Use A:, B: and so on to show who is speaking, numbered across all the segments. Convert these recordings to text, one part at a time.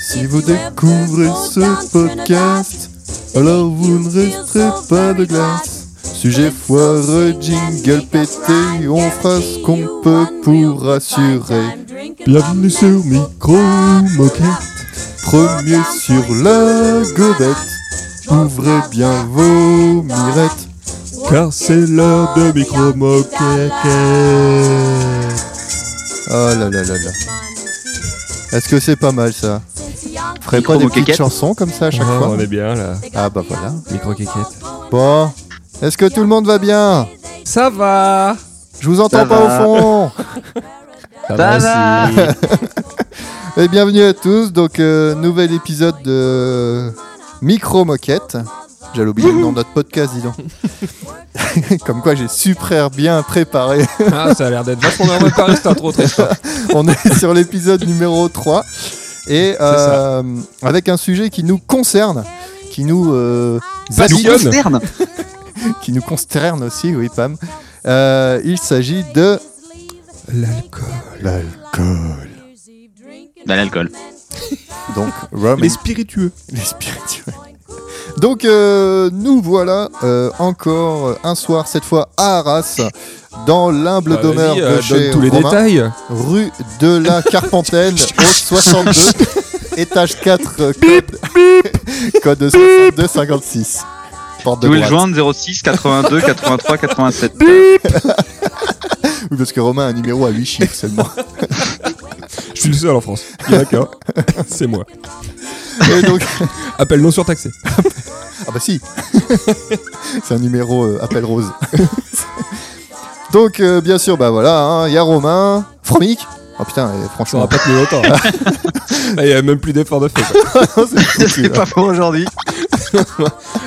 A: Si vous découvrez ce podcast, alors vous ne resterez pas de glace. Sujet foireux, jingle pété, on fera ce qu'on peut pour rassurer. Bienvenue sur Micro Moquette, premier sur la godette. Ouvrez bien vos mirettes, car c'est l'heure de Micro Moquette. Euh, Oh là là là là. Est-ce que c'est pas mal ça Ferait pas des petites
B: Micro-moquette.
A: chansons comme ça à chaque
C: Ah,
A: fois
C: on est bien là.
A: Ah bah voilà.
C: Micro-quéquette.
A: Bon, est-ce que tout le monde va bien
C: Ça va
A: Je vous entends
B: Ça
A: pas
B: va.
A: au fond
C: Ça
B: va
C: aussi.
A: Et bienvenue à tous, donc euh, nouvel épisode de Micro Moquette. J'allais oublier le nom de notre podcast, dis donc. Comme quoi j'ai super bien préparé.
C: Ah, ça a l'air d'être vachement bien préparé cette intro, Tristan.
A: On est sur l'épisode numéro 3. Et euh, avec un sujet qui nous concerne, qui nous, euh,
C: Passionne.
A: habite, qui nous consterne aussi, oui Pam. Euh, il s'agit de
C: L'alcool.
A: l'alcool.
B: Bah, l'alcool.
A: Donc, rum
C: Les spiritueux.
A: Les spirituels. Donc euh, nous voilà euh, encore euh, un soir, cette fois à Arras, dans l'humble
C: Bah,
A: demeure
C: vas-y,
A: de
C: euh, donne
A: chez
C: tous les
A: Romain,
C: détails.
A: rue de la Carpentaine, au 62, étage 4, euh, code, code 6256. Porte de
B: Vous pouvez le
A: droite.
B: joindre 06 82 83 87.
A: Oui, parce que Romain a un numéro à 8 chiffres seulement.
C: Je suis le seul en France. Il y en a qu'un. C'est moi.
A: Et donc,
C: Appel non surtaxé.
A: Ah bah si C'est un numéro euh, appel rose. Donc euh, bien sûr, bah voilà, il y a Romain, Fromic. Oh putain, euh,
C: Ça aura
A: franchement,
C: pas tenu longtemps. Là, il y a même plus d'effort de fait. quoi.
A: c'est foutu,
B: C'est
A: là.
B: pas pour aujourd'hui.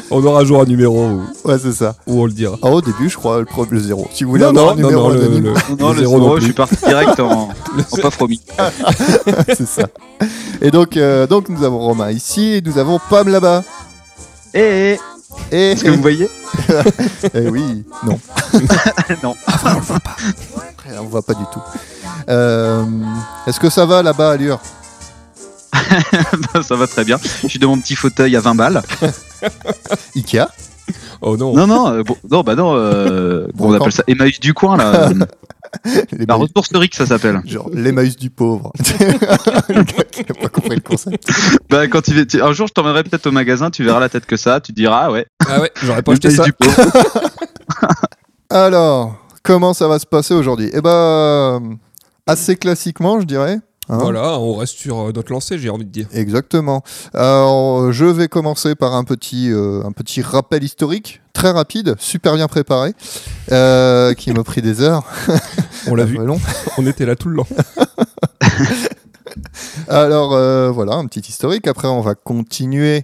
C: On aura un jour un numéro où,
A: Ouais, c'est ça.
C: où on le dira.
A: Ah, au début, je crois, le, pro- le zéro. Si vous voulez avoir un
C: non,
A: numéro
C: non, le,
A: anonyme,
C: le-
B: Non, le
C: zéro non
B: 0, je
C: plus.
B: suis parti direct en, en pas promis.
A: c'est ça. Et donc, euh, donc nous avons Romain ici et nous avons Pam là-bas.
B: Eh, eh,
A: Et,
B: est-ce que vous voyez
A: eh oui, non.
B: Non.
A: Eh, On voit pas du tout. Euh, Est-ce que ça va là-bas à Lure
B: Ça va très bien. Je suis dans mon petit fauteuil à 20 balles.
A: Ikea
C: Oh non.
B: Non, non, euh, bon, non, bah non. euh, bon, on appelle ça Emmaüs du coin, là. Euh,
A: les
C: Bah,
B: La ressourcerie que ça s'appelle.
A: Genre l'Emmaüs du pauvre. le gars qui n'a pas compris le concept.
B: Bah, quand tu, vas- tu- un jour, je t'emmènerai peut-être au magasin, tu verras la tête que ça, a, tu te diras, ah ouais,
C: Ah ouais, j'aurais pas acheté
B: Emmaüs
C: ça.
B: du pauvre.
A: Alors, comment ça va se passer aujourd'hui Eh ben, assez classiquement, je dirais. hein.
C: Voilà, on reste sur euh, notre lancée, j'ai envie de dire.
A: Exactement. Alors, je vais commencer par un petit, euh, un petit rappel historique, très rapide, super bien préparé, euh, qui m'a pris des heures.
C: On l'a vu,
A: Long.
C: on était là tout le long.
A: Alors euh, voilà, un petit historique. Après, on va continuer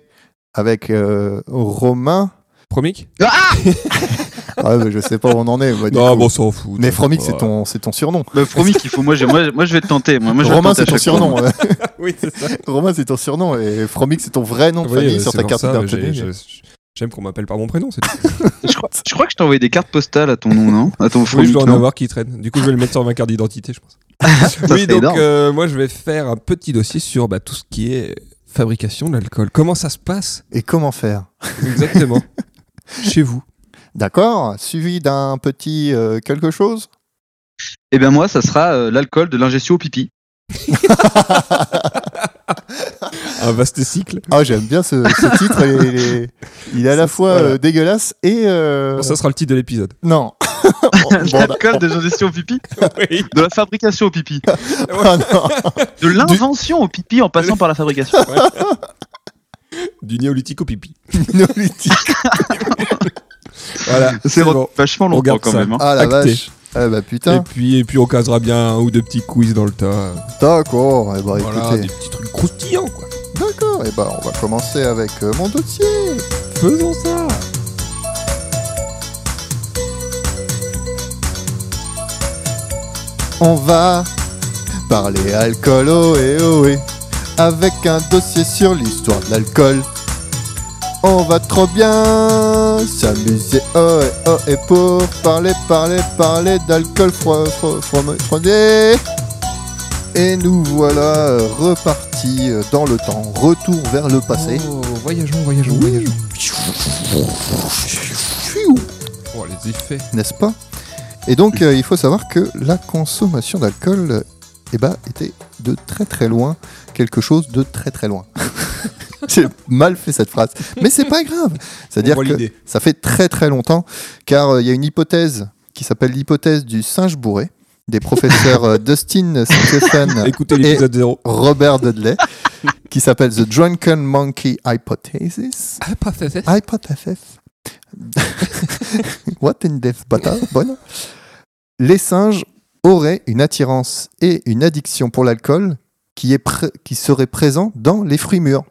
A: avec euh, Romain.
C: Promic
A: Ah, mais je sais pas où on en est. moi, du
C: Non,
A: coup.
C: bon, on s'en fout. Oh,
A: Mais Fromic, c'est
C: Ouais.
A: ton, c'est ton surnom.
B: Bah, promis qu'il faut. Moi, je, moi, moi, je vais te tenter. Moi, moi, je vais
A: Romain,
B: te tenter
A: c'est
B: à
A: ton
B: chaque fois.
A: surnom. euh.
C: Oui, c'est ça.
A: Romain, c'est ton surnom et Fromic, c'est ton vrai nom de
C: Oui,
A: famille
C: euh,
A: sur
C: c'est
A: ta
C: pour
A: carte
C: ça,
A: d'identité.
C: j'ai- j'ai- J'aime qu'on m'appelle par mon prénom, c'est tout.
B: Je crois, je crois que je t'ai envoyé des cartes postales à ton nom, non À ton
C: Oui,
B: fruit,
C: je dois en
B: non
C: avoir qui traîne. Du coup, je vais le mettre sur ma carte d'identité, je pense.
B: c'est
C: oui, donc
B: énorme.
C: euh, moi, je vais faire un petit dossier sur bah, tout ce qui est fabrication de l'alcool. Comment ça se passe
A: Et comment faire
C: exactement chez vous
A: D'accord, suivi d'un petit euh, quelque chose.
B: Eh bien moi, ça sera euh, l'alcool de l'ingestion au pipi.
C: Un vaste cycle.
A: Ah, j'aime bien ce, ce titre. Il est, il est- il est à la fois
C: voilà.
A: euh, dégueulasse et euh,
C: Bon, ça sera le titre de l'épisode.
A: non. Bon,
B: l'alcool de l'ingestion au pipi
C: Oui.
B: De la fabrication au pipi.
A: ah, non.
B: De l'invention au pipi en passant par la fabrication.
C: Du néolithique au pipi.
A: Néolithique.
C: Voilà,
B: C'est
C: c'est
B: re-
C: bon.
B: vachement
C: On
B: longtemps
C: garde
B: quand
C: ça.
B: même. hein.
A: Ah la
C: Acté.
A: vache. Ah bah
C: Et
A: putain.
C: puis, et puis, on casera bien un ou deux petits quiz dans le tas.
A: D'accord. Et bah
C: voilà, des
A: écoutez.
C: petits trucs croustillants, quoi.
A: D'accord. Et bah on va commencer avec euh, mon dossier.
C: Faisons ça
A: On va parler alcool, oh, ohé ohé, eh. avec un dossier sur l'histoire de l'alcool. On va trop bien s'amuser, oh, eh, ohé ohé, pour parler, parler, parler d'alcool froid, froid, froid, froidé. Et nous voilà repartis dans le temps, retour vers le passé.
C: Oh, voyageons, voyageons, voyageons. Oh, les effets.
A: n'est-ce pas Et donc, euh, il faut savoir que la consommation d'alcool euh, eh ben, était de très très loin quelque chose de très très loin. J'ai mal fait cette phrase, mais c'est pas grave. C'est-à-dire
C: On voit
A: que
C: l'idée.
A: ça fait très très longtemps, car euh, il y a une hypothèse qui s'appelle l'hypothèse du singe bourré des professeurs euh, Dustin Stephen
C: Écoutez
A: l'épisode
C: l'épisode 0.
A: Robert Dudley, qui s'appelle The Drunken Monkey Hypothesis.
C: Ah, pas fait, fait.
A: Hypothesis. What in death battle, bonne. Les singes auraient une attirance et une addiction pour l'alcool qui, est pré- qui serait présent dans les fruits mûrs,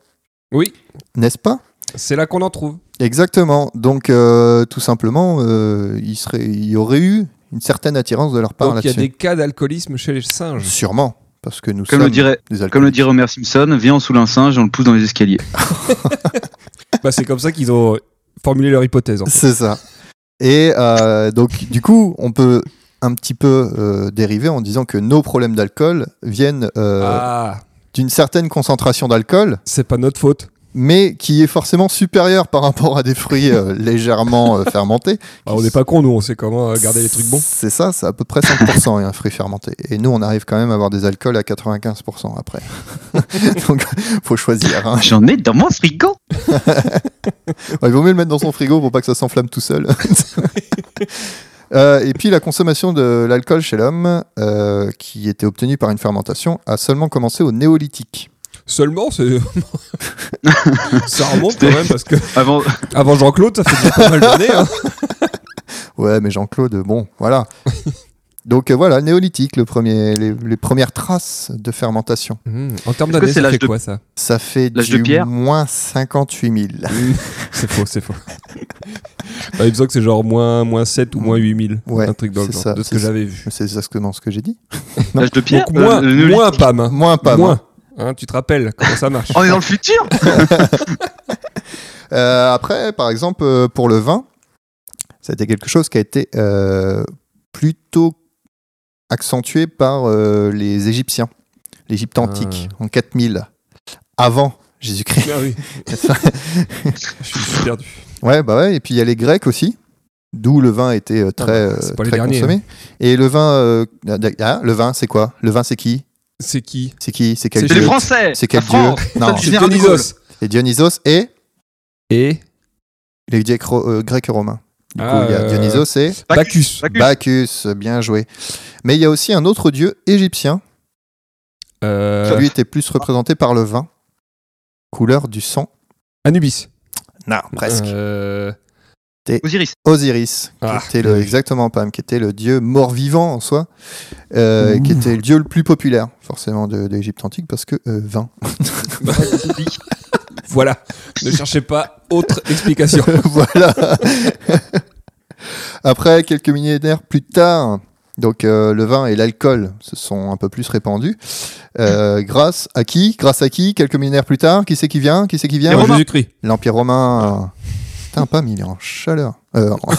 C: Oui,
A: n'est-ce pas
C: c'est là qu'on en trouve.
A: Exactement. Donc, euh, tout simplement, euh, il, serait, il y aurait eu une certaine attirance de leur part
C: Donc il y a
A: là-dessus.
C: des cas d'alcoolisme chez les singes.
A: Sûrement, parce que nous
B: Comme
A: sommes
B: le, dirait,
A: des
B: comme le
A: alcooliques.
B: dirait Homer Simpson, viens, on saoule un singe et on le pousse dans les escaliers.
C: bah, c'est comme ça qu'ils ont formulé leur hypothèse. hein. en fait.
A: C'est ça. Et euh, donc, du coup, on peut un petit peu euh, dériver en disant que nos problèmes d'alcool viennent euh,
C: Ah,
A: d'une certaine concentration d'alcool,
C: c'est pas notre faute.
A: mais qui est forcément supérieure par rapport à des fruits euh, légèrement euh, fermentés.
C: Ah, on n'est pas cons, nous, on sait comment euh, garder les trucs bons.
A: C'est ça, c'est à peu près 5% et un fruit fermenté. hein, Et nous, on arrive quand même à avoir des alcools à 95% après. donc, faut choisir. hein.
B: Ah, J'en ai dans mon frigo
A: Ouais, Bah, il vaut mieux le mettre dans son frigo pour pas que ça s'enflamme tout seul. Euh, et puis la consommation de l'alcool chez l'homme, euh, qui était obtenue par une fermentation, a seulement commencé au néolithique.
C: Seulement, c'est. ça remonte quand même, parce que
B: Avant,
C: avant Jean-Claude, ça fait déjà pas mal d'années. hein.
A: Ouais, mais Jean-Claude, bon, voilà. Donc euh, voilà, néolithique, le premier, les, les premières traces de fermentation.
C: Mmh, En termes
B: Est-ce que
C: d'années,
B: c'est
C: ça
B: l'âge
C: fait
B: de-
C: quoi, ça
A: Ça fait
B: L'âge de
A: du
B: pierre
A: moins 58 000.
C: C'est faux, c'est faux. Bah, il me semble que c'est genre moins, moins 7 ou moins 8000.
A: Ouais,
C: un truc dans le
A: c'est
C: genre,
A: ça,
C: de ce
A: c'est
C: que
A: ça.
C: j'avais vu.
A: C'est exactement ce que j'ai dit. Non.
B: l'âge de pierre,
C: Donc, moins,
B: euh, le-
C: moins Pam. hein.
A: Moins Oh. pas.
C: moins. Hein, tu te rappelles comment ça marche
B: on est dans le futur
A: Euh, après, par exemple, euh, pour le vin, c'était quelque chose qui a été euh, plutôt accentué par euh, les Égyptiens, l'Égypte antique, en 4000, avant Jésus-Christ.
C: Ah oui. Je suis perdu.
A: Ouais, bah ouais, et puis il y a les Grecs aussi, d'où le vin était euh, très,
C: bah, c'est
A: euh,
C: pas les
A: très
C: derniers, hein.
A: consommé. Et le vin, euh, ah, le vin, c'est quoi Le vin, c'est qui
C: C'est qui
A: C'est qui C'est quel
C: C'est
B: C'est les
A: dieu
B: Français
A: C'est quel
B: La
A: dieu
B: France.
A: Non,
B: C'est
C: C'est
B: général de Gaulle.
C: Dionysos.
A: c'est Dionysos et
C: Et
A: les Grecs ro- euh, Grecs et romains. Du coup,
C: Ah,
A: il y a
C: euh,
A: Dionysos et
C: Bacchus.
B: Bacchus.
A: Bacchus, bien joué. Mais il y a aussi un autre dieu égyptien
C: Euh,
A: qui lui était plus représenté par le vin, couleur du sang.
C: Anubis.
A: Non, presque.
C: Euh,
B: Osiris.
A: Osiris,
C: Ah,
A: qui était le,
C: oui.
A: exactement Pam, qui était le dieu mort-vivant en soi, euh, qui était le dieu le plus populaire forcément de, de l'Égypte antique parce que euh, vin.
C: Voilà. ne cherchez pas autre explication.
A: voilà. Après, quelques millénaires plus tard, donc euh, le vin et l'alcool se sont un peu plus répandus. Euh, grâce à qui Grâce à qui Quelques millénaires plus tard, qui c'est qui vient Qui c'est qui vient
C: Ah, Jésus-Christ.
A: L'Empire romain. Putain, Pam, il est en chaleur. Euh,
C: Ouais,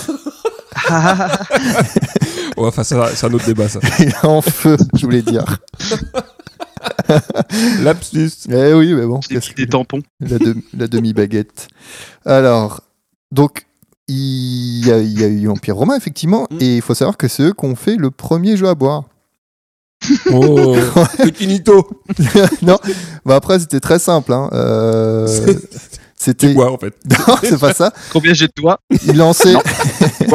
C: Oh, enfin, ça, c'est un autre débat, ça.
A: il est en feu, je voulais dire.
C: Lapsus.
A: Eh oui, mais bon.
B: J'ai
A: qu'est-ce
B: des
A: que-
B: tampons.
A: la, de- la demi-baguette. Alors, donc, il y, a- il y a eu Empire romain, effectivement,
B: Mm.
A: et il faut savoir que c'est eux qui ont fait le premier jeu à boire.
C: Oh, Pequinito.
A: non, bah après c'était très simple. hein. Euh, c'était.
C: Quoi, en fait
A: Non, c'est pas ça.
B: Combien j'ai de toi
A: Il lançait.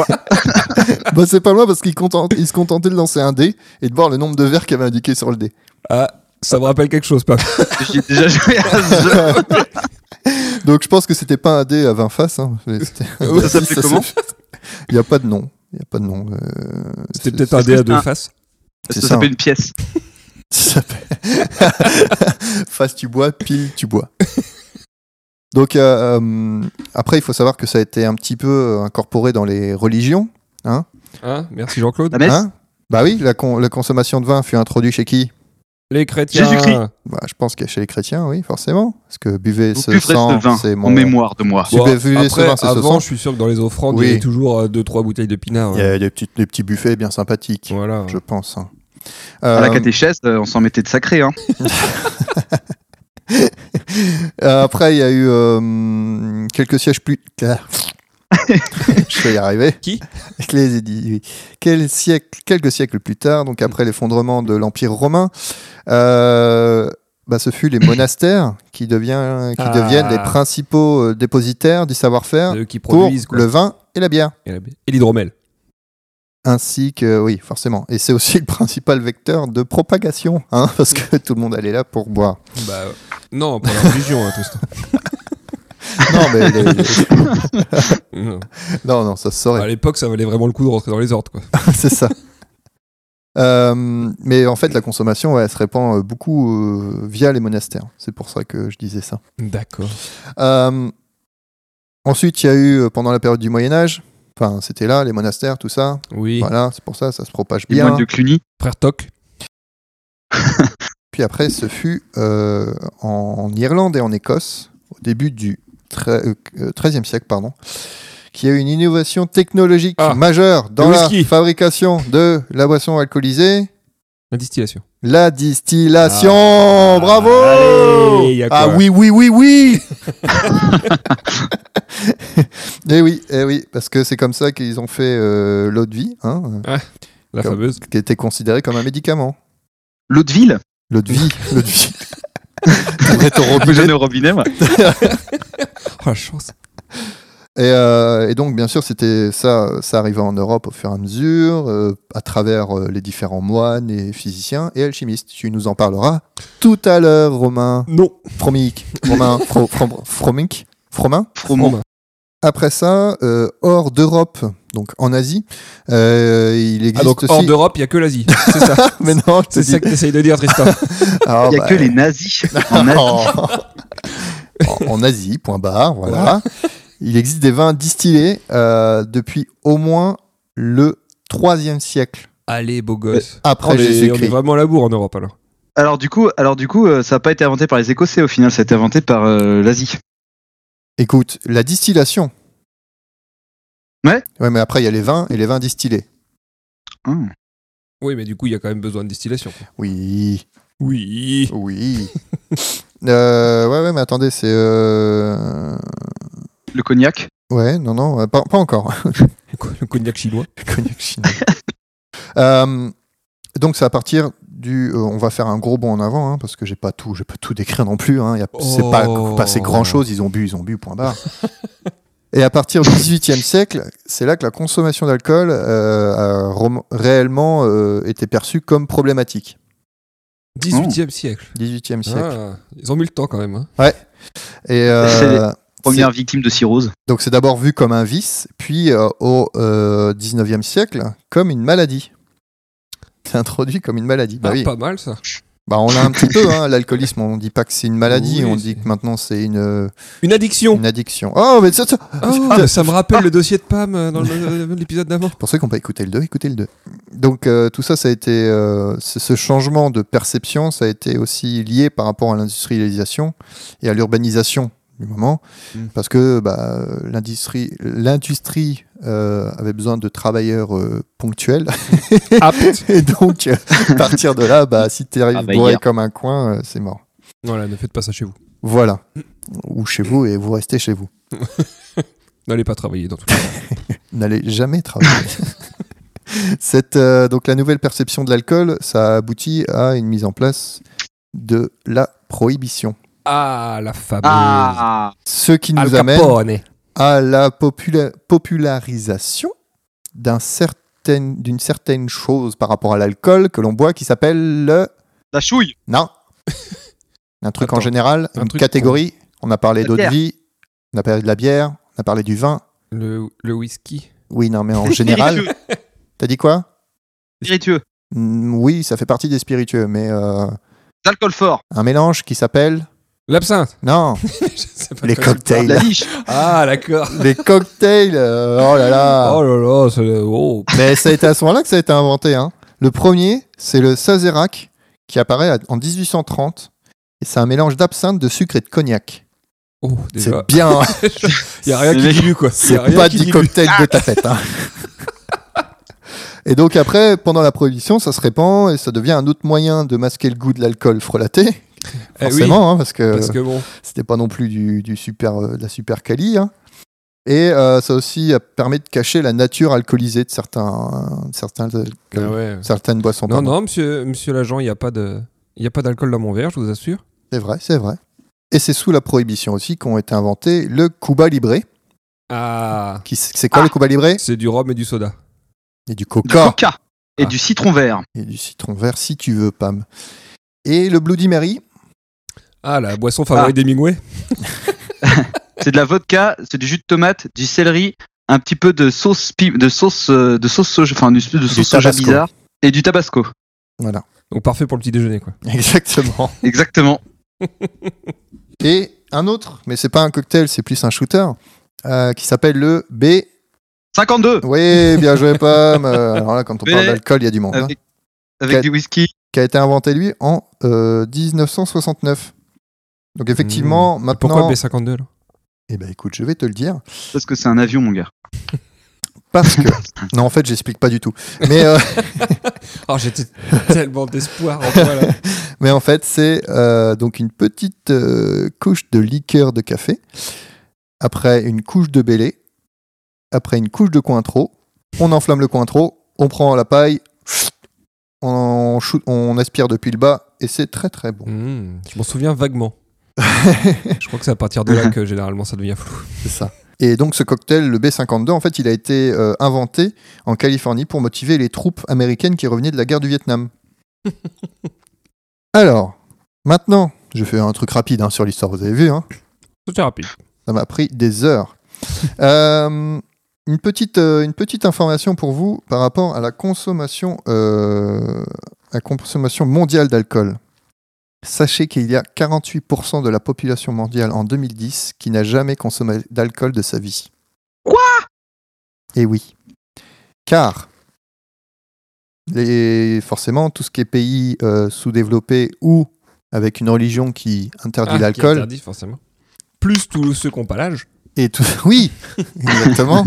A: bah c'est pas moi parce qu'il content- il se contentait de lancer un dé et de voir le nombre de verres qu'il avait indiqué sur le dé.
C: Ah, ça me rappelle quelque chose, Pam.
B: J'ai déjà joué à ce jeu.
A: Donc je pense que c'était pas un dé à 20 faces. hein. Mais c'était-
B: Ça s'appelait comment
A: s'est- Il n'y a pas de nom. Il n'y a pas de nom. euh,
C: C'était
A: c'est-
C: peut-être un
B: c'est-
C: dé à
B: c'est
C: deux
B: un-
C: faces.
A: c'est
B: Ça
A: ça, hein.
B: s'appelle une pièce.
A: Ça s'appelle- Face tu bois, pile tu bois. Donc euh, euh, après, il faut savoir que ça a été un petit peu euh, incorporé dans les religions.
C: Hein Merci, Jean-Claude.
B: La messe
A: hein. bah oui, la, con- la consommation de vin fut introduite chez qui
C: Les chrétiens. euh,
B: Jésus-Christ.
A: bah, Je pense que chez les chrétiens, oui, forcément. Parce que buvez
B: Vous
A: ce
B: buverez
A: sang,
B: ce vin
A: c'est mon...
B: en mémoire de moi.
A: Tu
C: Bon,
A: buvais ce vin,
C: après,
A: c'est ce
C: avant,
A: sang.
C: je suis sûr que dans les offrandes,
A: hein. Oui.
C: il y avait toujours 2-3 euh, bouteilles de pinard.
A: Il y a des, petites- des petits buffets bien sympathiques,
C: Voilà.
A: je pense. hein.
B: À la
A: Euh,
B: catéchèse, euh, on s'en mettait de sacré. Hein.
A: Euh, Après, il y a eu euh, quelques sièges plus. Ah. Je vais y arriver.
C: Qui
A: Les édi- oui. Quel siècle, quelques siècles plus tard, donc après l'effondrement de l'Empire romain, euh, bah, ce fut les monastères qui, devient- qui
C: Ah.
A: deviennent les principaux euh, dépositaires du savoir-faire
C: C'est eux qui
A: pour
C: produisent quoi.
A: le vin et la bière.
C: Et la bière. Et l'hydromel.
A: Ainsi que, oui, forcément. Et c'est aussi le principal vecteur de propagation, hein, parce que tout le monde allait là pour boire.
C: Bah, euh, non, pour la religion, hein, Tristan.
A: Non, mais les- les-
C: Non.
A: non, non, ça se saurait.
C: À l'époque, ça valait vraiment le coup de rentrer dans les ordres. Quoi.
A: c'est ça. Euh, mais en fait, la consommation, ouais, elle se répand euh, beaucoup euh, via les monastères. C'est pour ça que je disais ça.
C: D'accord.
A: Euh, ensuite, il y a eu, euh, pendant la période du Moyen-Âge, enfin, c'était là, les monastères, tout ça.
C: Oui.
A: Voilà, c'est pour ça, ça se propage
B: Les moines
A: bien.
B: de Cluny.
C: Frère Toc.
A: Puis après, ce fut euh, en Irlande et en Écosse, au début du XIIIe siècle, pardon, qu'il y a eu une innovation technologique
C: Ah,
A: majeure dans
C: le
A: la
C: whisky.
A: fabrication de la boisson alcoolisée.
C: La distillation.
A: La distillation,
C: Ah,
A: bravo
C: allez, y a
A: Ah
C: quoi
A: oui, oui, oui, oui Eh oui, eh oui, parce que c'est comme ça qu'ils ont fait euh, l'eau de vie, hein, euh,
C: La
A: Comme-
C: fameuse.
A: qui était considérée comme un médicament.
B: L'eau de ville
A: L'eau de vie, l'eau de vie. Pour être au
B: Moi, j'en
A: robinet.
B: ai au robinet, moi.
C: Oh, la chance.
A: Et, euh, et donc, bien sûr, c'était ça, ça arrivait en Europe au fur et à mesure, euh, à travers euh, les différents moines et physiciens et alchimistes. Tu nous en parleras tout à l'heure, Romain.
C: Non.
A: Fromic, Romain, Fro- From- Fromic, Fromin.
B: Froment.
A: Après ça, euh, hors d'Europe, donc en Asie, euh, il existe
C: Ah, donc
A: aussi.
C: hors d'Europe, il n'y a que l'Asie. C'est ça.
A: Mais non, je te
C: C'est
A: dis.
C: ça que t'essayes de dire, Tristan.
A: Ah,
B: Il n'y a
A: bah,
B: que les nazis. En Asie.
A: en- en Asie, point barre, voilà. Il existe des vins distillés euh, depuis au moins le 3e siècle
C: Allez, beau gosse.
A: après
C: on, est, Oh, on est
A: Jésus-Christ.
C: vraiment à la bourre en Europe alors.
B: Alors du coup, alors du coup, euh, ça n'a pas été inventé par les Écossais au final, ça a été inventé par euh, l'Asie.
A: Écoute, la distillation.
B: Ouais.
A: Ouais, mais après, il y a les vins et les vins distillés.
B: Hum.
C: Oui, mais du coup, il y a quand même besoin de distillation. quoi.
A: Oui.
C: Oui.
A: Oui. Euh, ouais, ouais, mais attendez, c'est. euh,
B: Le cognac.
A: Ouais, non, non, euh, pas, pas encore.
C: Le cognac chinois.
A: Cognac chinois. Euh, donc, c'est à partir du. euh, on va faire un gros bond en avant, hein, parce que j'ai pas tout, j'ai pas tout décrit non plus. Hein, y a- C'est pas
C: Oh.
A: passé grand chose. Ils ont bu, ils ont bu. Point barre. Et à partir du XVIIIe siècle, c'est là que la consommation d'alcool euh, a rom- réellement euh, été perçue comme problématique.
C: 18e Ah. siècle.
A: XVIIIe siècle.
C: Ah, ils ont mis le temps quand même. hein.
A: Et euh, c'est-
B: Première victime de cirrhose.
A: Donc c'est d'abord vu comme un vice, puis euh, au euh, 19e siècle comme une maladie. C'est introduit comme une maladie. Bah
C: Ah,
A: oui.
C: Pas mal ça.
A: Bah on l'a un petit peu, hein, l'alcoolisme, on dit pas que c'est une maladie,
C: Oui,
A: on
C: c'est-
A: dit que maintenant c'est une,
C: Une addiction.
A: une addiction. Oh mais ça, ça-
C: Ah, ça me rappelle le dossier de Pam euh, dans le- euh, l'épisode d'avant.
A: Pour ceux qui n'ont pas écouté le 2, écoutez le 2. Donc euh, tout ça, ça a été, euh, ce ce changement de perception, ça a été aussi lié par rapport à l'industrialisation et à l'urbanisation du moment,
B: Mm.
A: parce que bah, euh, l'industrie, l'industrie euh, avait besoin de travailleurs euh, ponctuels,
C: Apte.
A: et donc euh, à partir de là, bah, si tu arrives
B: Ah bah,
A: bourré
B: hier.
A: comme un coin, euh, c'est mort.
C: Voilà, ne faites pas ça chez vous.
A: Voilà. Ou chez vous, et vous restez chez vous.
C: N'allez pas travailler dans tout le
A: n'allez jamais travailler. Cette, euh, donc la nouvelle perception de l'alcool, ça aboutit à une mise en place de la prohibition.
C: Ah, la fameuse.
B: bah,
C: Ah.
B: Ah,
A: Ce qui nous
C: Al
A: amène
C: Capone.
A: à la popula- popularisation d'un certain- d'une certaine chose par rapport à l'alcool que l'on boit qui s'appelle le...
B: La chouille.
A: Non. Un truc en
C: Attends,
A: général,
C: un
A: une
C: truc
A: catégorie. On a parlé
B: La
A: d'eau de
B: bière.
A: vie, on a parlé de la bière, on a parlé du vin.
C: Le, le whisky.
A: Oui, non, mais en général...
B: Spiritueux.
A: T'as dit quoi
B: Spiritueux.
A: Mm, Oui, ça fait partie des spiritueux, mais euh,
B: D'alcool fort.
A: un mélange qui s'appelle
C: L'absinthe.
A: non
C: Je sais pas
A: les
C: quoi.
B: La
A: cocktails,
B: liche.
C: Ah, d'accord.
A: les cocktails. euh, oh là là.
C: Oh là là, c'est le- oh.
A: Mais ça a été à ce moment-là que ça a été inventé. hein. Le premier, c'est le Sazerac qui apparaît à- en 1830 et c'est un mélange d'absinthe, de sucre et de cognac.
C: Oh,
A: C'est
C: déjà.
A: bien. hein.
C: Il y a rien qui dilue quoi. Y
A: C'est
C: a rien
A: pas
C: qui
A: du
C: dilue.
A: cocktail de tapette. hein. Et Et donc après, pendant la prohibition, ça se répand et ça devient un autre moyen de masquer le goût de l'alcool frelaté.
C: Eh oui,
A: Forcément, hein, parce que
C: parce que bon,
A: c'était pas non plus du, du super, euh, de la super quali. hein. Et euh, ça aussi euh, permet de cacher la nature alcoolisée de certains, de certains alcools,
C: Ah ouais.
A: certaines boissons.
C: Non,
A: pardon.
C: non, monsieur, monsieur l'agent, il n'y a pas de, il y a pas d'alcool dans mon verre, je vous assure.
A: C'est vrai, c'est vrai. Et c'est sous la prohibition aussi qu'ont été inventés le Cuba Libre.
C: Ah,
A: Qui- C'est quoi le Cuba Libre
C: c'est du rhum et du soda.
A: Et du
B: Du
A: coca.
B: coca et
C: Ah.
B: du citron vert.
A: Et du citron vert, si tu veux, Pam. Et le Bloody Mary,
C: Ah, la boisson favorite d'Hemingway.
B: C'est de la vodka, c'est du jus de tomate, du céleri, un petit peu de sauce pi- de sauce euh, de sauce soja, enfin une espèce de sauce soja
A: tabasco.
B: bizarre et du tabasco.
A: voilà,
C: Donc parfait pour le petit déjeuner, quoi.
A: exactement.
B: Exactement.
A: Et un autre, mais c'est pas un cocktail, c'est plus un shooter, euh, qui s'appelle le B.
B: 52
A: Oui, bien joué, Pam. Euh, Alors là, quand on
B: B.
A: parle d'alcool, il y a du monde. hein.
B: avec, avec
A: Quatre.
B: du whisky.
A: qui a été inventé lui en euh, 1969. Donc effectivement, maintenant.
C: Pourquoi B52 là
A: Eh ben écoute, je vais te le dire
B: Parce que c'est un avion, mon gars.
A: parce que non, en fait, j'explique pas du tout. Mais euh,
C: Oh, j'étais tellement d'espoir en toi là.
A: mais en fait, c'est euh, donc une petite euh, couche de liqueur de café, après une couche de bélé, après une couche de cointreau. On enflamme le cointreau, on prend la paille, on, shoot- on aspire depuis le bas et c'est très très bon.
C: Hmm, je m'en souviens vaguement. je crois que c'est à partir de là que généralement ça devient flou.
A: C'est ça. Et donc ce cocktail, le B-52, en fait, il a été euh, inventé en Californie pour motiver les troupes américaines qui revenaient de la guerre du Vietnam. Alors, maintenant, je fais un truc rapide hein, sur l'histoire, vous avez vu, hein,
C: C'était rapide.
A: ça m'a pris des heures. Euh, une, petite, euh, une petite information pour vous par rapport à la consommation, euh, la consommation mondiale d'alcool. Sachez qu'il y a 48% de la population mondiale en 2010 qui n'a jamais consommé d'alcool de sa vie.
B: Quoi
A: Eh oui. Car, les, forcément, tout ce qui est pays euh, sous-développés ou avec une religion qui interdit
C: Ah, qui
A: l'alcool,
C: interdit, forcément. Plus tous ceux qui ont pas l'âge.
A: et tout oui exactement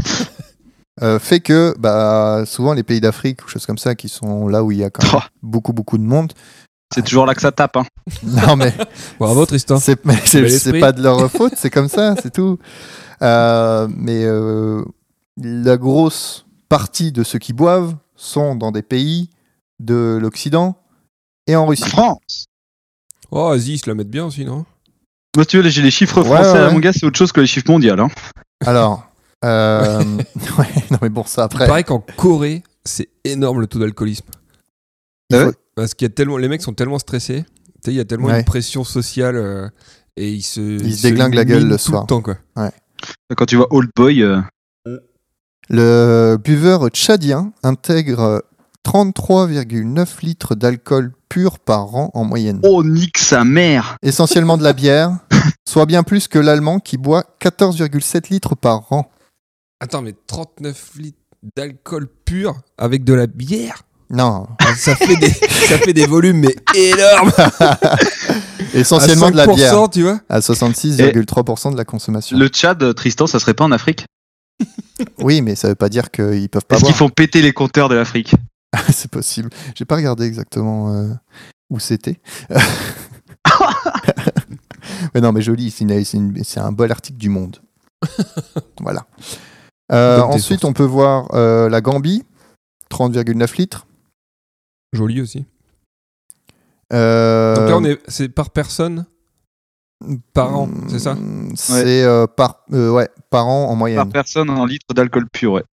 A: Euh, fait que bah souvent les pays d'Afrique ou choses comme ça qui sont là où il y a quand même
B: Oh,
A: beaucoup beaucoup de monde
B: c'est toujours là que ça tape. Hein.
A: non mais
C: Bravo Tristan.
A: c'est mais c'est
C: Bel
A: c'est
C: esprit.
A: pas de leur faute c'est comme ça c'est tout Euh, mais euh, la grosse partie de ceux qui boivent sont dans des pays de l'Occident et en
B: La
A: Russie
B: France.
C: Oh, vas-y, ils se la mettent bien aussi, non
B: Moi, si tu veux, les les chiffres
A: Ouais,
B: français, là,
A: ouais.
B: mon gars, c'est autre chose que les chiffres mondiaux. Hein.
A: alors euh, ouais, non mais bon ça après
C: Il paraît qu'en Corée, c'est énorme le taux d'alcoolisme.
A: il faut-
B: ouais.
C: Parce qu'il y a tellement, les mecs sont tellement stressés. Tu sais, il y a tellement
A: Ouais.
C: une pression sociale euh, et ils se,
A: se déglinguent la gueule
C: minent
A: le
C: tout
A: soir.
C: temps, quoi.
B: Quand tu vois Old Boy, euh,
A: Le buveur tchadien intègre 33,9 litres d'alcool pur par an en moyenne.
B: oh, nique sa mère.
A: Essentiellement de la bière, soit bien plus que l'allemand qui boit 14,7 litres par an.
C: Attends, mais 39 litres d'alcool pur avec de la bière Ah,
A: Non,
C: ça fait, des, ça fait des volumes, mais énormes
A: essentiellement
C: À
A: de la
C: 5%,
A: bière,
C: tu vois
A: à 66,3% de la consommation.
B: Le Tchad, euh, Tristan, ça serait pas en Afrique
A: Oui, mais ça veut pas dire qu'ils peuvent pas
B: Est-ce qu'ils
A: boire.
B: font péter les compteurs de l'Afrique
A: C'est possible. J'ai pas regardé exactement euh, où c'était. mais non, mais joli, c'est une- c'est une- c'est un bel article du Monde. voilà. Euh,
C: Bonne
A: ensuite,
C: défense.
A: on peut voir euh, la Gambie, 30,9 litres.
C: Joli aussi.
A: Euh,
C: Donc là, on est, c'est par personne Par an, c'est ça
A: Mm, C'est euh, par, euh, ouais, par an en
B: Par
A: moyenne.
B: personne, en litre d'alcool pur, ouais.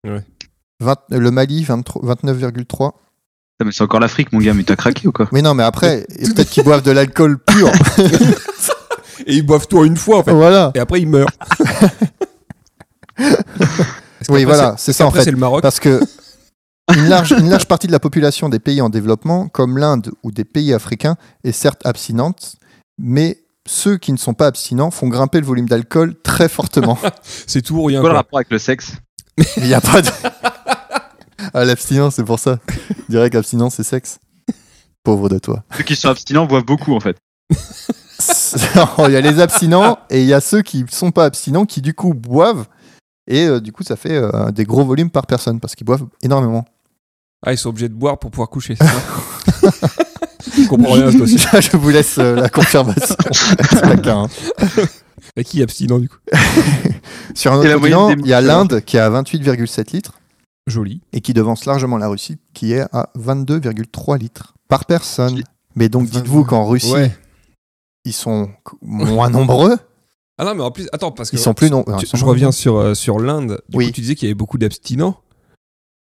A: 20 le Mali, 23 29,3.
B: Putain, mais c'est encore l'Afrique, mon gars, mais t'as craqué ou quoi
A: Mais non, mais après, et peut-être qu'ils boivent de l'alcool pur.
C: Et ils boivent tout en une fois, en fait.
A: voilà.
C: Et après, ils meurent. Parce
A: Oui,
C: qu'après,
A: voilà, c'est ça en
C: Après,
A: fait.
C: c'est le Maroc.
A: Parce que une large, une large partie de la population des pays en développement, comme l'Inde ou des pays africains, est certes abstinente, mais ceux qui ne sont pas abstinents font grimper le volume d'alcool très fortement.
C: C'est tout ou rien.
B: Quoi le
C: Quoi.
B: rapport avec le sexe
A: Il n'y a pas de. Ah, l'abstinence, c'est pour ça. Je dirais qu'abstinence, c'est sexe. Pauvre de toi.
B: Ceux qui sont abstinents boivent beaucoup, en fait.
A: Non, Il y a les abstinents et il y a ceux qui ne sont pas abstinents qui, du coup, boivent. Et euh, du coup, ça fait euh, des gros volumes par personne parce qu'ils boivent énormément.
C: Ah, ils sont obligés de boire pour pouvoir coucher. c'est ça Je comprends rien à ce dossier.
A: Je vous laisse euh, la confirmation. C'est pas qu'un, hein.
C: Et qui est abstinent du coup
A: Sur un autre
B: Et la moyenne
A: continent,
B: des-
A: il y a l'Inde qui est à 28,7 litres
C: Joli.
A: et qui devance largement la Russie qui est à 22,3 litres par personne.
B: Joli.
A: Mais donc dites-vous qu'en Russie, ils sont c- moins nombreux.
C: Ah non, mais en plus, attends, parce que.
A: Ils sont plus nombreux.
C: Tu- je reviens sur, euh, sur l'Inde. Du
A: Oui.
C: coup, tu disais qu'il y avait beaucoup d'abstinents.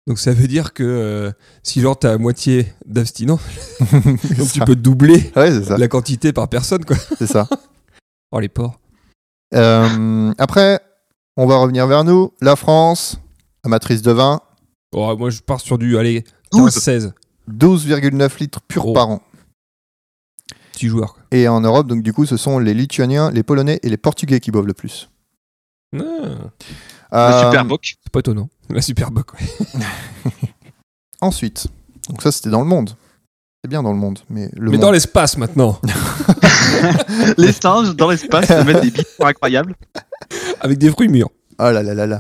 C: Donc ça veut dire que euh, si genre t'as à moitié d'abstinents, donc tu peux doubler
A: Ouais, c'est ça.
C: la quantité par personne quoi.
A: C'est ça.
C: Oh les porcs.
A: Euh, après, on va revenir vers nous. La France, amatrice de vin,
C: Oh, moi je pars sur du allez 15
B: 12.
C: 16
A: 12,9 litres purs
C: Oh.
A: par an.
C: petits joueurs. quoi.
A: Et en Europe, donc du coup, ce sont les Lituaniens, les Polonais et les Portugais qui boivent le plus.
C: Ah,
B: Le
A: Euh,
B: Super Bock.
C: c'est pas étonnant. La super boc. ouais.
A: Ensuite, donc ça c'était dans le monde. C'est bien dans le monde, mais le
C: Mais
A: monde.
C: dans l'espace maintenant,
B: Les singes dans l'espace se mettent des bits incroyables.
C: avec des fruits mûrs.
A: Oh là là là là.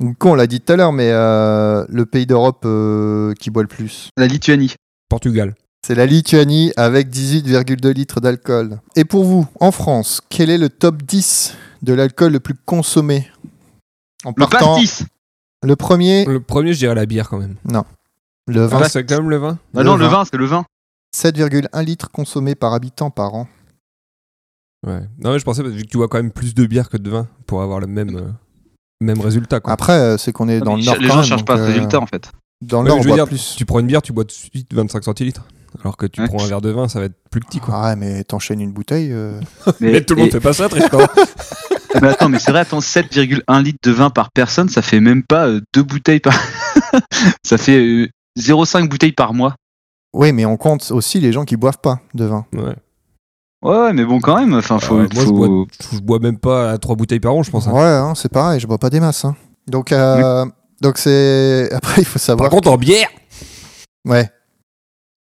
A: donc on l'a dit tout à l'heure, mais euh, le pays d'Europe euh, qui boit le plus,
B: La Lituanie.
C: Portugal.
A: c'est la Lituanie avec 18,2 litres d'alcool. Et pour vous, en France, quel est le top 10 de l'alcool le plus consommé En
B: Le
A: partant,
B: pastis.
A: le premier,
C: Le premier, je dirais la bière quand même.
A: le
C: Ah, c'est quand même le vin.
B: Ah
A: le
B: non, le
A: vin.
B: vin, c'est le vin.
A: 27,1 litres consommés par habitant par an.
C: Ouais. Non mais je pensais vu que tu bois quand même plus de bière que de vin pour avoir le même euh, même résultat quoi.
A: Après, euh, c'est qu'on est dans le
B: Ah,
A: nord.
B: les les
A: quand
B: gens
A: même,
B: cherchent
A: donc,
B: pas ce
A: euh,
B: résultat en fait.
A: Dans le nord,
C: Ouais, mais
A: on
C: je veux
A: boit
C: dire,
A: plus.
C: tu prends une bière, tu bois tout de suite 25 centilitres. Alors que tu
B: Ouais.
C: prends un verre de vin, ça va être plus petit quoi.
A: Ah ouais, mais t'enchaînes une bouteille. euh.
C: Mais tout le monde fait pas ça, Tristan.
B: Ah bah attends, mais c'est vrai, attends, 7,1 litres de vin par personne, ça fait même pas euh, deux bouteilles par. ça fait euh, 0,5 bouteilles par mois.
A: Oui, mais on compte aussi les gens qui boivent pas de vin.
C: Ouais.
B: Ouais, ouais, mais bon, quand même, enfin, faut.
C: Euh, moi, je
B: faut-
C: bois, je bois même pas à trois bouteilles par an, je pense. hein.
A: Ouais, hein, c'est pareil, je bois pas des masses. hein. Donc, euh, donc c'est. Après, il faut
C: Par
A: savoir.
C: contre, en bière
A: Ouais.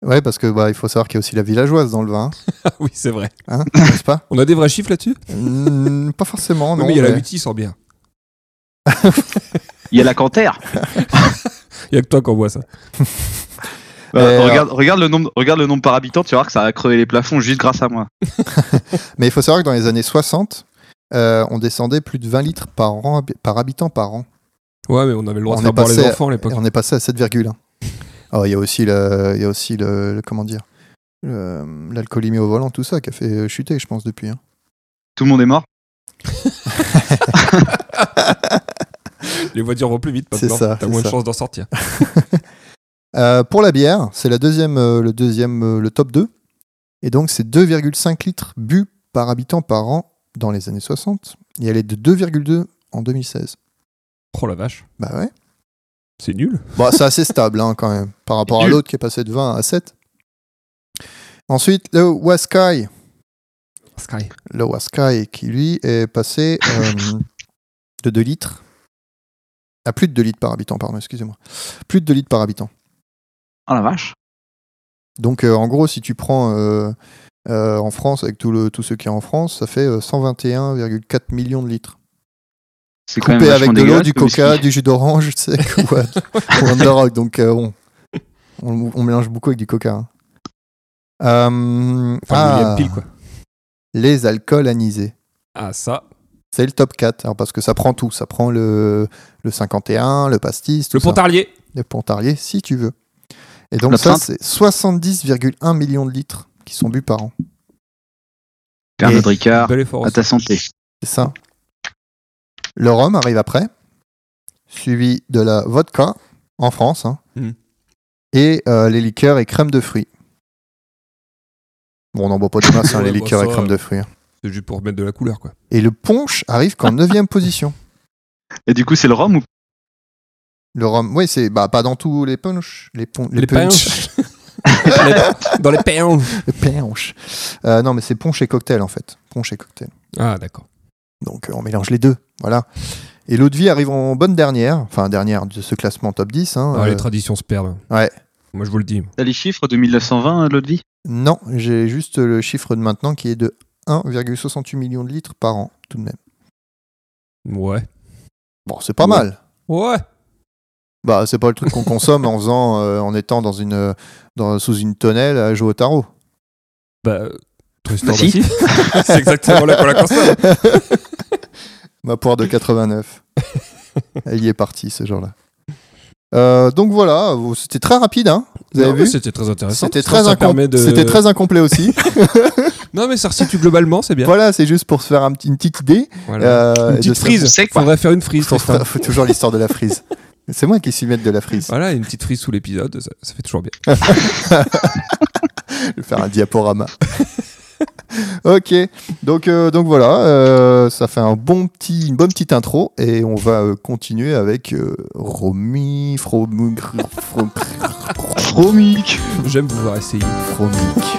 A: Ouais, parce que bah, il faut savoir qu'il y a aussi la villageoise dans le vin,
C: Ah Oui, c'est vrai.
A: hein, n'est-ce pas
C: On a des vrais chiffres là-dessus
A: Mm, Pas forcément, non.
C: mais il y a la
A: mais-
C: Mutis en bière.
B: Il y a la Canterre.
C: Il y a que toi qui en bois ça.
B: Bah,
A: Euh,
B: regarde, regarde, le nombre, regarde le nombre par habitant, tu vas voir que ça a crevé les plafonds juste grâce à moi.
A: Mais il faut savoir que dans les années 60, euh, on descendait plus de 20 litres par, an, par habitant par an.
C: Ouais, mais on avait le droit
A: On est
C: de faire boire les
A: passé à-
C: enfants à l'époque.
A: Et on est passé à 7,1. Alors, Oh, il y a aussi le, il y a aussi le, le- comment dire, le- l'alcoolémie au volant, tout ça, qui a fait chuter, je pense, depuis. hein.
B: Tout le monde est mort.
A: hein.
C: Les voitures vont plus vite
A: C'est
C: maintenant.
A: ça,
C: T'as
A: c'est
C: moins de
A: ça.
C: chances d'en sortir.
A: Euh, pour la bière, c'est la deuxième, euh, le deuxième, euh, le top 2. Et donc, c'est 2,5 litres bu par habitant par an dans les années 60. Et elle est de 2,2 en 2016.
C: Oh la vache.
A: Bah ouais.
C: C'est nul.
A: Bon, c'est assez stable hein, quand même, par rapport à l'autre qui est passé de 20 à 7. Ensuite, le Waskai.
C: Sky.
A: le Waskai qui lui est passé euh, de 2 litres à plus de 2 litres par habitant, pardon, excusez-moi. Plus de 2 litres par habitant.
B: Oh la vache.
A: Donc euh, en gros, si tu prends euh, euh, en France, avec tout, le, tout ce qui est en France, ça fait euh, 121,4 millions de litres.
B: C'est quand même
A: Coupé
B: vachement
A: avec de l'eau,
B: dégueulasse
A: du
B: comme
A: coca,
B: whisky.
A: du jus d'orange, tu sais, ou, euh, ou Underdog. Donc euh, bon, on, on mélange beaucoup avec du coca. hein. Euh,
C: Enfin,
A: ah,
C: William Peel quoi.
A: les alcools anisés.
C: Ah ça.
A: C'est le top 4, alors parce que ça prend tout. Ça prend le, le 51, le pastis, tout
C: Le
A: ça.
C: Pontarlier.
A: Le Pontarlier, si tu veux. Et donc
B: La
A: ça,
B: pinte.
A: c'est 70,1 millions de litres qui sont bu par an.
B: Pernod
A: Et-
B: Ricard,
C: Bel effort.
B: à ta santé.
A: C'est ça. Le rhum arrive après, suivi de la vodka, en France, hein.
C: Mm.
A: et euh, les liqueurs et crèmes de fruits. Bon, on n'en boit pas de masse, hein,
C: Ouais,
A: les
C: bah,
A: liqueurs
C: ça,
A: et crèmes
C: euh.
A: de fruits. hein.
C: C'est juste pour remettre de la couleur quoi.
A: Et le punch arrive qu'en 9 position.
B: Et du coup, c'est le rhum ou
A: Le rhum, oui, c'est bah, pas dans tous les punch. Les, pon- les
C: Les
A: punch.
C: pinches. Les- Dans les pinches.
A: Le punch. Euh, non, mais c'est punch et cocktail, en fait. Punch et cocktail.
C: Ah d'accord.
A: Donc euh, on mélange les deux, voilà. Et l'eau de vie arrive en bonne dernière, enfin dernière de ce classement top 10. hein,
C: Ah,
A: euh,
C: Les traditions se perdent.
A: ouais.
C: Moi je vous le dis.
B: t'as les chiffres de 1920, Lodvi
A: non, j'ai juste le chiffre de maintenant qui est de 1,68 million de litres par an, tout de même.
C: Ouais.
A: Bon, c'est pas
C: Ouais.
A: mal.
C: Ouais.
A: Bah, c'est pas le truc qu'on consomme en faisant, euh, en étant dans une, dans, sous une tonnelle à jouer au tarot.
C: Bah, Tristan
B: Bah, si.
C: Bassi. c'est exactement là qu'on la consomme.
A: Ma poire de 89. Elle y est partie, ce genre-là. Euh, donc voilà, vous- c'était très rapide, hein Vous avez
C: Non, mais
A: vu
C: C'était très intéressant.
A: C'était
C: Je pense
A: très,
C: que ça
A: incom-
C: permet de-
A: c'était très incomplet aussi.
C: Non, mais ça resitue globalement, c'est bien.
A: voilà, c'est juste pour se faire un petit- une petite idée.
C: Voilà.
A: euh,
C: Une
A: de
C: petite
A: ce-
C: frise.
B: C'est quoi
C: Faudrait faire une frise,
A: Faut,
C: Tristan.
A: faut toujours l'histoire de la frise. C'est moi qui suis maître de la frise.
C: Voilà, une petite frise sous l'épisode, ça, ça fait toujours bien.
A: Je vais faire un diaporama. ok, donc, euh, donc voilà, euh, ça fait un bon petit, une bonne petite intro et on va euh, continuer avec euh, Romy, Fromou- From-
B: Chromique
C: J'aime pouvoir essayer.
A: Fromic.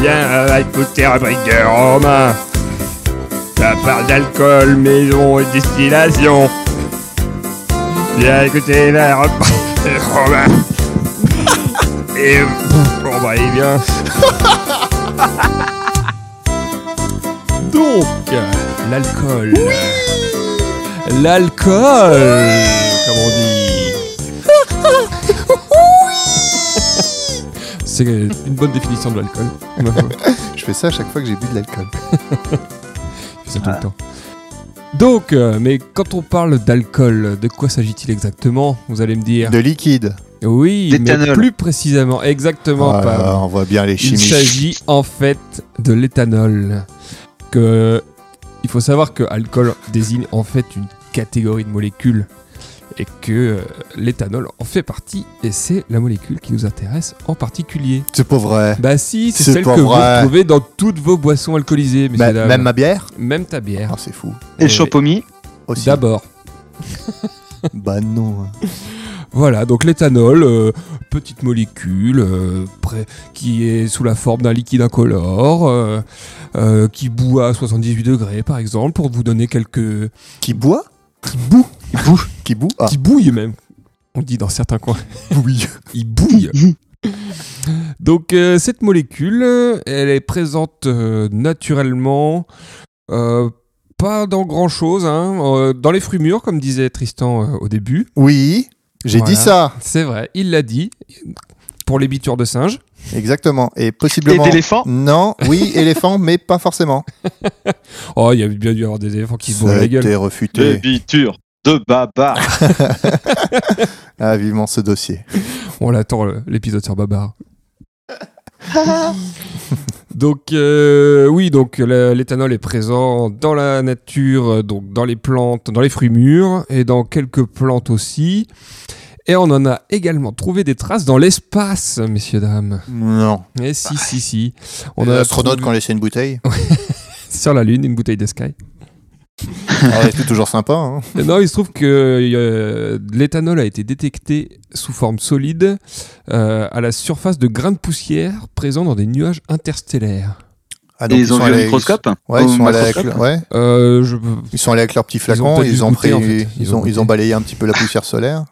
D: Viens euh, écouter rubrique de Romain. Ça parle d'alcool, maison et distillation. Viens écouter la rubrique de Romain. Et euh, bon bah il vient.
C: Donc, l'alcool. L'alcool, comme on dit. C'est une bonne définition de l'alcool.
A: Je fais ça à chaque fois que j'ai bu de l'alcool.
C: Je fais ça tout
A: Ah.
C: le temps. Donc, euh, mais quand on parle d'alcool, de quoi s'agit-il exactement Vous allez me dire.
A: De liquide.
C: Oui, mais
B: D'éthanol.
C: plus précisément, exactement.
A: Voilà,
C: Pab.
A: on voit bien les
C: Il
A: chimistes.
C: s'agit en fait de l'éthanol. Que il faut savoir que alcool désigne en fait une catégorie de molécules et que euh, l'éthanol en fait partie et c'est la molécule qui nous intéresse en particulier.
A: C'est pas vrai.
C: Bah si, c'est
A: C'est
C: celle que
A: pas
C: vous
A: vrai.
C: retrouvez dans toutes vos boissons alcoolisées, mais
A: Ma- même ma bière
C: même ta bière. Euh,
A: Ah, C'est fou.
B: Et le champomis
A: Aussi.
C: D'abord.
A: Bah non.
C: Voilà, donc l'éthanol, euh, petite molécule euh, pré- qui est sous la forme d'un liquide incolore, euh, euh, qui bout à 78 degrés par exemple, pour vous donner quelques...
A: Qui boit
C: Qui boue
A: Qui boue Qui boue Ah,
C: Qui bouille même On dit dans certains coins.
A: oui.
C: Il bouille Donc euh, cette molécule, euh, elle est présente euh, naturellement, euh, pas dans grand-chose, hein, euh, dans les fruits mûrs comme disait Tristan euh, au début.
A: Oui, j'ai
C: Voilà.
A: dit ça.
C: C'est vrai, il l'a dit, pour les bitures de singe.
A: Exactement. Et
B: et
A: possiblement.
B: d'éléphant
A: Non, oui, éléphant, mais pas forcément.
C: Oh, il y a bien dû y avoir des éléphants qui se bourrent la gueule.
A: C'était refuté.
B: bitures de baba
A: Ah, vivement ce dossier.
C: On l'attend le- l'épisode sur Babar. donc euh, oui, donc la- l'éthanol est présent dans la nature, euh, donc dans les plantes, dans les fruits mûrs et dans quelques plantes aussi. Et on en a également trouvé des traces dans l'espace, messieurs dames.
A: Non.
C: Et si si si,
A: On
C: en
A: Ah Les astronautes qui ont
C: trouvé
A: laissé une bouteille.
C: sur la lune une bouteille de Sky.
A: Ah, c'est toujours sympa. hein.
C: Et Non, il se trouve que euh, l'éthanol a été détecté sous forme solide euh, à la surface de grains de poussière présents dans des nuages interstellaires.
A: Ah,
B: Et
A: donc,
B: ils ont vu
A: allés-
B: au microscope
A: Ouais,
B: Au
A: ils sont, allés avec,
B: macroscope
A: ouais,
C: Euh, je-
A: ils sont allés avec leur petit
C: ont
A: flacon,
C: peut-être
A: ils,
C: juste
A: ont
C: goûté,
A: pris,
C: en fait. Ils
A: ils,
C: ont
A: ont, ils ont
C: goûté.
A: balayé un petit peu la poussière solaire.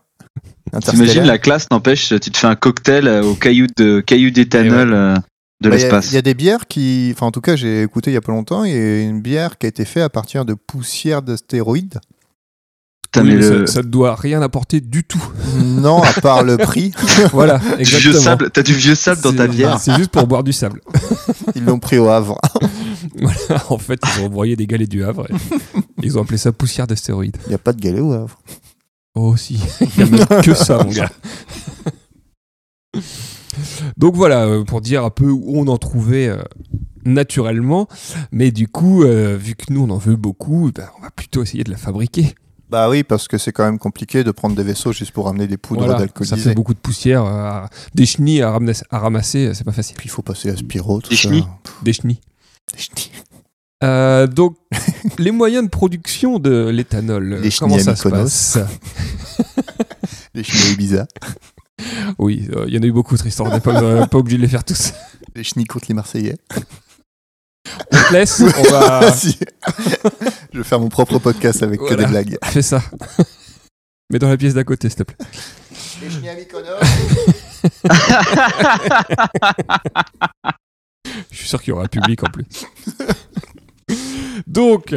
B: T'imagines
A: interstellaire.
B: la classe n'empêche, tu te fais un cocktail euh, au caillou de caillou d'éthanol euh,
A: Bah, il y
B: de
A: a-
B: l'espace.
A: Il y, a des bières qui, enfin en tout cas j'ai écouté il y a pas longtemps, il y a une bière qui a été faite à partir de poussière d'astéroïdes.
B: Putain,
C: oui,
B: mais
C: mais
B: le-
C: ça, ça ne doit rien apporter du tout.
A: non, à part le prix,
C: voilà,
B: du vieux
C: exactement.
B: sable, t'as du vieux sable dans ta
C: C'est-
B: bière.
C: C'est juste pour boire du sable.
A: ils l'ont pris au Havre.
C: Voilà, en fait, ils ont broyé des galets du Havre. et ils ont appelé ça poussière d'astéroïdes.
A: Il n'y a pas de galet au Havre.
C: Oh si, il n'y a même que ça, mon gars. Donc voilà, euh, pour dire un peu où on en trouvait euh, naturellement. Mais du coup, euh, vu que nous, on en veut beaucoup, eh ben, on va plutôt essayer de la fabriquer.
A: Bah oui, parce que c'est quand même compliqué de prendre des vaisseaux juste pour ramener des poudres
C: Voilà, ça fait
A: d'alcoolisés.
C: beaucoup de poussière, euh, à- des chenilles à, ramener- à ramasser, euh, c'est pas facile.
A: Puis il faut passer à Spiro, tout
B: Des
A: ça.
B: chenilles.
C: Des chenilles.
A: Des chenilles.
C: Euh, donc, les moyens de production de
A: Les
C: l'éthanol, euh, comment
A: chenilles à
C: ça se
A: Mykonos.
C: passe
A: Des chenilles Ibiza.
C: Oui, euh, il y en a eu beaucoup, Tristan, on n'est pas, euh, pas obligé de les faire tous.
A: Des chenilles contre les Marseillais. Ah,
C: On te laisse, on va...
A: Si. Je vais faire mon propre podcast avec que
C: Voilà.
A: des blagues.
C: Fais ça. Mais dans la pièce d'à côté, s'il te plaît.
A: Les chenilles à Mykonos.
C: Je suis sûr qu'il y aura un public en plus. Donc,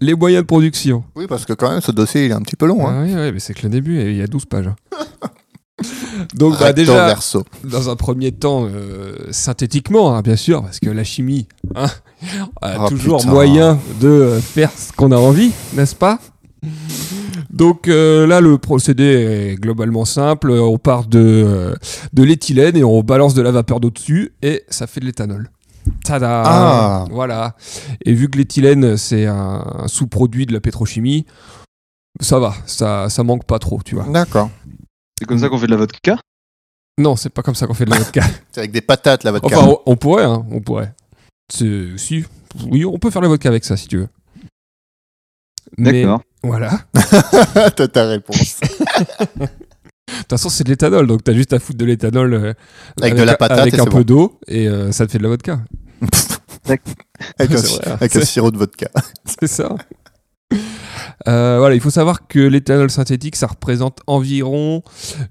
C: les moyens de production.
A: Oui, parce que quand même, ce dossier, il est un petit peu long. Hein.
C: Ah oui, oui, mais c'est que le début, et il y a 12 pages. hein. Donc bah,
A: Recto
C: déjà,
A: verso.
C: dans un premier temps, euh, synthétiquement, hein, bien sûr, parce que la chimie, hein, a
A: Oh,
C: toujours
A: putain.
C: moyen de euh, faire ce qu'on a envie, n'est-ce pas donc euh, là, le procédé est globalement simple. On part de, euh, de l'éthylène et on balance de la vapeur d'eau dessus et ça fait de l'éthanol. Tada
A: Ah.
C: Voilà. Et vu que l'éthylène, c'est un, un sous-produit de la pétrochimie, ça va, ça, ça manque pas trop, tu vois.
A: D'accord.
B: C'est comme ça qu'on fait de la vodka
C: Non, c'est pas comme ça qu'on fait de la vodka.
A: C'est avec des patates, la vodka.
C: Enfin, on, on pourrait, hein, on pourrait. C'est- Si, oui, on peut faire la vodka avec ça si tu veux. Mais
B: D'accord.
C: voilà.
A: T'as ta réponse.
C: De toute façon, c'est de l'éthanol, donc t'as juste à foutre de l'éthanol euh,
A: Avec de la patate
C: avec
A: et
C: un
A: c'est
C: peu
A: bon.
C: d'eau et euh, ça te fait de la vodka.
A: Avec, un,
C: C'est vrai, hein.
A: avec un sirop de vodka.
C: C'est ça. Euh, voilà, il faut savoir que l'éthanol synthétique, ça représente environ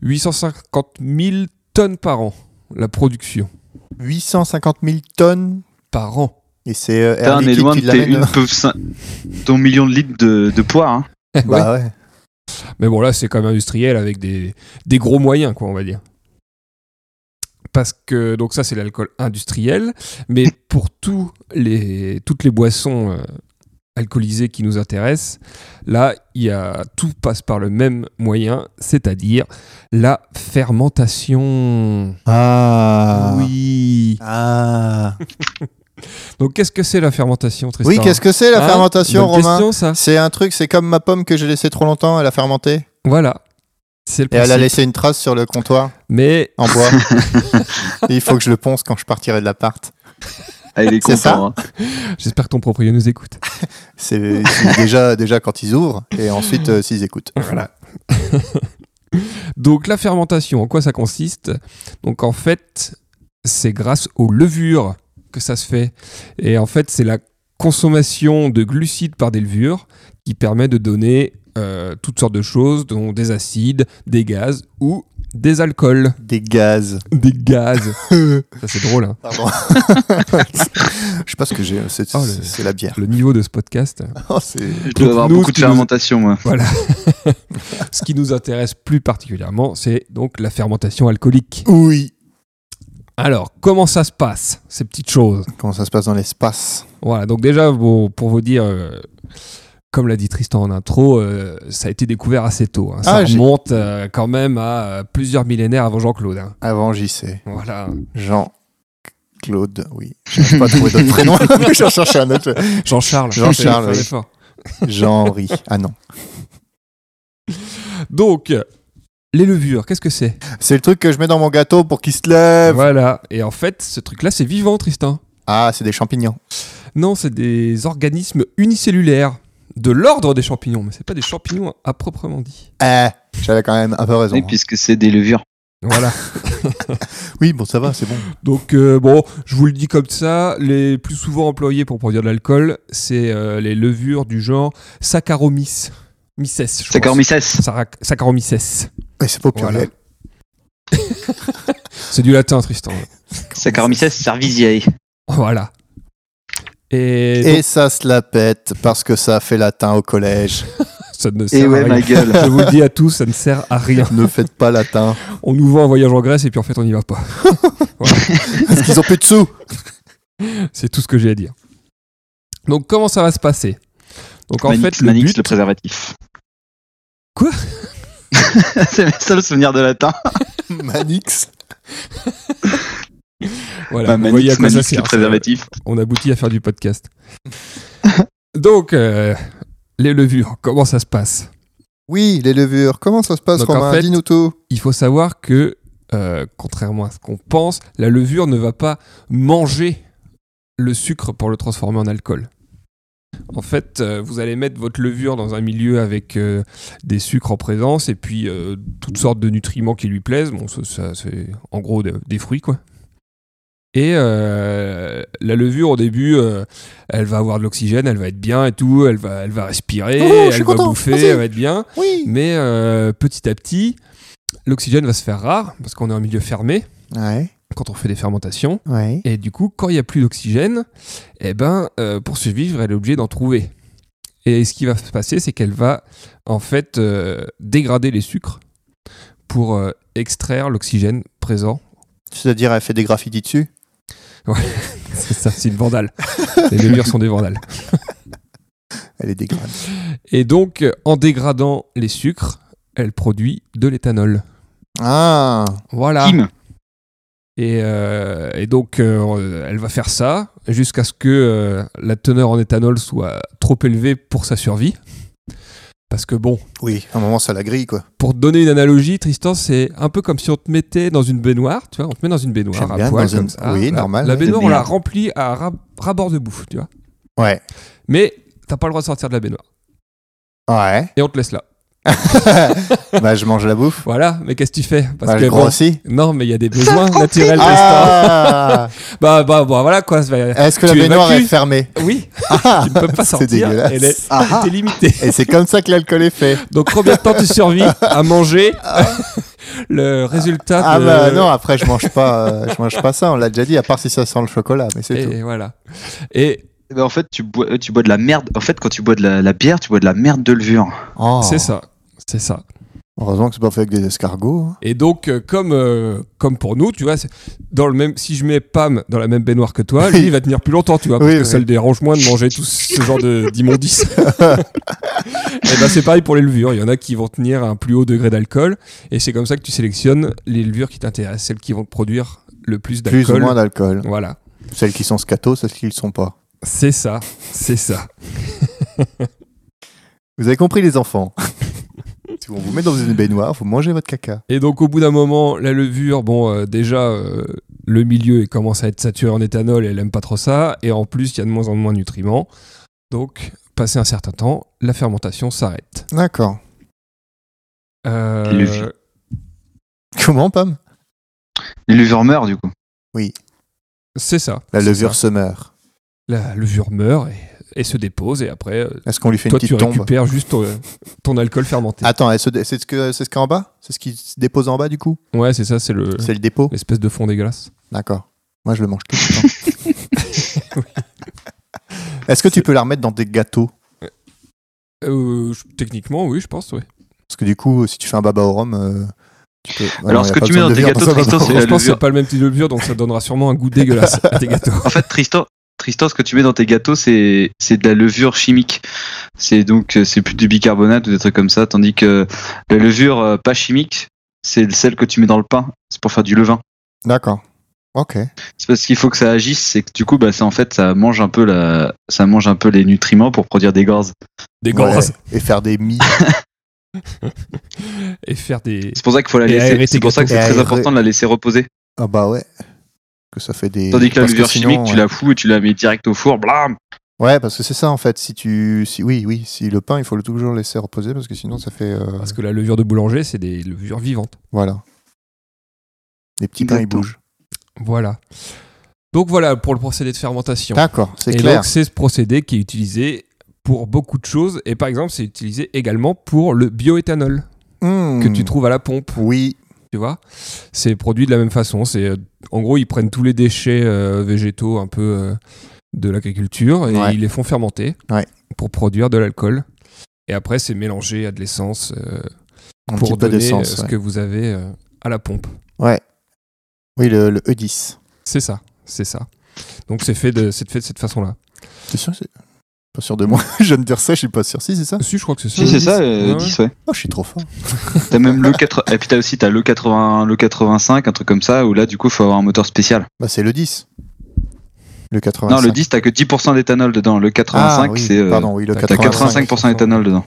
C: 850 000 tonnes par an, la production.
A: 850 000 tonnes.
C: Par an.
A: Et c'est euh, Air
B: Putain, on est
A: Liquide
B: loin
A: qui
B: de tes
A: l'amène.
B: une peuf cin- ton million de litres de, de poire. hein.
C: Ouais.
A: Bah ouais.
C: Mais bon, là, c'est quand même industriel avec des, des gros moyens, quoi, on va dire. Parce que, donc ça, c'est l'alcool industriel. Mais pour tous les, toutes les boissons euh, alcoolisées qui nous intéressent, là, il y a, tout passe par le même moyen, c'est-à-dire la fermentation.
A: Ah.
C: Oui.
A: Ah.
C: Donc, qu'est-ce que c'est la fermentation, Tristan
A: Oui, qu'est-ce que c'est la
C: Hein
A: fermentation,
C: Bonne
A: Romain
C: question, ça.
A: C'est un truc, c'est comme ma pomme que j'ai laissée trop longtemps, elle a fermenté.
C: Voilà. C'est le
A: Et elle a
C: principe.
A: laissé une trace sur le comptoir
C: Mais
A: en bois. Et il faut que je le ponce quand je partirai de l'appart.
B: Ah, il est
A: C'est ça
B: content. hein.
C: j'espère que ton propriétaire nous écoute.
A: C'est c'est déjà, déjà quand ils ouvrent et ensuite euh, s'ils écoutent.
C: Voilà. Donc la fermentation, en quoi ça consiste Donc en fait, c'est grâce aux levures que ça se fait. Et en fait, c'est la consommation de glucides par des levures qui permet de donner euh, toutes sortes de choses, dont des acides, des gaz ou des alcools.
A: Des gaz.
C: Des gaz. ça c'est drôle. hein.
A: Pardon. je sais pas ce que j'ai. C'est
C: Oh, le-
A: c'est- c'est la bière.
C: Le niveau de ce podcast.
A: Oh, c'est-
B: Je dois avoir
C: Nous,
B: beaucoup de
C: tu nous-
B: fermentation, moi.
C: Ce qui nous intéresse plus particulièrement, c'est donc la fermentation alcoolique.
A: Oui.
C: Alors, comment ça se passe, ces petites choses
A: Comment ça se passe dans l'espace
C: Voilà, donc déjà, bon, pour vous dire, euh, comme l'a dit Tristan en intro, euh, ça a été découvert assez tôt. hein. Ça
A: Ah, j'ai-
C: remonte euh, quand même à euh, plusieurs millénaires avant Jean-Claude. hein.
A: Avant JC.
C: Voilà.
A: Jean. Claude, oui. Je n'ai pas trouvé d'autre prénom. J'en cherche un autre.
C: Jean-Charles.
A: Jean-Charles,
C: Fais- fais
A: oui.
C: l'effort.
A: Jean-Henri. Ah non.
C: Donc, euh, les levures, qu'est-ce que c'est
A: C'est le truc que je mets dans mon gâteau pour qu'il se lève.
C: Voilà. Et en fait, ce truc-là, c'est vivant, Tristan.
A: Ah, c'est des champignons.
C: Non, c'est des organismes unicellulaires de l'ordre des champignons, mais c'est pas des champignons à proprement dit.
A: Eh, j'avais quand même un peu raison.
B: Oui, puisque c'est des levures.
C: Voilà.
A: Oui, bon, ça va, c'est bon.
C: Donc euh, bon, je vous le dis comme ça, les plus souvent employés pour produire de l'alcool, c'est euh, les levures du genre Saccharomyces. Myces, je
B: C'est
C: pense.
B: Cormicès.
C: Sarac- Saccharomyces.
A: Mais c'est pas au pluriel.
C: C'est du latin, Tristan.
B: C'est Cormicès cerevisiae.
C: Voilà. Et, donc,
A: Et ça se la pète parce que ça a fait latin au collège.
C: ça ne sert
B: Et ouais,
C: à rien.
B: ma gueule.
C: Je vous le dis à tous, ça ne sert à rien.
A: ne faites pas latin.
C: On nous vend un voyage en Grèce et puis en fait on n'y va pas.
A: Parce qu'ils ont plus de sous.
C: C'est tout ce que j'ai à dire. Donc comment ça va se passer Donc en
B: Manix,
C: fait le
B: Manix,
C: but,
B: le préservatif.
C: Quoi
B: C'est le seul souvenir de latin.
A: Manix.
C: voilà,
B: Bah,
C: vous
B: Manix,
C: voyez à quoi ça
B: Manix,
C: sert,
B: le
C: ça.
B: préservatif.
C: on aboutit à faire du podcast. Donc, euh, les levures, comment ça se passe
A: Oui, les levures. Comment ça se passe,
C: Donc, en
A: Romain
C: fait-
A: Dis-nous tout.
C: Il faut savoir que, euh, contrairement à ce qu'on pense, la levure ne va pas manger le sucre pour le transformer en alcool. En fait, euh, vous allez mettre votre levure dans un milieu avec euh, des sucres en présence et puis euh, toutes sortes de nutriments qui lui plaisent. Bon, ça, ça, c'est en gros de- des fruits, quoi. Et euh, la levure, au début, euh, elle va avoir de l'oxygène, elle va être bien et tout, elle va, elle va respirer,
A: Oh, je suis
C: elle va
A: content,
C: bouffer,
A: vas-y.
C: elle va être bien.
A: Oui.
C: Mais euh, petit à petit, l'oxygène va se faire rare parce qu'on est en milieu fermé
A: Ouais,
C: quand on fait des fermentations.
A: ouais.
C: Et du coup, quand il n'y a plus d'oxygène, eh ben, euh, pour survivre, elle est obligée d'en trouver. Et ce qui va se passer, c'est qu'elle va en fait euh, dégrader les sucres pour euh, extraire l'oxygène présent.
A: C'est-à-dire, elle fait des graffitis dessus
C: C'est ça, c'est une vandale. les levures sont des vandales.
A: Elle est dégrade.
C: Et donc, euh, en dégradant les sucres, elle produit de l'éthanol.
A: Ah
C: Voilà.
B: Kim.
C: Et, euh, et donc, euh, elle va faire ça jusqu'à ce que euh, la teneur en éthanol soit trop élevée pour sa survie. Parce que bon,
A: Oui, à un moment, ça la grille, quoi.
C: pour te donner une analogie, Tristan, c'est un peu comme si on te mettait dans une baignoire, tu vois, on te met dans une baignoire
A: J'aime
C: à
A: bien,
C: poil
A: dans une-
C: comme ça.
A: oui,
C: La-
A: normal,
C: La
A: ouais.
C: baignoire,
B: J'aime
C: on la
B: bien.
C: remplit à ra- rabord de bouffe, tu vois.
A: Ouais.
C: Mais t'as pas le droit de sortir de la baignoire.
A: Ouais.
C: Et on te laisse là.
A: bah, je mange la bouffe.
C: Voilà, mais qu'est-ce que tu fais Parce
A: Bah,
C: que
A: je
C: bon,
A: grossis.
C: non, mais il y a des besoins naturels, Tristan.
A: Ah
C: Bah, bah, bah, voilà quoi. ça va-
A: Est-ce que la
C: Tu
A: baignoire
C: évacues
A: est fermée
C: Oui,
A: Ah,
C: tu ne peux pas
A: C'est
C: sortir.
A: dégueulasse.
C: Elle est,
A: Ah, ah.
C: t'es limitée.
A: Et c'est comme ça que l'alcool est fait.
C: Donc combien de temps tu survis à manger Le résultat
A: Ah
C: de...
A: bah non, après je mange pas, euh, je mange pas ça. On l'a déjà dit, à part si ça sent le chocolat, mais c'est tout.
C: Et voilà. Et
B: Eh ben, en fait, tu bois, euh, tu bois de la merde. En fait, quand tu bois de la, la bière, tu bois de la merde de levure.
A: Oh.
C: c'est ça. C'est ça.
A: Heureusement que c'est pas fait avec des escargots. hein.
C: Et donc, euh, comme, euh, comme pour nous, tu vois, c'est- dans le même, si je mets Pam dans la même baignoire que toi, lui, il va tenir plus longtemps, tu vois, parce
A: Oui,
C: que
A: oui.
C: ça le dérange moins de manger tout ce genre de- d'immondices. et ben, c'est pareil pour les levures. Il y en a qui vont tenir un plus haut degré d'alcool, et c'est comme ça que tu sélectionnes les levures qui t'intéressent, celles qui vont te produire le plus
A: Plus ou
C: d'alcool.
A: moins d'alcool.
C: Voilà.
A: Celles qui sont scato, celles qui le sont pas.
C: C'est ça, c'est ça.
A: Vous avez compris les enfants. Si on vous met dans une baignoire, vous mangez votre caca.
C: Et donc au bout d'un moment, la levure, bon, euh, déjà, euh, le milieu il commence à être saturé en éthanol et elle aime pas trop ça. Et en plus, il y a de moins en moins de nutriments. Donc, passé un certain temps, la fermentation s'arrête.
A: D'accord.
C: Euh,
B: Levure.
A: Comment, Pam
B: Les levures meurent, du coup.
C: c'est ça.
A: La
C: c'est
A: levure
C: ça.
A: se meurt.
C: La levure meurt et, et se dépose. Et après, euh,
A: Est-ce qu'on lui fait
C: toi,
A: une
C: tu
A: petite tombe
C: récupères juste ton, ton alcool fermenté.
A: Attends, elle se dé- c'est ce que c'est ce qu'il y a en bas C'est ce qui se dépose en bas du coup
C: Ouais, c'est ça, c'est le,
A: Ah. C'est le dépôt
C: l'espèce de fond dégueulasse.
A: D'accord. Moi, je le mange tout le temps. Est-ce que tu peux la remettre dans des gâteaux
C: Euh, je- techniquement, oui, je pense, oui.
A: Parce que du coup, si tu fais un baba au rhum, euh, tu peux... Ah non,
B: Alors, ce
A: y a
B: que
A: pas
B: tu
A: besoin
B: mets
A: de
B: dans tes
A: levure
B: gâteaux,
A: un baba au
B: Tristan,
A: rhum.
B: c'est
C: Bon,
B: la
C: je pense que c'est
B: levure.
C: pas le même type de levure, donc ça donnera sûrement un goût dégueulasse à tes gâteaux.
B: En fait, Tristan, Tristan, ce que tu mets dans tes gâteaux, c'est c'est de la levure chimique. C'est donc euh, c'est plus du bicarbonate ou des trucs comme ça, tandis que la levure euh, pas chimique, c'est celle que tu mets dans le pain. C'est pour faire du levain.
A: D'accord. Ok.
B: C'est parce qu'il faut que ça agisse, c'est que du coup, bah, c'est en fait, ça mange un peu la, ça mange un peu les nutriments pour produire des gorges.
C: Des
A: Ouais.
C: gants.
A: Et faire des mi.
C: et faire des.
B: C'est pour ça qu'il faut la
C: Et aérer
B: laisser.
C: tes
B: C'est pour ça que
A: gâteaux.
B: c'est
A: Et
B: très
A: aérer.
B: important de la laisser reposer.
A: ah bah ouais. Que ça fait des.
B: Tandis que la
A: parce
B: levure
A: sinon,
B: chimique, tu
A: ouais.
B: la fous et tu la mets direct au four, blam.
A: Ouais, parce que c'est ça en fait. Si tu, si oui, oui, si le pain, il faut le toujours laisser reposer parce que sinon ça fait, euh,
C: Parce que la levure de boulanger, c'est des levures vivantes.
A: voilà. Les petits pains ils
B: Exactement.
A: bougent.
C: Voilà. Donc voilà pour le procédé de fermentation.
A: D'accord, Ah, c'est
C: Et
A: clair.
C: donc c'est ce procédé qui est utilisé pour beaucoup de choses. Et par exemple, c'est utilisé également pour le bioéthanol
A: Hmm.
C: que tu trouves à la pompe.
A: Oui,
C: Tu vois C'est produit de la même façon. C'est euh, En gros, ils prennent tous les déchets euh, végétaux un peu euh, de l'agriculture et
A: Ouais.
C: ils les font fermenter
A: Ouais.
C: pour produire de l'alcool. Et après, c'est mélangé à de l'essence euh,
A: un
C: pour
A: petit peu
C: donner euh,
A: d'essence.
C: ce
A: ouais.
C: que vous avez euh, à la pompe.
A: Ouais. Oui, le, E le E10.
C: C'est ça, c'est ça. Donc c'est fait de, c'est fait de cette façon-là.
A: T'es sûr que c'est- Pas sûr de moi. je viens de dire ça, je suis pas sûr. Si, c'est ça.
C: Ah, Si, je crois que c'est ça.
B: Si, c'est ça,
C: Ouais,
B: euh,
C: ouais.
B: 10, ouais.
A: Oh, je suis trop fort.
B: T'as même le 4, et puis t'as aussi t'as le 80, le 85, un truc comme ça, où là, du coup, faut avoir un moteur spécial.
A: Bah, c'est le 10. Le 85.
B: Non, le 10, t'as que 10% d'éthanol dedans. Le 85,
A: ah, oui,
B: c'est, euh,
A: Pardon, oui, le
C: t'as
B: t'as
A: 85.
B: 85% d'éthanol dedans.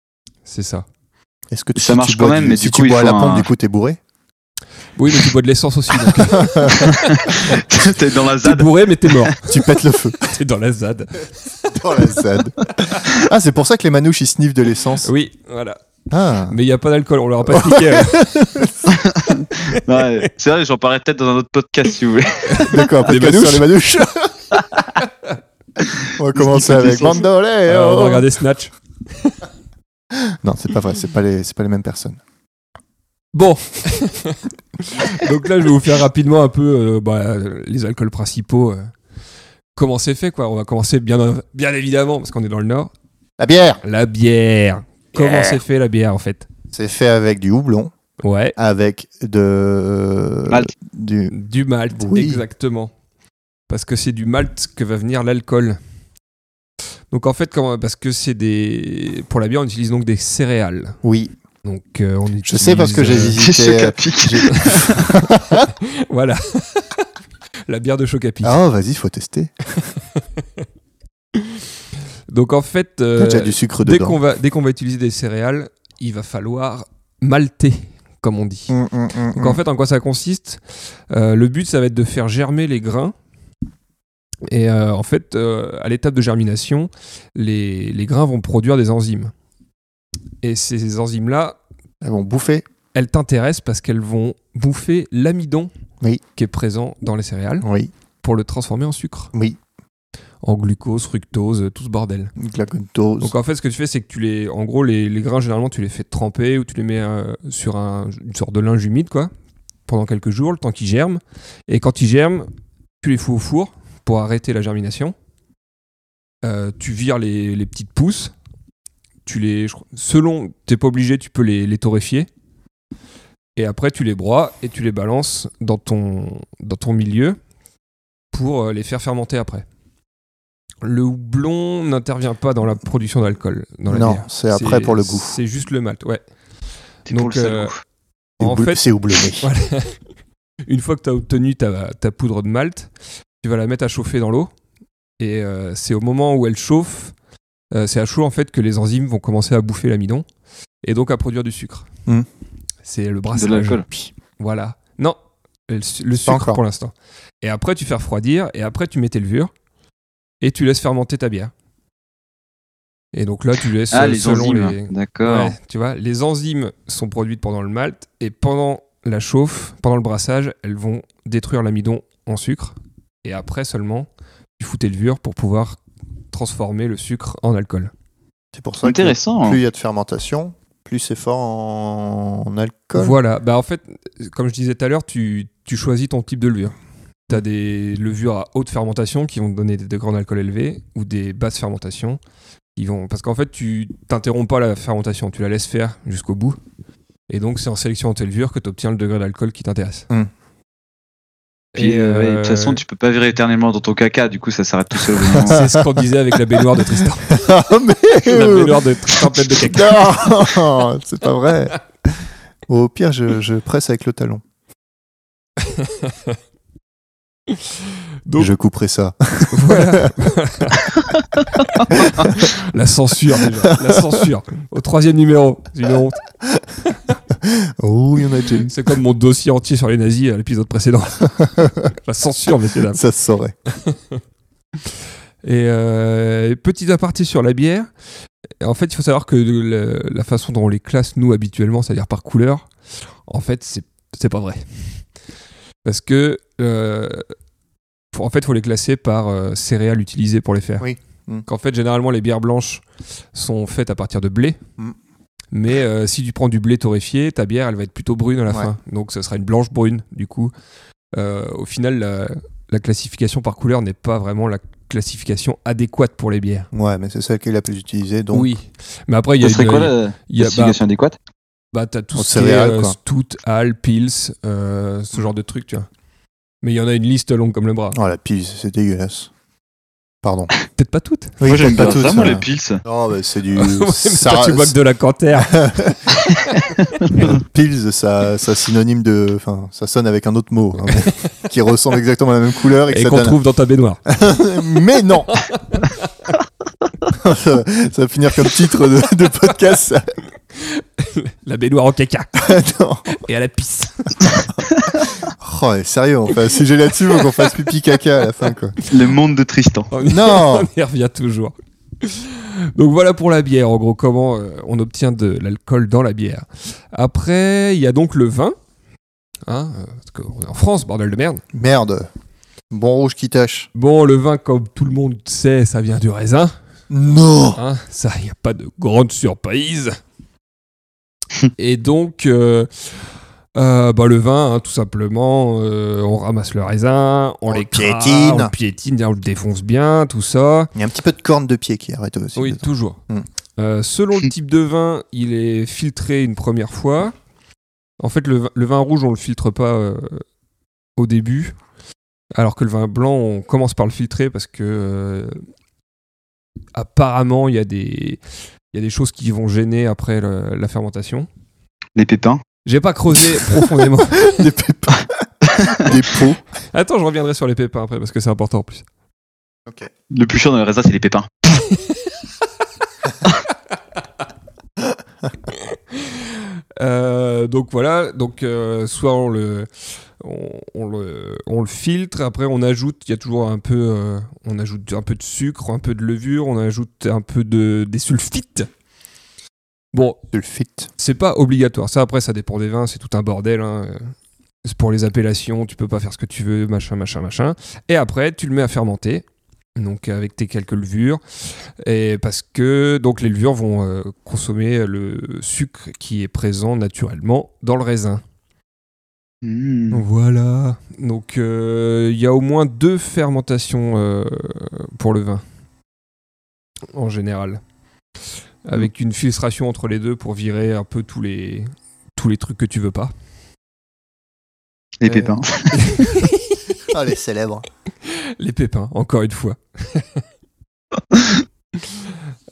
C: C'est ça.
A: Est-ce que tu,
B: Ça
A: si
B: marche
A: tu bois
B: quand même,
A: du-
B: mais
A: si
B: du
A: tu
B: coup, il
A: bois à la
B: faut
A: pompe,
B: un-
A: du coup, t'es bourré
C: Oui, mais tu bois de l'essence aussi. donc.
B: T'es dans la
C: T'es
B: ZAD.
C: bourré, mais t'es mort.
A: Tu pètes le feu.
C: T'es dans la ZAD.
A: Dans la ZAD. Ah, c'est pour ça que les manouches, ils sniffent de l'essence.
C: Oui, voilà.
A: Ah.
C: Mais il n'y a pas d'alcool, on leur a pas expliqué. hein.
B: Oh. Ouais, c'est vrai, j'en parlerai peut-être dans un autre podcast, si vous voulez.
A: Ah, D'accord,
C: Des
A: podcast sur les manouches. on va commencer
B: qu'il faut
A: avec
B: des sens.
A: Bandolé.
C: Alors, euh, on va
A: oh.
C: regarder Snatch.
A: Non, c'est pas vrai, c'est pas les, c'est pas les mêmes personnes.
C: Bon. Donc là, je vais vous faire rapidement un peu euh, bah, les alcools principaux. euh, comment c'est fait, quoi. On va commencer bien, bien évidemment, parce qu'on est dans le Nord,
A: La bière,
C: La bière. Comment
A: Bière.
C: c'est fait la bière en fait
A: c'est fait avec du houblon,
C: Ouais.
A: avec de.
B: Malte.
A: Du...
C: Du malt,
A: Oui.
C: exactement. Parce que c'est du malt que va venir l'alcool. Donc en fait, comment- parce que c'est des. Pour la bière, on utilise donc des céréales.
A: Oui,
C: Donc euh, on utilise.
A: je sais parce que j'ai
C: euh,
B: C'est ce
A: visité. euh,
B: qu'a piqué.
A: j'ai-
C: Voilà. la bière de Chocapic.
A: Ah, oh, vas-y, faut tester.
C: Donc en fait,
A: Il
C: euh,
A: y a déjà du sucre
C: dès
A: dedans.
C: qu'on va, dès qu'on va utiliser des céréales, il va falloir malter, comme on dit.
A: Hum, hum, hum,
C: Donc en fait, en quoi ça consiste Euh, Le but, ça va être de faire germer les grains. Et euh, en fait, euh, à l'étape de germination, les, les grains vont produire des enzymes. Et ces enzymes-là,
A: Elles vont Ah bouffer.
C: elles t'intéressent parce qu'elles vont bouffer l'amidon
A: Oui.
C: qui est présent dans les céréales
A: Oui,
C: pour le transformer en sucre,
A: oui.
C: en glucose, fructose, tout ce bordel.
A: Glacontose.
C: Donc en fait, ce que tu fais, c'est que tu les, en gros, les, les grains généralement, tu les fais tremper ou tu les mets euh, sur un, une sorte de linge humide, quoi, pendant quelques jours, le temps qu'ils germent. Et quand ils germent, tu les fous au four pour arrêter la germination. Euh, tu vires les, les petites pousses. Tu les, je crois- selon, t'es pas obligé, tu peux les, les torréfier. Et après, tu les broies et tu les balances dans ton, dans ton milieu pour euh, les faire fermenter après. Le houblon n'intervient pas dans la production d'alcool. dans la bière.
A: Non, c'est après pour le goût.
C: C'est juste le malt, ouais.
B: C'est pour
C: donc,
B: le
C: euh,
B: salon.
A: C'est
C: en
A: houbl-
C: fait-
A: C'est houblonné.
C: Voilà. Une fois que tu as obtenu ta, ta poudre de malt, tu vas la mettre à chauffer dans l'eau. Et euh, c'est au moment où elle chauffe, euh, c'est à chaud en fait que les enzymes vont commencer à bouffer l'amidon et donc à produire du sucre.
A: Hmm.
C: ah, C'est le
B: De
C: brassage.
B: l'alcool.
C: Voilà. Non, le, le sucre
A: encore.
C: pour l'instant. Et après, tu fais refroidir et après, tu mets tes levures et tu laisses fermenter ta bière. Et donc là, tu laisses
B: Ah,
C: euh,
B: les
C: selon
B: enzymes.
C: les-
B: D'accord.
C: Ouais, tu vois, les enzymes sont produites pendant le malt et pendant la chauffe, pendant le brassage, elles vont détruire l'amidon en sucre. Et après seulement, tu fous tes levures pour pouvoir transformer le sucre en alcool.
A: C'est pour
B: C'est
A: ça que
B: Intéressant. hein.
A: plus il y a de fermentation, plus c'est fort en, en alcool.
C: Voilà, bah en fait, comme je disais tout à l'heure, tu, tu choisis ton type de levure. Tu as des levures à haute fermentation qui vont te donner des degrés d'alcool élevés ou des basses fermentations. Ils vont... Parce qu'en fait, tu t'interromps pas la fermentation, tu la laisses faire jusqu'au bout. Et donc, c'est en sélectionnant tes levures que tu obtiens le degré d'alcool qui t'intéresse.
A: Hum.
B: Puis,
C: Et,
B: euh, ouais, de
C: euh,
B: toute façon, tu peux pas virer éternellement dans ton caca, du coup, ça s'arrête tout seul. au bout d'un moment.
C: euh, C'est ce qu'on disait avec la baignoire de Tristan.
A: Ah, mais
C: la baignoire de Tristan pleine de caca.
A: Non, c'est pas vrai. Au pire, je, je presse avec le talon.
C: Donc-
A: Je couperai ça.
C: Voilà. la censure, déjà. La censure. Au troisième numéro. C'est une honte.
A: Oh, il y en a déjà eu.
C: C'est comme mon dossier entier sur les nazis à l'épisode précédent. la censure, messieurs dames.
A: Ça se saurait.
C: Et euh, petit aparté sur la bière. En fait, il faut savoir que le- la façon dont on les classe, nous, habituellement, c'est-à-dire par couleur, en fait, c'est c'est pas vrai. Parce que, euh, faut- en fait, il faut les classer par euh, céréales utilisées pour les faire.
A: Oui. Mm.
C: Qu'en fait, généralement, les bières blanches sont faites à partir de blé.
A: Mm.
C: Mais euh, si tu prends du blé torréfié, ta bière, elle va être plutôt brune à la
A: Ouais.
C: fin. Donc, ça sera une blanche brune, du coup. Euh, au final, la, la classification par couleur n'est pas vraiment la classification adéquate pour les bières.
A: Ouais, mais c'est celle qui est la plus utilisée. Donc,
C: oui. Mais après, il y a
B: Ça serait
C: une-
B: quoi la
C: il y a- bah,
B: classification adéquate
C: bah, t'as tout
A: En
C: ce qui est
A: céréales,
C: euh,
A: quoi.
C: stout, ale, pils, euh, ce genre de trucs, tu vois. Mais il y en a une liste longue comme le bras.
A: Oh, la pile, c'est dégueulasse. Pardon.
C: Peut-être pas toutes.
A: Oui,
B: Moi, j'aime
A: pas
B: bien
A: tout
B: ça, moi, les pils.
A: Non, mais c'est du.
C: Ouais, mais
A: ça-
C: toi, tu bois que de la cantère.
A: Pils, ça, ça synonyme de. Enfin, ça sonne avec un autre mot hein, mais- qui ressemble exactement à la même couleur et, que
C: et
A: ça
C: qu'on
A: donne-
C: trouve dans ta baignoire.
A: Mais non ça, ça va finir comme titre de, de podcast. ça.
C: la baignoire en caca.
A: non.
C: Et à la pisse.
A: Oh, mais sérieux, on fait un sujet là-dessus, faut qu'on fasse pipi caca à la fin, quoi.
B: Le monde de Tristan.
C: On y-
A: Oh, Non.
C: On y revient toujours. Donc voilà pour la bière, en gros, comment euh, on obtient de l'alcool dans la bière. Après, il y a donc le vin. Hein, euh, parce qu'on est en France, bordel de merde.
A: Merde. Bon rouge qui tâche.
C: Bon, le vin, comme tout le monde sait, ça vient du raisin.
A: Non
C: Hein, ça, il n'y a pas de grande surprise. Et donc, euh, Euh, bah, le vin, hein, tout simplement, euh, on ramasse le raisin, on,
E: On le
C: l'écrase,
E: piétine.
C: on piétine, on le défonce bien, tout ça.
E: Il y a un petit peu de corne de pied qui arrête aussi.
C: Oui,
E: dedans.
C: toujours.
E: Hmm.
C: Euh, selon le type de vin, il est filtré une première fois. En fait, le, vin- le vin rouge, on le filtre pas euh, au début, alors que le vin blanc, on commence par le filtrer parce que euh, apparemment, il y a des il y a des choses qui vont gêner après le- la fermentation.
B: Les pépins.
C: J'ai pas creusé profondément.
E: Des pépins. Des pots.
C: Attends, je reviendrai sur les pépins après parce que c'est important en plus.
B: Le plus chiant dans le raisin, c'est les pépins.
C: Euh, donc voilà, donc euh, soit on le, on, on le, on le filtre, après on ajoute, il y a toujours un peu, euh, on ajoute un peu de sucre, un peu de levure, on ajoute un peu de des sulfites. Bon,
E: Sulfite.
C: c'est pas obligatoire. Ça après, ça dépend des vins, c'est tout un bordel. hein. C'est pour les appellations, tu peux pas faire ce que tu veux, machin, machin, machin. Et après, tu le mets à fermenter. Donc avec tes quelques levures, et parce que donc les levures vont euh, consommer le sucre qui est présent naturellement dans le raisin.
B: Mmh.
C: Voilà. Donc euh, il y a au moins deux fermentations euh, pour le vin en général, avec une filtration entre les deux pour virer un peu tous les tous les trucs que tu veux pas.
B: Les
C: Euh,
B: pépins.
E: Ah, les célèbres.
C: Les pépins, encore une fois.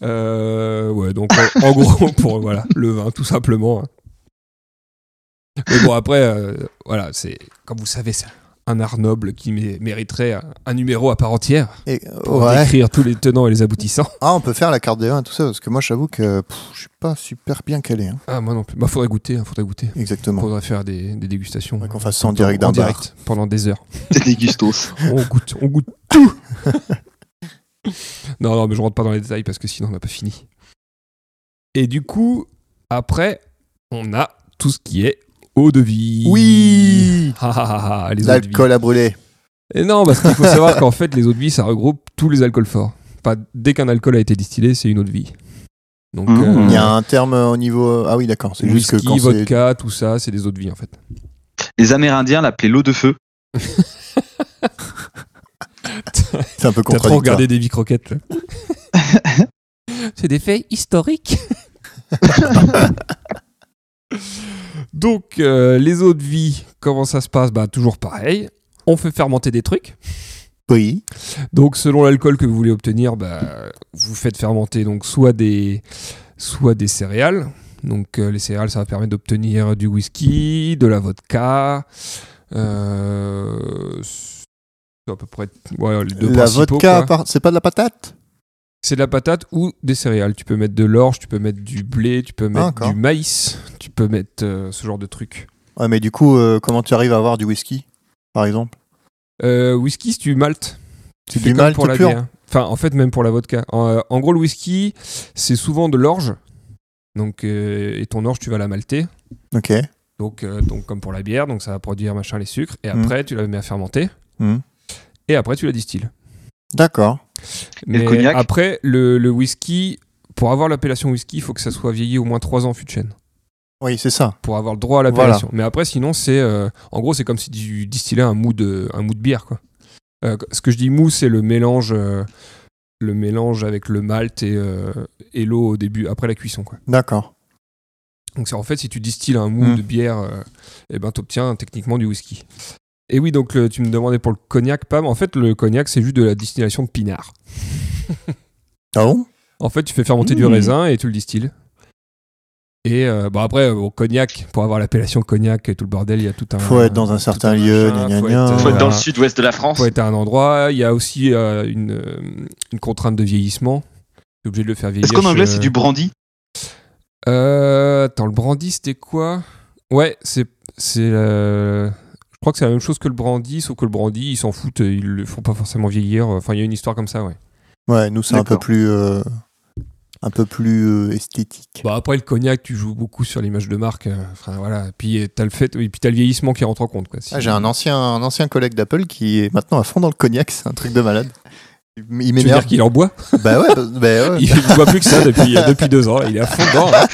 C: Euh, ouais, donc en, en gros, pour voilà, le vin, tout simplement. hein. Mais bon, après, euh, voilà, c'est comme vous savez, c'est un art noble qui mé- mériterait un, un numéro à part entière
E: Et, euh,
C: pour
E: ouais.
C: décrire tous les tenants et les aboutissants.
E: Ah, on peut faire la carte des vins, tout ça, parce que moi, j'avoue que pff, je suis pas super bien calé. hein.
C: Ah, moi non plus. Bah, faudrait goûter, hein, faudrait goûter.
E: Exactement.
C: Faudrait faire des, des dégustations.
E: Faudrait qu'on fasse ça en direct d'un
C: en
E: bar.
C: direct pendant des heures.
B: C'est des gustos.
C: On goûte, on goûte tout. non, non, mais je rentre pas dans les détails parce que sinon on n'a pas fini. Et du coup, après, on a tout ce qui est eau de vie.
E: Oui
C: Ah, ah, ah, ah, les eaux de vie.
E: L'alcool à brûler.
C: Et non, parce qu'il faut savoir qu'en fait, les eaux de vie, ça regroupe tous les alcools forts. Enfin, dès qu'un alcool a été distillé, c'est une eau de vie. Donc,
B: Mmh.
E: Il y a un terme euh, au niveau. Ah oui, d'accord. C'est juste que
C: whisky,
E: quand c'est.
C: vodka, tout ça, c'est des eaux de vie en fait.
B: Les Amérindiens l'appelaient l'eau de feu.
E: C'est un
C: T'as trop
E: peu contradictoire.
C: regardé des croquettes. C'est des faits historiques. Donc, euh, les eaux de vie, comment ça se passe Bah, toujours pareil. On fait fermenter des trucs.
E: Oui.
C: Donc, selon l'alcool que vous voulez obtenir, bah, vous faites fermenter donc soit des, soit des céréales. Donc, euh, les céréales, ça va permettre d'obtenir du whisky, de la vodka. euh, c'est à peu près ouais, les deux
E: la
C: principaux,
E: vodka,
C: quoi.
E: par- c'est pas de la patate
C: C'est de la patate ou des céréales. Tu peux mettre de l'orge, tu peux mettre du blé, tu peux mettre
E: encore.
C: du maïs, tu peux mettre euh, ce genre de trucs.
E: Ouais, mais du coup, euh, comment tu arrives à avoir du whisky, par exemple
C: Euh, whisky, c'est du malt.
E: C'est
C: Fais
E: du
C: comme
E: malt
C: pour la
E: pur
C: bière. Enfin, en fait, même pour la vodka. En, euh, en gros, le whisky, c'est souvent de l'orge. Donc, euh, et ton orge, tu vas la malter.
E: Ok.
C: Donc, euh, donc, comme pour la bière, donc ça va produire machin les sucres. Et
E: Mm.
C: après, tu la mets à fermenter.
E: Mm.
C: Et après, tu la distilles.
E: D'accord.
B: le
C: Mais
B: cognac
C: après, le, le whisky, pour avoir l'appellation whisky, il faut que ça soit vieilli au moins 3 ans fût de chêne.
E: Oui, c'est ça.
C: pour avoir le droit à l'appellation. Mais après, sinon, c'est euh, en gros, c'est comme si tu distillais un mou de un mou de bière, quoi. Euh, ce que je dis mou, c'est le mélange, euh, le mélange avec le malt et, euh, et l'eau au début, après la cuisson, quoi.
E: D'accord.
C: Donc c'est en fait, si tu distilles un mou
E: Mm.
C: de bière, et ben t'obtiens techniquement du whisky. Et oui, donc le- tu me demandais pour le cognac, Pam. En fait, le cognac, c'est juste de la distillation de pinard.
E: Ah bon
C: En fait, tu fais fermenter du
B: Mmh.
C: raisin et tu le distilles. Et euh, bon, après, euh, au cognac, pour avoir l'appellation cognac et tout le bordel, il y a tout un.
E: Faut être dans un certain
C: tout
E: lieu,
C: machin,
E: gna gna
C: faut
E: gna.
C: être,
B: Faut être dans le
C: euh,
B: sud-ouest de la France.
C: faut être à un endroit. Il y a aussi euh, une, euh, une contrainte de vieillissement. Tu es obligé de le faire vieillir.
B: Est-ce qu'en anglais,
C: chez-
B: c'est du brandy
C: Euh, attends, le brandy, c'était quoi Ouais, c'est. c'est euh, Je crois que c'est la même chose que le brandy, sauf que le brandy, ils s'en foutent, ils le font pas forcément vieillir. Enfin, il y a une histoire comme ça, ouais.
E: Ouais, nous, c'est un peu
B: D'accord.
E: plus. euh, un peu plus euh, esthétique.
C: Bah après le cognac, tu joues beaucoup sur l'image de marque. euh, Enfin voilà. Et puis euh, t'as le fait, et puis t'as le vieillissement qui rentre en compte quoi. Si-
E: Ah, J'ai un ancien, un ancien collègue d'Apple qui est maintenant à fond dans le cognac, c'est un truc de malade. Il il
C: tu veux
E: m'énerve.
C: dire qu'il en boit
E: Bah ouais, bah- bah ouais.
C: Il ne boit plus que ça depuis, euh, depuis deux ans. Il est à fond dedans. hein.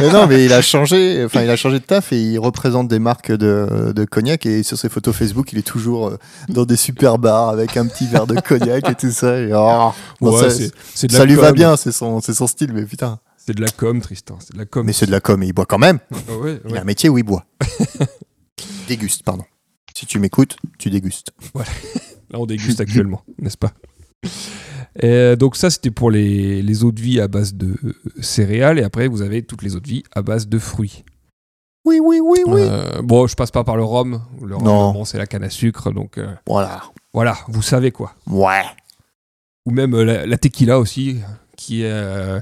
A: Mais non, mais il a changé, enfin, il a changé de taf et il représente des marques de, de cognac. Et sur ses photos Facebook, il est toujours euh, dans des super bars avec un petit verre de cognac et tout ça. Et, oh, bon,
C: Ouais,
A: ça
C: c'est- c'est de la
A: ça lui
C: com.
A: va bien, c'est son, c'est son style, mais putain.
C: C'est de la com, Tristan. C'est de la com.
A: Mais c'est de la com, et il boit quand même.
C: Ah ouais,
A: Il
C: ouais.
A: a un métier où il boit. Il déguste, pardon. Si tu m'écoutes, tu dégustes.
C: Là, on déguste actuellement, n'est-ce pas Euh, donc ça, c'était pour les, les eaux de vie à base de euh, céréales. Et après, vous avez toutes les eaux de vie à base de fruits.
A: Oui, oui, oui, oui.
C: Euh, bon, je passe pas par le rhum. Le rhum,
A: Non.
C: bon, c'est la canne à sucre. Donc euh,
A: Voilà.
C: voilà, vous savez quoi.
A: Ouais.
C: Ou même euh, la, la tequila aussi, qui est euh,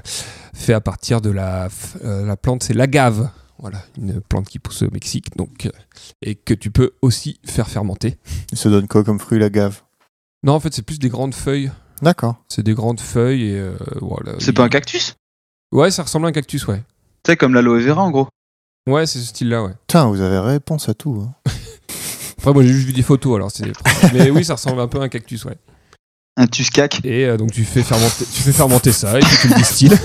C: fait à partir de la, f- euh, la plante, c'est l'agave. Voilà, une plante qui pousse au Mexique, donc, euh, et que tu peux aussi faire fermenter.
A: Il se donne quoi comme fruit, la gave
C: Non, en fait, c'est plus des grandes feuilles.
A: D'accord.
C: C'est des grandes feuilles et euh, voilà.
B: C'est pas un cactus
C: Ouais, ça ressemble à un cactus, ouais.
B: Tu sais, comme l'aloe vera en gros.
C: Ouais, c'est ce style-là, ouais.
A: Putain, vous avez réponse à tout. hein.
C: Après, moi, j'ai juste vu des photos, alors c'est. Mais oui, ça ressemble un peu à un cactus, ouais.
B: Un tuscac.
C: Et euh, donc, tu fais, fermenter, tu fais fermenter ça, et puis tu le distilles.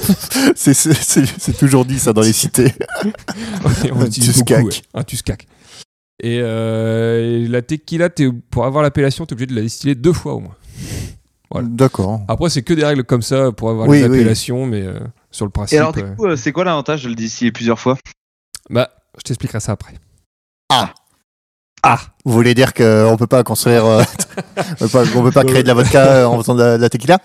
A: C'est- C'est c'est- c'est toujours dit ça dans les cités.
C: Ouais, on
A: Un
C: l'utilise
A: tuscac.
C: beaucoup, ouais. Un tuscac. Et, euh, et la tequila, t'es- pour avoir l'appellation, tu es obligé de la distiller deux fois au moins. Voilà.
A: D'accord.
C: Après, c'est que des règles comme ça pour avoir
A: Oui,
C: les
A: oui.
C: appellations, mais euh, sur le principe.
B: Et alors, du
C: euh,
B: coup, euh, c'est quoi l'avantage de le distiller plusieurs fois
C: bah, je t'expliquerai ça après.
A: Ah.
C: Ah
A: Vous voulez dire qu'on peut pas construire, euh, on peut pas, on peut pas créer de la vodka euh, en faisant de la, de la tequila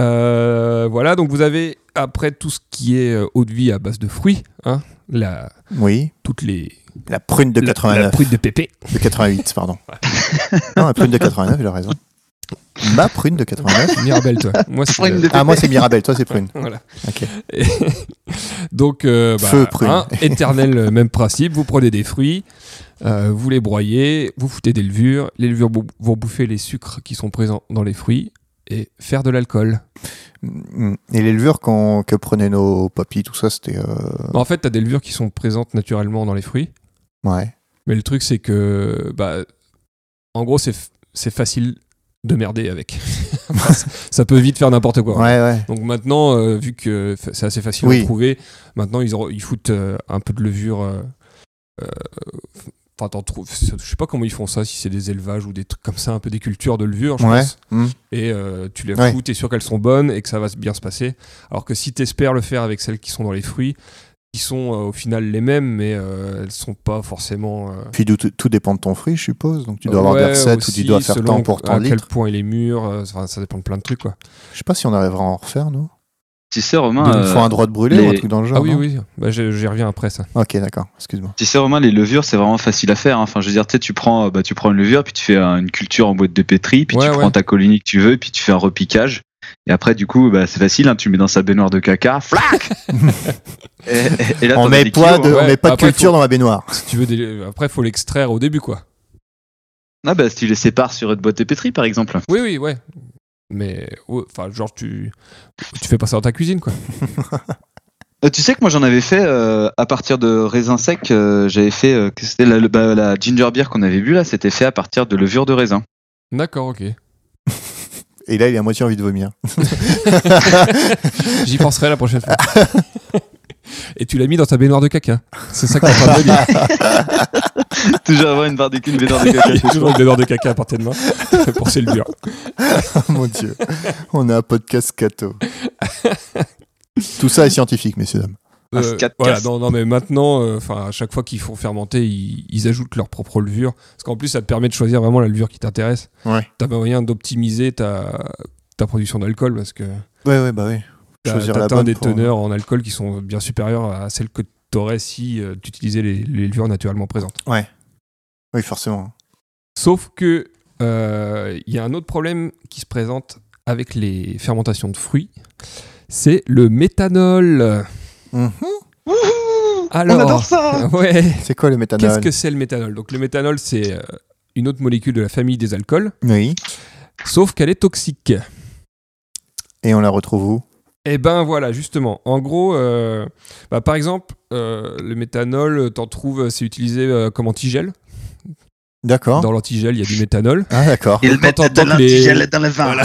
C: Euh, Voilà, donc vous avez après tout ce qui est euh, eau de vie à base de fruits, hein, la,
A: Oui.
C: toutes les.
A: La prune de
B: La- la
A: 89,
C: la prude de pépé.
A: de 88, pardon. non, la prune de 89, il a raison. Ma prune de 89.
C: Mirabelle, toi. Moi, c'est.
B: Prune
C: euh,
B: de-
A: Ah, moi c'est Mirabelle, toi c'est prune.
C: Voilà.
A: Ok.
C: Et- Donc, euh, bah,
A: Feu, prune.
C: hein, éternel euh, même principe. Vous prenez des fruits, euh, vous les broyez, vous foutez des levures. Les levures bou- vont bouffer les sucres qui sont présents dans les fruits et faire de l'alcool.
A: Mm, mm. Et les levures qu'on- que prenaient nos papis, tout ça, c'était. euh,
C: Bah, En fait, tu as des levures qui sont présentes naturellement dans les fruits.
A: Ouais.
C: Mais le truc, c'est que, bah, en gros, c'est f- c'est facile de merder avec. ça peut vite faire n'importe quoi.
A: Ouais, ouais.
C: Donc maintenant, euh, vu que fa- c'est assez facile
A: Oui.
C: à trouver, maintenant ils, ont- ils foutent euh, un peu de levure. euh, euh, Enfin, t'en trouves. Je sais pas comment ils font ça, si c'est des élevages ou des trucs comme ça, un peu des cultures de levure, je
A: Ouais.
C: pense.
B: Hmm.
A: Mm.
C: Et euh, tu les
A: Ouais.
C: fous, t'es sûr qu'elles sont bonnes et que ça va bien se passer. Alors que si t'espères le faire avec celles qui sont dans les fruits, qui sont euh, au final les mêmes, mais euh, elles sont pas forcément. euh,
A: Puis d'où tout, tout dépend de ton fruit, je suppose. Donc tu dois avoir
C: ouais,
A: des recettes ou
C: aussi,
A: tu dois faire
C: selon
A: tant pour tant
C: À
A: de
C: quel
A: litres.
C: point il est mûr, euh, enfin, ça dépend de plein de trucs, quoi.
A: Je sais pas si on arrivera à en refaire, nous.
B: Tu sais, Romain,
A: Il nous
B: euh,
A: faut un droit de brûler ou un
B: les-
A: truc dans le genre.
C: ah oui,
A: non
C: oui, bah, je- j'y reviens après ça.
A: Ok, d'accord. Excuse-moi.
B: tu sais, Romain, les levures, c'est vraiment facile à faire. hein. Enfin, je veux dire, tu sais, tu prends, euh, bah, tu prends une levure, puis tu fais euh, une culture en boîte de pétri, puis
C: Ouais,
B: tu
C: ouais.
B: prends ta colonie que tu veux, puis tu fais un repiquage. Et après, du coup, bah, c'est facile, hein, tu le mets dans sa baignoire de caca, flac et, et- et là,
A: on
B: t'en as
A: met
B: des
A: pas
B: kilos,
A: de,
B: hein.
A: on
C: Ouais,
A: met pas de
C: après,
A: culture
C: faut-
A: dans la baignoire.
C: Si tu veux, des- après, faut l'extraire au début, quoi.
B: Ah, bah, si tu les sépares sur une boîte de pétri, par exemple.
C: Oui, oui, ouais. Mais, ouais, enfin, genre, tu, tu fais pas ça dans ta cuisine, quoi.
B: Euh, tu sais que moi, j'en avais fait euh, à partir de raisins secs. euh, J'avais fait, euh, que c'était la, le- bah, la ginger beer qu'on avait bu là, c'était fait à partir de levure de raisin.
C: D'accord, ok.
A: Et là, il a à moitié envie de vomir.
C: J'y penserai la prochaine fois. Et tu l'as mis dans ta baignoire de caca. C'est ça que t'es en train de me dire.
B: Toujours avoir une barre de une baignoire de
C: Il y a
B: caca.
C: toujours une baignoire de caca à portée de main pour ses levures.
A: Oh mon dieu. On a un podcast cato. Tout ça est scientifique, messieurs dames.
B: Un
C: Euh,
B: scat
C: voilà,
B: casse.
C: non, non, mais maintenant, euh, enfin, à chaque fois qu'ils font fermenter, ils, ils ajoutent leur propre levure. Parce qu'en plus, ça te permet de choisir vraiment la levure qui t'intéresse.
A: Ouais.
C: T'as pas moyen d'optimiser ta, ta production d'alcool parce que.
A: Ouais, ouais, bah oui. Choisir la
C: atteint
A: bonne
C: des
A: pour- hein.
C: teneurs en alcool qui sont bien supérieures à celles que tu aurais si euh, tu utilisais les, les levures naturellement présentes.
A: Oui, forcément.
C: Sauf que euh, il y a un autre problème qui se présente avec les fermentations de fruits, c'est le méthanol.
A: Mhm.
C: Alors,
B: On adore ça
C: ouais,
A: C'est quoi le méthanol
C: qu'est-ce que c'est le méthanol Donc le méthanol, c'est euh, une autre molécule de la famille des alcools,
A: Oui.
C: sauf qu'elle est toxique.
A: Et on la retrouve où
C: Eh ben voilà, justement. En gros, euh, bah, par exemple, euh, le méthanol, euh, t'en trouves, euh, c'est utilisé euh, comme antigel.
A: D'accord.
C: Dans l'antigel, il y a du méthanol.
A: Ah, d'accord.
C: Ils
F: Ils
C: Quand mettent
F: mettent
C: t'entends
F: de
C: de que les-
F: l'antigel
C: l'antigel
F: dans le vin.
C: Voilà.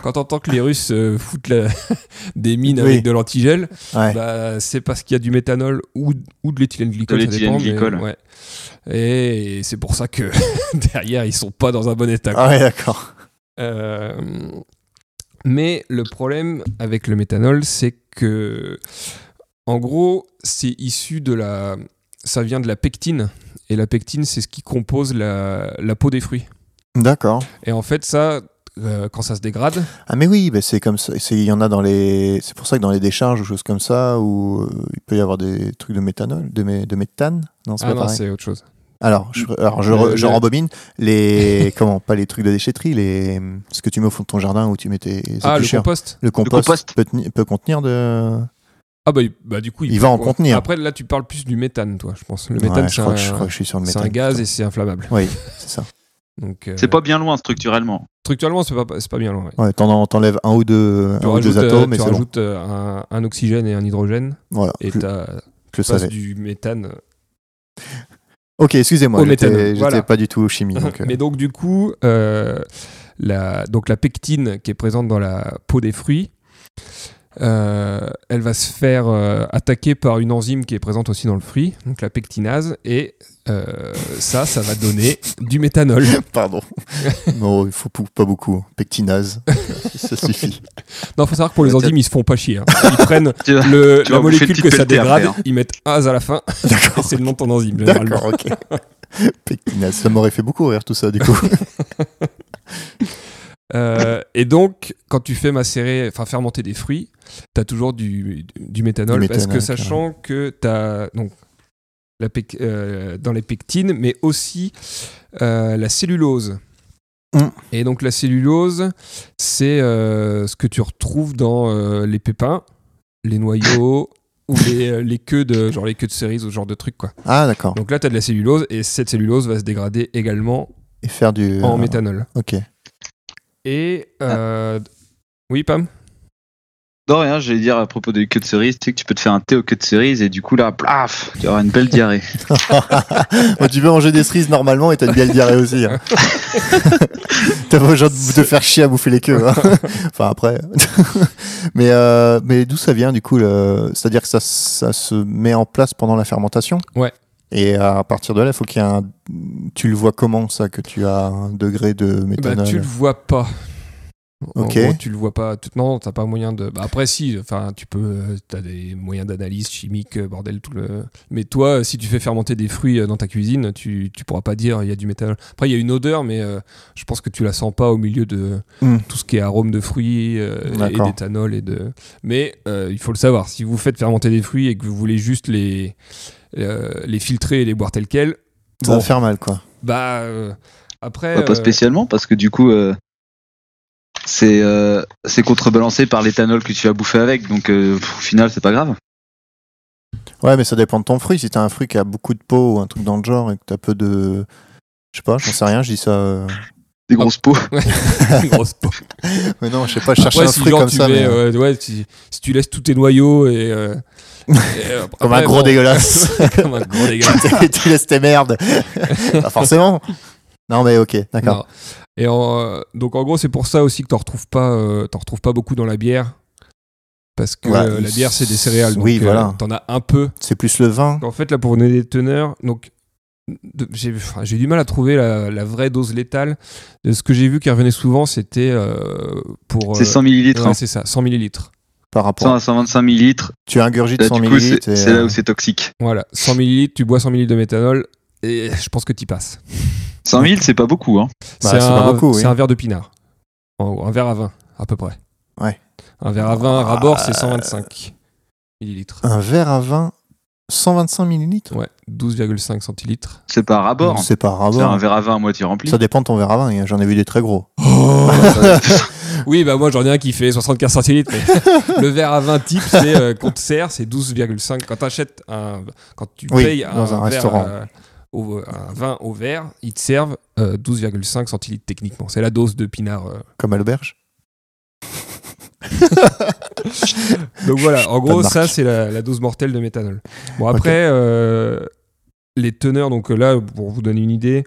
C: Quand on entend que les Russes euh, foutent la- des mines
A: Oui.
C: avec de l'antigel,
A: Ouais.
C: bah, c'est parce qu'il y a du méthanol ou, ou de l'éthylène glycol,
B: De
C: ça dépend. mais-
B: l'éthylène glycol.
C: ouais. Et c'est pour ça que derrière, ils sont pas dans un bon état. quoi.
A: Ah, ouais, d'accord.
C: Euh, mais le problème avec le méthanol, c'est que, en gros, c'est issu de la. Ça vient de la pectine. Et la pectine, c'est ce qui compose la, la peau des fruits.
A: D'accord.
C: Et en fait, ça, euh, quand ça se dégrade,
A: Ah, mais oui, bah, c'est comme ça. c'est- Il y en a dans les. C'est pour ça que dans les décharges ou choses comme ça, où euh, il peut y avoir des trucs de méthanol, de, mé- de méthane. Non, c'est
C: ah
A: pas
C: non,
A: pareil.
C: c'est autre chose.
A: Alors, je, alors je,
C: Le-
A: re- je
C: le-
A: rembobine les comment pas les trucs de déchetterie, les ce que tu mets au fond de ton jardin où tu mets tes c'est
C: Ah,
A: plus
C: le
A: cher.
C: compost
A: Le compost,
B: compost.
A: Peut, teni- peut contenir de
C: Ah bah, il- bah, du coup,
A: Il va en
C: ouais.
A: contenir.
C: Après, là, tu parles plus du méthane, toi, je pense. Le méthane,
A: Ouais, je,
C: c'est
A: crois que je crois
C: un,
A: que je suis sur le
C: c'est
A: méthane.
C: un gaz et c'est inflammable.
A: Oui, c'est ça.
C: Donc, euh,
B: C'est pas bien loin structurellement.
C: Structurellement, c'est pas, c'est pas bien loin. ouais.
A: Ouais, t'en t'enlèves un ou deux,
C: Tu
A: un ou
C: rajoutes,
A: deux
C: euh,
A: atomes et
C: tu
A: c'est bon.
C: rajoutes, euh, un- un oxygène et un hydrogène.
A: Voilà,
C: et
A: je,
C: t'as
A: je le
C: passes
A: savais.
C: du méthane.
A: Ok, excusez-moi,
C: au
A: j'étais
C: méthane,
A: j'étais
C: voilà.
A: pas du tout au chimie. Donc, euh,
C: Mhm. Mais donc du coup, euh, la, donc la pectine qui est présente dans la peau des fruits, euh, elle va se faire euh, attaquer par une enzyme qui est présente aussi dans le fruit, donc la pectinase, et euh, ça, ça va donner du méthanol.
A: Pardon. non, il faut pou- pas beaucoup. Pectinase, ça suffit.
C: Non, faut savoir que pour les
B: Peut-être.
C: enzymes, ils se font pas chier. hein. Ils prennent
B: Tu vas-
C: le-
B: tu
C: la
B: vas bouffer
C: molécule
B: une
C: que
B: petite
C: ça
B: pelletée
C: dégrade,
B: après,
C: ils mettent AS à la fin, et
A: D'accord.
C: c'est le nom de ton enzyme. généralement.
A: D'accord, ok. Pectinase, ça m'aurait fait beaucoup rire tout ça du coup.
C: Euh, et donc, quand tu fais macérer, enfin fermenter des fruits, tu as toujours du, du méthanol,
A: Du
C: parce que
A: méthanol,
C: sachant que tu as donc, la pec- euh, dans les pectines, mais aussi euh, la cellulose.
A: Mm.
C: Et donc la cellulose, c'est euh, ce que tu retrouves dans euh, les pépins, les noyaux ou les, euh, les queues de genre les queues de cerises ou ce genre de trucs quoi.
A: Ah, d'accord.
C: Donc là tu as de la cellulose et cette cellulose va se dégrader également
A: Et faire du.
C: en méthanol.
A: Euh, Ok.
C: Et euh, oui Pam
B: Non, rien, j'allais dire à propos des queues de cerise, tu sais que tu peux te faire un thé aux queues de cerise et du coup là, plaf, tu auras une belle diarrhée.
A: Moi, tu veux manger des cerises normalement et t'as une belle diarrhée aussi. Hein. t'as pas besoin de te faire chier à bouffer les queues. hein. enfin, après. mais euh, mais d'où ça vient du coup le... C'est-à-dire que ça, ça se met en place pendant la fermentation
C: Ouais.
A: Et à partir de là, il faut qu'il y ait un. Tu le vois comment ça que tu as un degré de
C: Bah,
A: méthanol
C: tu le vois pas. En
A: Ok.
C: gros, tu le vois pas. Tu- Non, t'as pas moyen de. Bah, après, si. Enfin, tu peux. euh, T'as des moyens d'analyse chimique, euh, bordel, tout le. Mais toi, euh, si tu fais fermenter des fruits euh, dans ta cuisine, tu, tu pourras pas dire il y a du métal. Après, il y a une odeur, mais euh, je pense que tu la sens pas au milieu de
A: Hmm.
C: tout ce qui est arôme de fruits euh, et
A: D'accord.
C: d'éthanol et de. Mais euh, il faut le savoir. Si vous faites fermenter des fruits et que vous voulez juste les euh, les filtrer et les boire tels quels,
A: Ça
C: bon,
A: va faire mal quoi.
C: bah euh, après.
B: Bah, pas
C: euh,
B: spécialement parce que du coup euh, c'est euh, c'est contrebalancé par l'éthanol que tu vas bouffer avec, donc euh, pff, au final c'est pas grave.
A: Ouais, mais ça dépend de ton fruit. Si t'as un fruit qui a beaucoup de peau ou un truc dans le genre et que t'as peu de. Je sais pas, j'en sais rien, je dis ça. euh.
B: Des grosses peaux.
C: grosse peau.
A: Mais non, je sais pas, je cherchais
C: Ouais,
A: un
C: si
A: fruit
C: genre
A: comme
C: tu
A: ça.
C: mets,
A: mais-
C: euh, ouais, si, si tu laisses tous tes noyaux et, euh, et, euh,
A: Comme
C: après,
A: un gros
C: bon,
A: dégueulasse.
C: comme un gros dégueulasse.
A: tu laisses tes merdes. Pas forcément. Non, mais ok, d'accord.
C: Non. Et en, euh, donc en gros c'est pour ça aussi que t'en retrouves pas, euh, t'en retrouves pas beaucoup dans la bière parce que
A: Ouais.
C: euh, la bière c'est des céréales. Donc,
A: Oui,
C: euh,
A: voilà.
C: T'en as un peu.
A: C'est plus le vin.
C: Donc, en fait là pour donner des teneurs donc de- j'ai enfin, j'ai du mal à trouver la, la vraie dose létale. De ce que j'ai vu qui revenait souvent c'était euh, pour
B: C'est
C: euh,
B: 100 millilitres,
C: ouais,
B: hein.
C: c'est ça 100 millilitres.
A: Par
B: 100
A: rapport.
B: à 125 millilitres.
A: Tu ingurgites
B: Là,
A: 100
B: du coup, c'est
A: millilitres. et,
B: c'est là
A: euh,
B: où c'est toxique.
C: Voilà 100 millilitres tu bois 100 millilitres de méthanol et je pense que t'y passes.
B: 100 000, c'est pas beaucoup, hein.
A: Bah,
C: c'est
A: c'est
C: un,
A: pas beaucoup, oui.
C: c'est un verre de pinard. En gros, un verre à vin, à peu près.
A: Ouais. Ah.
C: Un verre à vin, rabord, c'est 125 millilitres.
A: Un verre à vin, 125 millilitres.
C: Ouais, 12,5 centilitres.
B: C'est pas à rabord.
A: C'est pas
B: C'est un
C: hein.
A: rapport.
B: verre à vin à moitié rempli.
A: Ça dépend de ton verre à vin. hein. J'en ai vu des très gros.
C: Oh. Oui, bah moi j'en ai un qui fait 75 centilitres. mais le verre à vin type, c'est euh, qu'on te sert, c'est 12,5. Quand t'achètes un, quand tu
A: Oui,
C: payes
A: dans un
C: verre,
A: restaurant.
C: euh, au- un vin au verre, ils te servent euh, 12,5 centilitres techniquement. C'est la dose de pinard. euh.
A: Comme à l'auberge.
C: Donc voilà, en
A: Pas de
C: gros,
A: marque.
C: ça, c'est la, la dose mortelle de méthanol. Bon,
A: Ok.
C: après, euh, les teneurs, donc euh, là, pour vous donner une idée,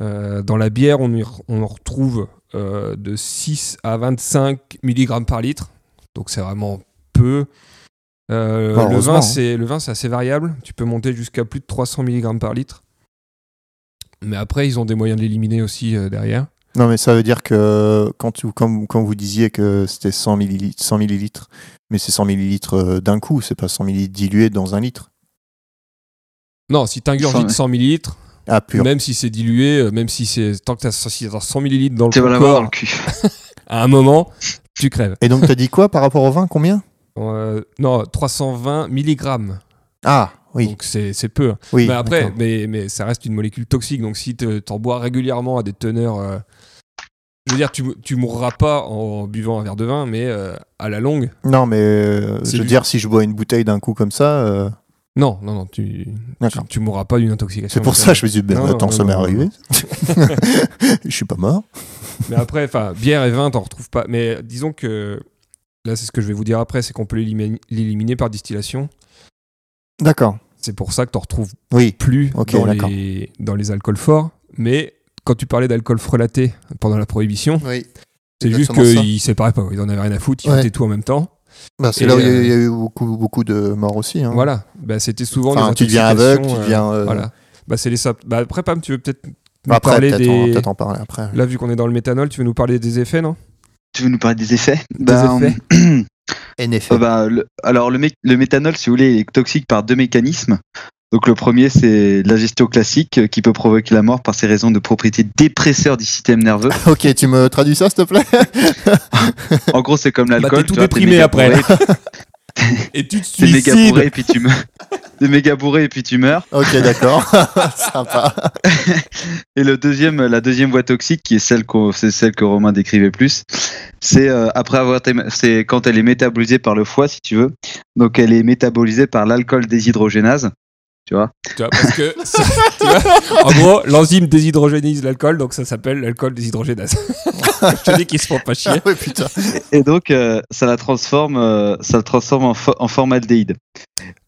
C: Euh, dans la bière, on, y re- on en retrouve euh, de 6 à 25 mg par litre. Donc c'est vraiment peu. Euh,
A: Bah,
C: le,
A: heureusement, hein.
C: vin, c'est, le vin, c'est assez variable. Tu peux monter jusqu'à plus de 300 mg par litre. Mais après, ils ont des moyens de l'éliminer aussi euh, derrière.
A: Non, mais ça veut dire que quand, tu, quand, quand vous disiez que c'était 100 millilitres, 100 millilitres, mais c'est 100 millilitres euh, d'un coup, c'est pas 100 millilitres dilués dans un litre.
C: Non, si tu ingurgites 100 ml,
A: Ah, pur.
C: même si c'est dilué, euh, même si c'est tant que tu as 100 ml dans
B: Tu vas
C: le
B: l'avoir dans le
C: corps,
B: cul.
C: à un moment, tu crèves.
A: Et donc, t'as dit quoi par rapport au vin Combien
C: Euh, non, 320 mg.
A: Ah, oui,
C: Donc c'est c'est peu. hein.
A: oui.
C: mais après,
A: d'accord.
C: mais, mais ça reste une molécule toxique. Donc si te- t'en bois régulièrement à des teneurs. euh, je veux dire, tu, mou- tu mourras pas en buvant un verre de vin, mais euh, à la longue.
A: Non, mais euh,
C: C'est
A: je veux
C: du-
A: dire, si je bois une bouteille d'un coup comme ça, euh,
C: Non, non, non, tu, tu,
A: d'accord.
C: tu mourras pas d'une intoxication. euh,
A: C'est pour ça, je me dis, ben
C: Non, non,
A: attends,
C: non,
A: ça m'est
C: non,
A: arrivé. Je suis pas mort.
C: Mais après, enfin, bière et vin, t'en retrouves pas. Mais disons que là, c'est ce que je vais vous dire après, c'est qu'on peut l'élimi- l'éliminer par distillation.
A: D'accord.
C: C'est pour ça que t'en retrouves
A: Oui.
C: plus
A: Ok,
C: dans,
A: d'accord.
C: les, dans les alcools forts. Mais quand tu parlais d'alcool frelaté pendant la prohibition,
A: Oui.
C: c'est juste
A: exactement ça.
C: qu'ils séparaient pas. Ils en avaient rien à foutre, ils
A: Ouais.
C: foutaient tout en même temps.
A: Bah, c'est
C: Et,
A: là où il y, a-
C: euh,
A: il y a eu beaucoup, beaucoup de morts aussi. hein.
C: Voilà, bah, c'était souvent
A: Enfin,
C: des
A: tu deviens aveugle,
C: intoxications,
A: tu
C: euh,
A: deviens. euh,
C: voilà. Bah, c'est les sap- bah, après, Pam, tu veux peut-être nous
A: Après,
C: parler
A: peut-être on-
C: des.
A: peut-être en parler après.
C: Là, vu qu'on est dans le méthanol, tu veux nous parler des effets, non
B: Tu veux nous parler des effets
C: effets.
B: euh,
A: En effet.
B: bah, le- alors, le, mé- le méthanol, si vous voulez, est toxique par deux mécanismes. Donc, le premier, c'est la gestion classique euh, qui peut provoquer la mort par ses raisons de propriétés dépresseurs du système nerveux.
A: bah. Ok, tu me traduis ça, s'il te plaît
B: En gros, c'est comme l'alcool.
C: Bah, t'es tout
B: tu vois, t'es
C: déprimé
B: méga
C: après.
B: bourré,
C: Et tu te
B: T'es méga bourré et puis tu meurs. T'es méga bourré et puis tu meurs.
A: Ok, d'accord. Sympa.
B: Et le deuxième, la deuxième voie toxique, qui est celle qu'on, c'est celle que Romain décrivait plus, c'est euh, après avoir, té- c'est quand elle est métabolisée par le foie, si tu veux. Donc elle est métabolisée par l'alcool déshydrogénase, tu vois.
C: Tu vois, parce que. ça- tu vois, en gros, l'enzyme déshydrogénise l'alcool, donc ça s'appelle l'alcool déshydrogénase. je te dis qu'ils se font pas
A: Ah
C: chier.
A: ouais, putain.
B: Et donc euh, ça la transforme, euh, ça la transforme en, fo- en formaldéhyde.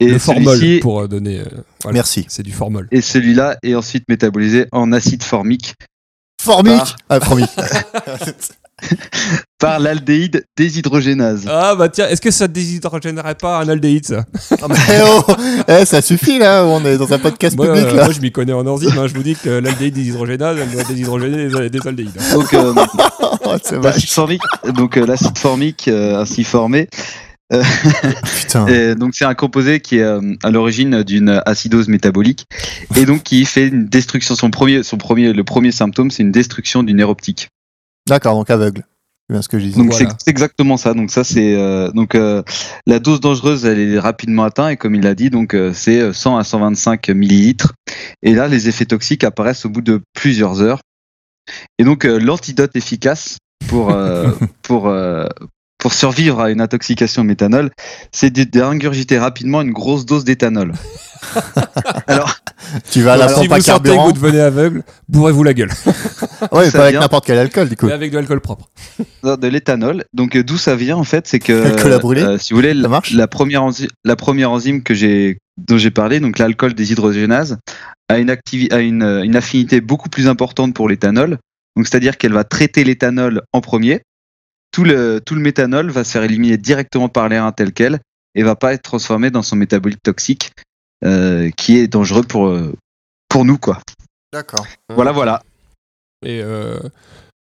B: Et
C: le formol,
B: celui-ci-
C: pour euh, donner. euh, voilà.
A: Merci.
C: C'est du formol.
B: et celui-là est ensuite métabolisé en acide formique
A: Formique Ah, formique.
B: par l'aldéhyde déshydrogénase.
C: Ah bah tiens, est-ce que ça déshydrogénerait pas un aldéhyde ça
A: Ah, mais eh oh Eh, ça suffit, là. On est dans un podcast
C: moi,
A: public,
C: euh,
A: là.
C: moi, je m'y connais en enzymes, hein, je vous dis que l'aldéhyde déshydrogénase, elle doit déshydrogéner des, des aldéhydes.
B: Donc euh,
A: Oh, c'est vache.
B: l'acide formique, donc euh, l'acide formique euh, ainsi formé Bah,
C: Ah.
A: Putain.
B: Et donc c'est un composé qui est euh, à l'origine d'une acidose métabolique et donc qui fait une destruction. Son premier, son premier, le premier symptôme, c'est une destruction du nerf optique.
A: D'accord, donc aveugle. C'est bien ce que je disais.
B: Donc
C: Voilà.
B: c'est- c'est exactement ça. Donc ça c'est euh, donc euh, la dose dangereuse, elle est rapidement atteinte et comme il l'a dit, donc euh, c'est euh, 100 à 125 millilitres. Et là, les effets toxiques apparaissent au bout de plusieurs heures. Et donc euh, l'antidote efficace pour euh, pour euh, pour survivre à une intoxication au méthanol, c'est de- d'ingurgiter rapidement une grosse dose d'éthanol.
A: tu vas à Ah, la
B: Alors,
A: pompe à
C: si vous sentez que
A: carburant.
C: vous devenez aveugle, bourrez-vous la gueule.
A: Ouais,
B: Ça
A: pas avec
B: vient-
A: n'importe quel alcool, du coup.
C: Mais avec de l'alcool propre.
B: de l'éthanol. Donc euh, d'où ça vient en fait, c'est que
A: L'alcool à brûler, Ah,
B: euh, si vous voulez,
A: ça
B: la,
A: marche
B: la première enzy- la première enzyme que j'ai dont j'ai parlé, donc l'alcool déshydrogénase, a une activi- a une, euh, une affinité beaucoup plus importante pour l'éthanol. Donc c'est-à-dire qu'elle va traiter l'éthanol en premier. Tout le tout le méthanol va se faire éliminer directement par l'air tel quel et va pas être transformé dans son métabolique toxique euh, qui est dangereux pour euh, pour nous quoi.
A: D'accord.
B: Voilà voilà.
C: Et euh,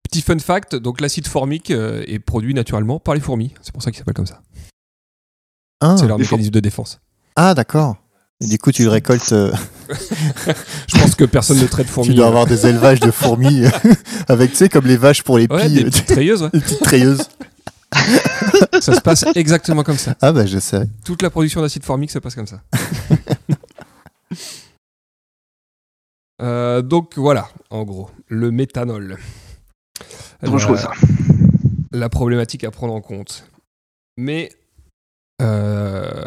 C: petit fun fact, donc l'acide formique euh, est produit naturellement par les fourmis. C'est pour ça qu'il s'appelle comme ça.
A: Ah,
C: C'est leur
B: les
C: mécanisme de défense.
A: Ah, d'accord. Et Du coup, tu le récoltes. euh,
C: Je pense que personne ne traite fourmis.
A: tu dois
C: euh,
A: avoir des élevages de fourmis euh, avec, tu sais, comme les vaches pour les
C: ouais,
A: pies,
C: des
A: euh,
C: petites treilleuses, ouais.
A: des petites treilleuses.
C: ça se passe exactement comme ça.
A: Ah, bah, je sais.
C: Toute la production d'acide formique se passe comme ça. Euh, donc voilà, en gros, le méthanol.
B: Dangereux
C: La-
B: ça.
C: la problématique à prendre en compte. Mais euh,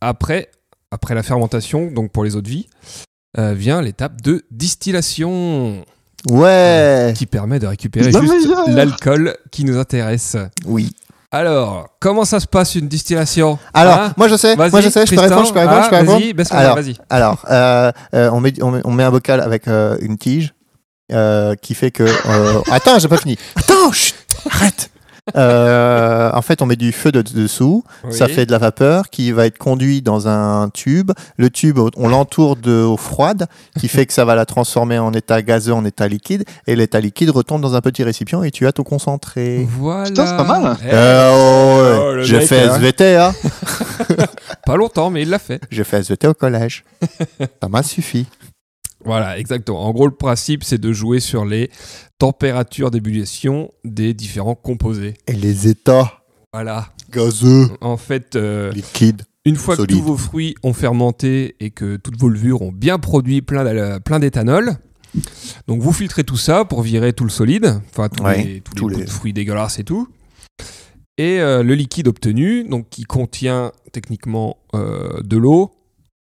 C: après, après la fermentation, donc pour les eaux de vie, euh, vient l'étape de distillation
A: Ouais.
C: qui permet de récupérer
A: Bah
C: juste
A: oui, là.
C: l'alcool qui nous intéresse.
A: Oui.
C: Alors, comment ça se passe une distillation
A: Alors,
C: Hein
A: moi je sais,
C: Vas-y,
A: moi je sais, je peux
C: Tristan.
A: répondre, je peux répondre,
C: Ah,
A: je peux répondre.
C: Vas-y, baisse-moi,
A: Alors,
C: vas-y.
A: Alors, euh, euh, on, met, on, met, on met un bocal avec euh, une tige euh, qui fait que. euh, Attends, j'ai pas fini. Attends, chut, arrête. Euh, en fait, on met du feu de- dessous, ça
C: Oui.
A: fait de la vapeur qui va être conduit dans un tube. Le tube, on l'entoure d'eau froide, qui fait que ça va la transformer en état gazeux, en état liquide, et l'état liquide retombe dans un petit récipient et tu as ton concentré.
C: Voilà.
B: Putain, c'est pas mal.
C: Eh,
A: Euh, oh,
C: Oh, le
A: j'ai
C: mec,
A: fait
C: hein.
A: SVT, hein.
C: Pas longtemps, mais il l'a fait.
A: J'ai fait SVT au collège. ça m'a suffi.
C: Voilà, exactement. En gros, le principe, c'est de jouer sur les températures d'ébullition des différents composés.
A: Et les états
C: Voilà.
A: gazeux,
C: En fait, euh,
A: liquides.
C: une fois
A: Solide.
C: que tous vos fruits ont fermenté et que toutes vos levures ont bien produit plein d'al- plein d'éthanol, donc vous filtrez tout ça pour virer tout le solide, enfin tous,
A: Ouais,
C: les, tous les
A: tous
C: bouts
A: les-
C: de fruits dégueulasses et tout. Et euh, le liquide obtenu, donc qui contient techniquement euh, de l'eau,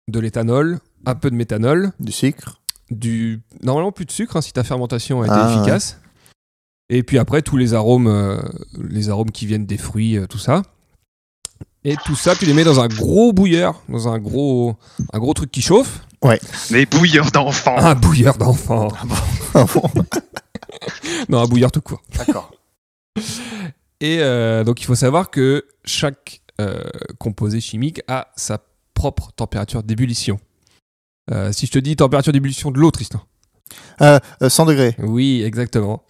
C: de l'éthanol, un peu de méthanol,
A: Du sucre.
C: du normalement plus de sucre hein, si ta fermentation a été
A: Ah,
C: efficace. Et puis après tous les arômes, euh, les arômes qui viennent des fruits, euh, tout ça. Et tout ça, tu les mets dans un gros bouilleur, dans un gros, un gros truc qui chauffe.
B: Mais bouilleur d'enfant.
C: Un bouilleur d'enfant.
A: Ah bon
C: Non, un bouilleur tout court.
A: D'accord.
C: Et euh, donc il faut savoir que chaque euh, composé chimique a sa propre température d'ébullition. Euh, si je te dis température d'ébullition de l'eau, Tristan.
A: Euh, euh, 100 degrés.
C: Oui, exactement.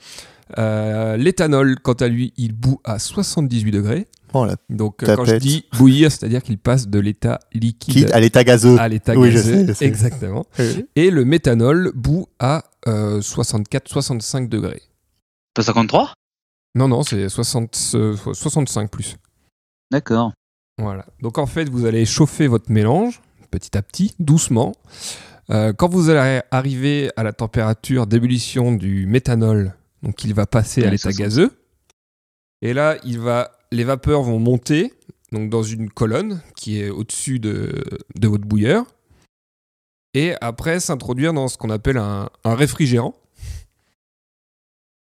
C: Euh, L'éthanol, quant à lui, il bout à 78 degrés.
A: Oh la
C: Donc, euh,
A: Ta
C: quand je
A: pète.
C: dis bouillir, c'est-à-dire qu'il passe de l'état liquide
A: kid à l'état gazeux.
C: à l'état
A: Oui, je
C: gazeux.
A: sais, je sais.
C: Exactement.
A: Euh,
C: Et le méthanol bout à 64-65 degrés.
B: Pas 53
C: Non, non, c'est 60, euh, 65 plus.
B: D'accord.
C: Voilà. Donc en fait, vous allez chauffer votre mélange petit à petit, doucement. Euh, quand vous allez arriver à la température d'ébullition du méthanol, donc il va passer à
B: Ouais,
C: l'état
B: 60.
C: gazeux. Et là, il va, les vapeurs vont monter donc dans une colonne qui est au-dessus de, de votre bouilleur. Et après s'introduire dans ce qu'on appelle un, un réfrigérant,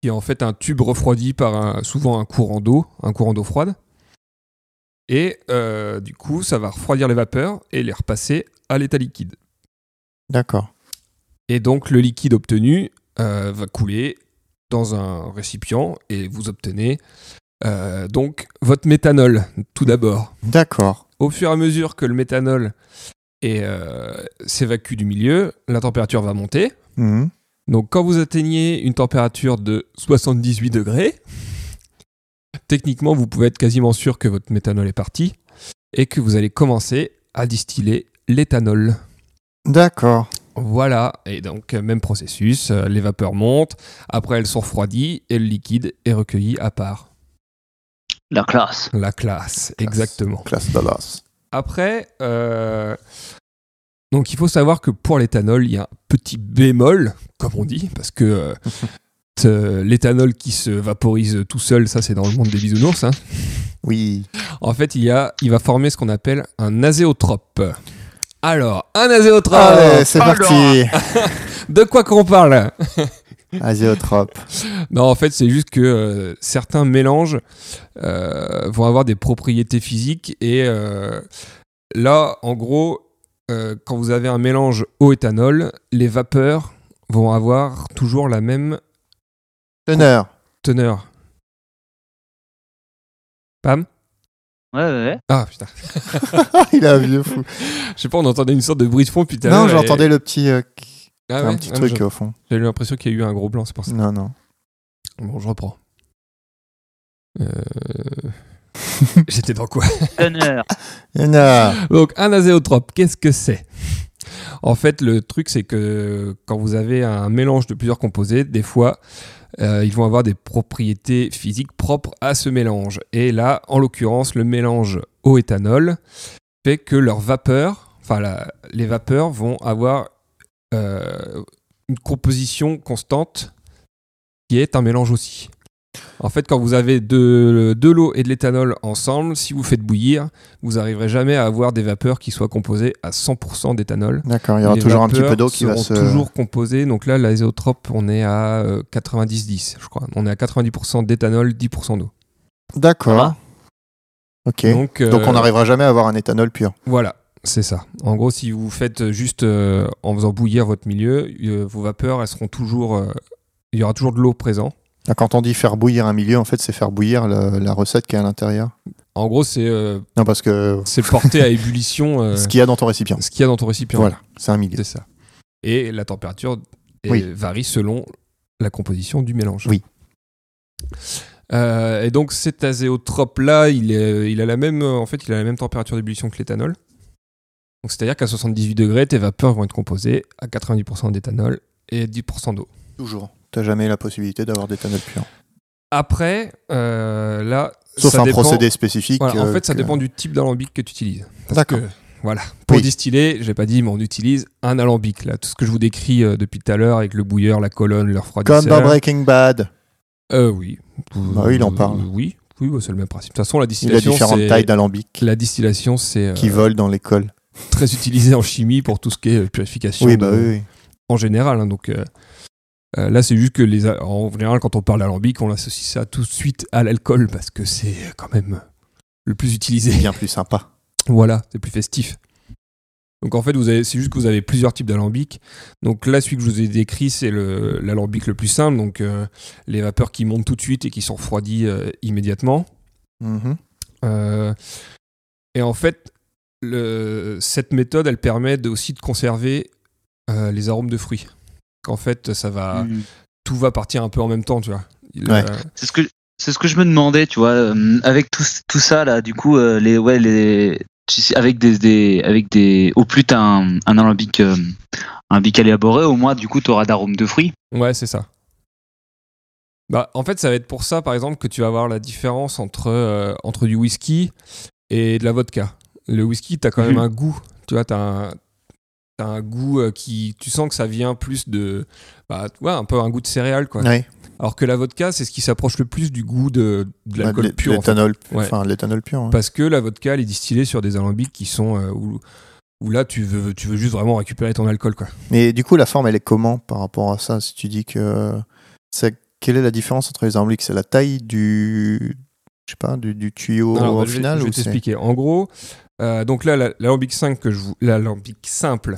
C: qui est en fait un tube refroidi par un- souvent un courant d'eau, un courant d'eau froide. Et euh, du coup, ça va refroidir les vapeurs et les repasser à l'état liquide.
A: D'accord.
C: Et donc, le liquide obtenu euh, va couler dans un récipient et vous obtenez euh, donc votre méthanol tout d'abord.
A: D'accord.
C: Au fur et à mesure que le méthanol est, euh, s'évacue du milieu, la température va monter.
A: Mhm.
C: Donc, quand vous atteignez une température de 78 degrés, techniquement, vous pouvez être quasiment sûr que votre méthanol est parti et que vous allez commencer à distiller l'éthanol.
A: D'accord.
C: Voilà, et donc euh, même processus, euh, les vapeurs montent, après elles sont refroidies et le liquide est recueilli à part.
B: La classe.
C: La classe, exactement.
A: Classe Dallas.
C: Après, euh, donc il faut savoir que pour l'éthanol, il y a un petit bémol, comme on dit, parce que euh, t- euh, l'éthanol qui se vaporise tout seul, ça c'est dans le monde des bisounours. hein.
A: Oui.
C: En fait, il, y a, il va former ce qu'on appelle un azéotrope. Alors, un azéotrope,
A: Allez, c'est
B: alors.
A: parti.
C: de quoi qu'on parle
A: Asiotrope.
C: Non, en fait, c'est juste que euh, certains mélanges euh, vont avoir des propriétés physiques. Et euh, là, en gros, euh, quand vous avez un mélange eau-éthanol, les vapeurs vont avoir toujours la même
A: Teneur.
C: teneur. Pam
B: Ouais, ouais, ouais.
C: Ah putain,
A: Ah, Il a un vieux fou.
C: je sais pas, on entendait une sorte de bruit de fond, putain.
A: Non, j'entendais le petit, euh,
C: ah,
A: un
C: ouais
A: petit
C: Ah,
A: truc
C: j'ai-
A: au fond.
C: J'ai eu l'impression qu'il y a eu un gros blanc, c'est pour ça.
A: Non, non.
C: Bon, je reprends. Euh, J'étais dans quoi
B: Teneur.
A: Teneur.
C: Donc un azéotrope, qu'est-ce que c'est En fait, le truc, c'est que quand vous avez un mélange de plusieurs composés, des fois, euh, ils vont avoir des propriétés physiques propres à ce mélange. Et là, en l'occurrence, le mélange au éthanol fait que leurs vapeurs, enfin la- les vapeurs vont avoir euh, une composition constante qui est un mélange aussi. En fait, quand vous avez de, de l'eau et de l'éthanol ensemble, si vous faites bouillir, vous arriverez jamais à avoir des vapeurs qui soient composées à 100% d'éthanol.
A: D'accord, il y aura
C: Les
A: toujours un petit peu
C: vapeurs
A: d'eau qui va se.
C: seront toujours composées. Donc là, l'azéotrope, on est à euh, 90-10, je crois. On est à 90% d'éthanol, 10% d'eau.
A: D'accord. Ok. Donc,
C: Donc, euh,
A: on n'arrivera jamais à avoir un éthanol pur.
C: Voilà, c'est ça. En gros, si vous faites juste euh, en faisant bouillir votre milieu, euh, vos vapeurs, elles seront toujours euh, il y aura toujours de l'eau présent.
A: Ah, Quand on dit faire bouillir un milieu, en fait, c'est faire bouillir la, la recette qui est à l'intérieur.
C: En gros, c'est euh,
A: Non, parce que
C: c'est porté à ébullition euh,
A: ce qu'il y a dans ton récipient.
C: ce qu'il y a dans ton récipient.
A: Voilà, c'est un milieu.
C: C'est ça. Et la température est-
A: Oui.
C: varie selon la composition du mélange.
A: Oui.
C: Euh, et donc cet azéotrope là, il, est- il a la même, en fait, il a la même température d'ébullition que l'éthanol. Donc c'est-à-dire qu'à 78 degrés, tes vapeurs vont être composées à 90% d'éthanol et 10% d'eau.
A: Toujours. T'as jamais la possibilité d'avoir d'éthanol pur.
C: Après, euh, là,
A: Sauf
C: ça
A: un
C: dépend-
A: procédé spécifique.
C: Voilà, en
A: euh,
C: fait, ça
A: que-
C: dépend du type d'alambic que tu utilises.
A: D'accord.
C: que- Voilà. Pour
A: Oui.
C: distiller, j'ai pas dit, mais on utilise un alambic. Là, tout ce que je vous décris euh, depuis tout à l'heure avec le bouilleur, la colonne, le refroidisseur.
A: Comme dans Breaking Bad.
C: Euh, oui.
A: Bah oui, il en parle.
C: Euh, oui, oui, bah, c'est le même principe. De toute façon, la
A: Il a
C: distillation,
A: différentes
C: c'est-
A: tailles d'alambic
C: la distillation, c'est euh,
A: qui volent dans l'école.
C: très utilisé en chimie pour tout ce qui est euh, purification
A: Oui, bah
C: de-
A: oui. oui.
C: en général. hein, donc euh, euh, là, c'est juste que les a- en général, quand on parle d'alambic, on associe ça tout de suite à l'alcool parce que c'est euh, quand même le plus utilisé.
A: Bien plus sympa.
C: Voilà, c'est plus festif. Donc en fait, vous avez, c'est juste que vous avez plusieurs types d'alambics. Donc là, celui que je vous ai décrit, c'est le, l'alambic le plus simple. Donc euh, les vapeurs qui montent tout de suite et qui sont refroidies euh, immédiatement.
A: Mhm.
C: Euh, et en fait, le- cette méthode, elle permet de- aussi de conserver euh, les arômes de fruits. En fait, ça va,
B: Mm.
C: tout va partir un peu en même temps, tu vois. Il,
A: Ouais.
C: euh,
B: C'est ce que c'est ce que je me demandais, tu vois, euh, avec tout, ce- tout ça là, du coup, euh, les ouais les tu sais, avec des, des avec des au plus t'as un, un alambic euh, un bic élaboré, au moins du coup t'auras d'arômes de fruits.
C: Ouais, c'est ça. Bah, en fait, ça va être pour ça, par exemple, que tu vas avoir la différence entre, euh, entre du whisky et de la vodka. Le whisky, t'as quand même
B: Mhm.
C: un goût. Tu vois, t'as un, t'as un goût euh, qui. Tu sens que ça vient plus de. Bah, ouais, un peu un goût de céréales, quoi.
A: Ouais.
C: Alors que la vodka, c'est ce qui s'approche le plus du goût de, de l'alcool
A: Bah, de l'é-
C: pur. en fait.
A: L'éthanol.
C: Ouais.
A: Enfin, l'éthanol pur. hein.
C: Parce que la vodka, elle est distillée sur des alambics qui sont. euh, où, où là, tu veux, tu veux juste vraiment récupérer ton alcool, quoi.
A: Mais du coup, la forme, elle est comment par rapport à ça Si tu dis que. c'est- Quelle est la différence entre les alambics C'est la taille du. Je sais pas, du, du tuyau
C: Alors,
A: au
C: bah, je vais-
A: final
C: je vais
A: ou c'est-
C: t'expliquer. En gros, euh, donc là, la- l'alambic 5 que je vous, l'alambic simple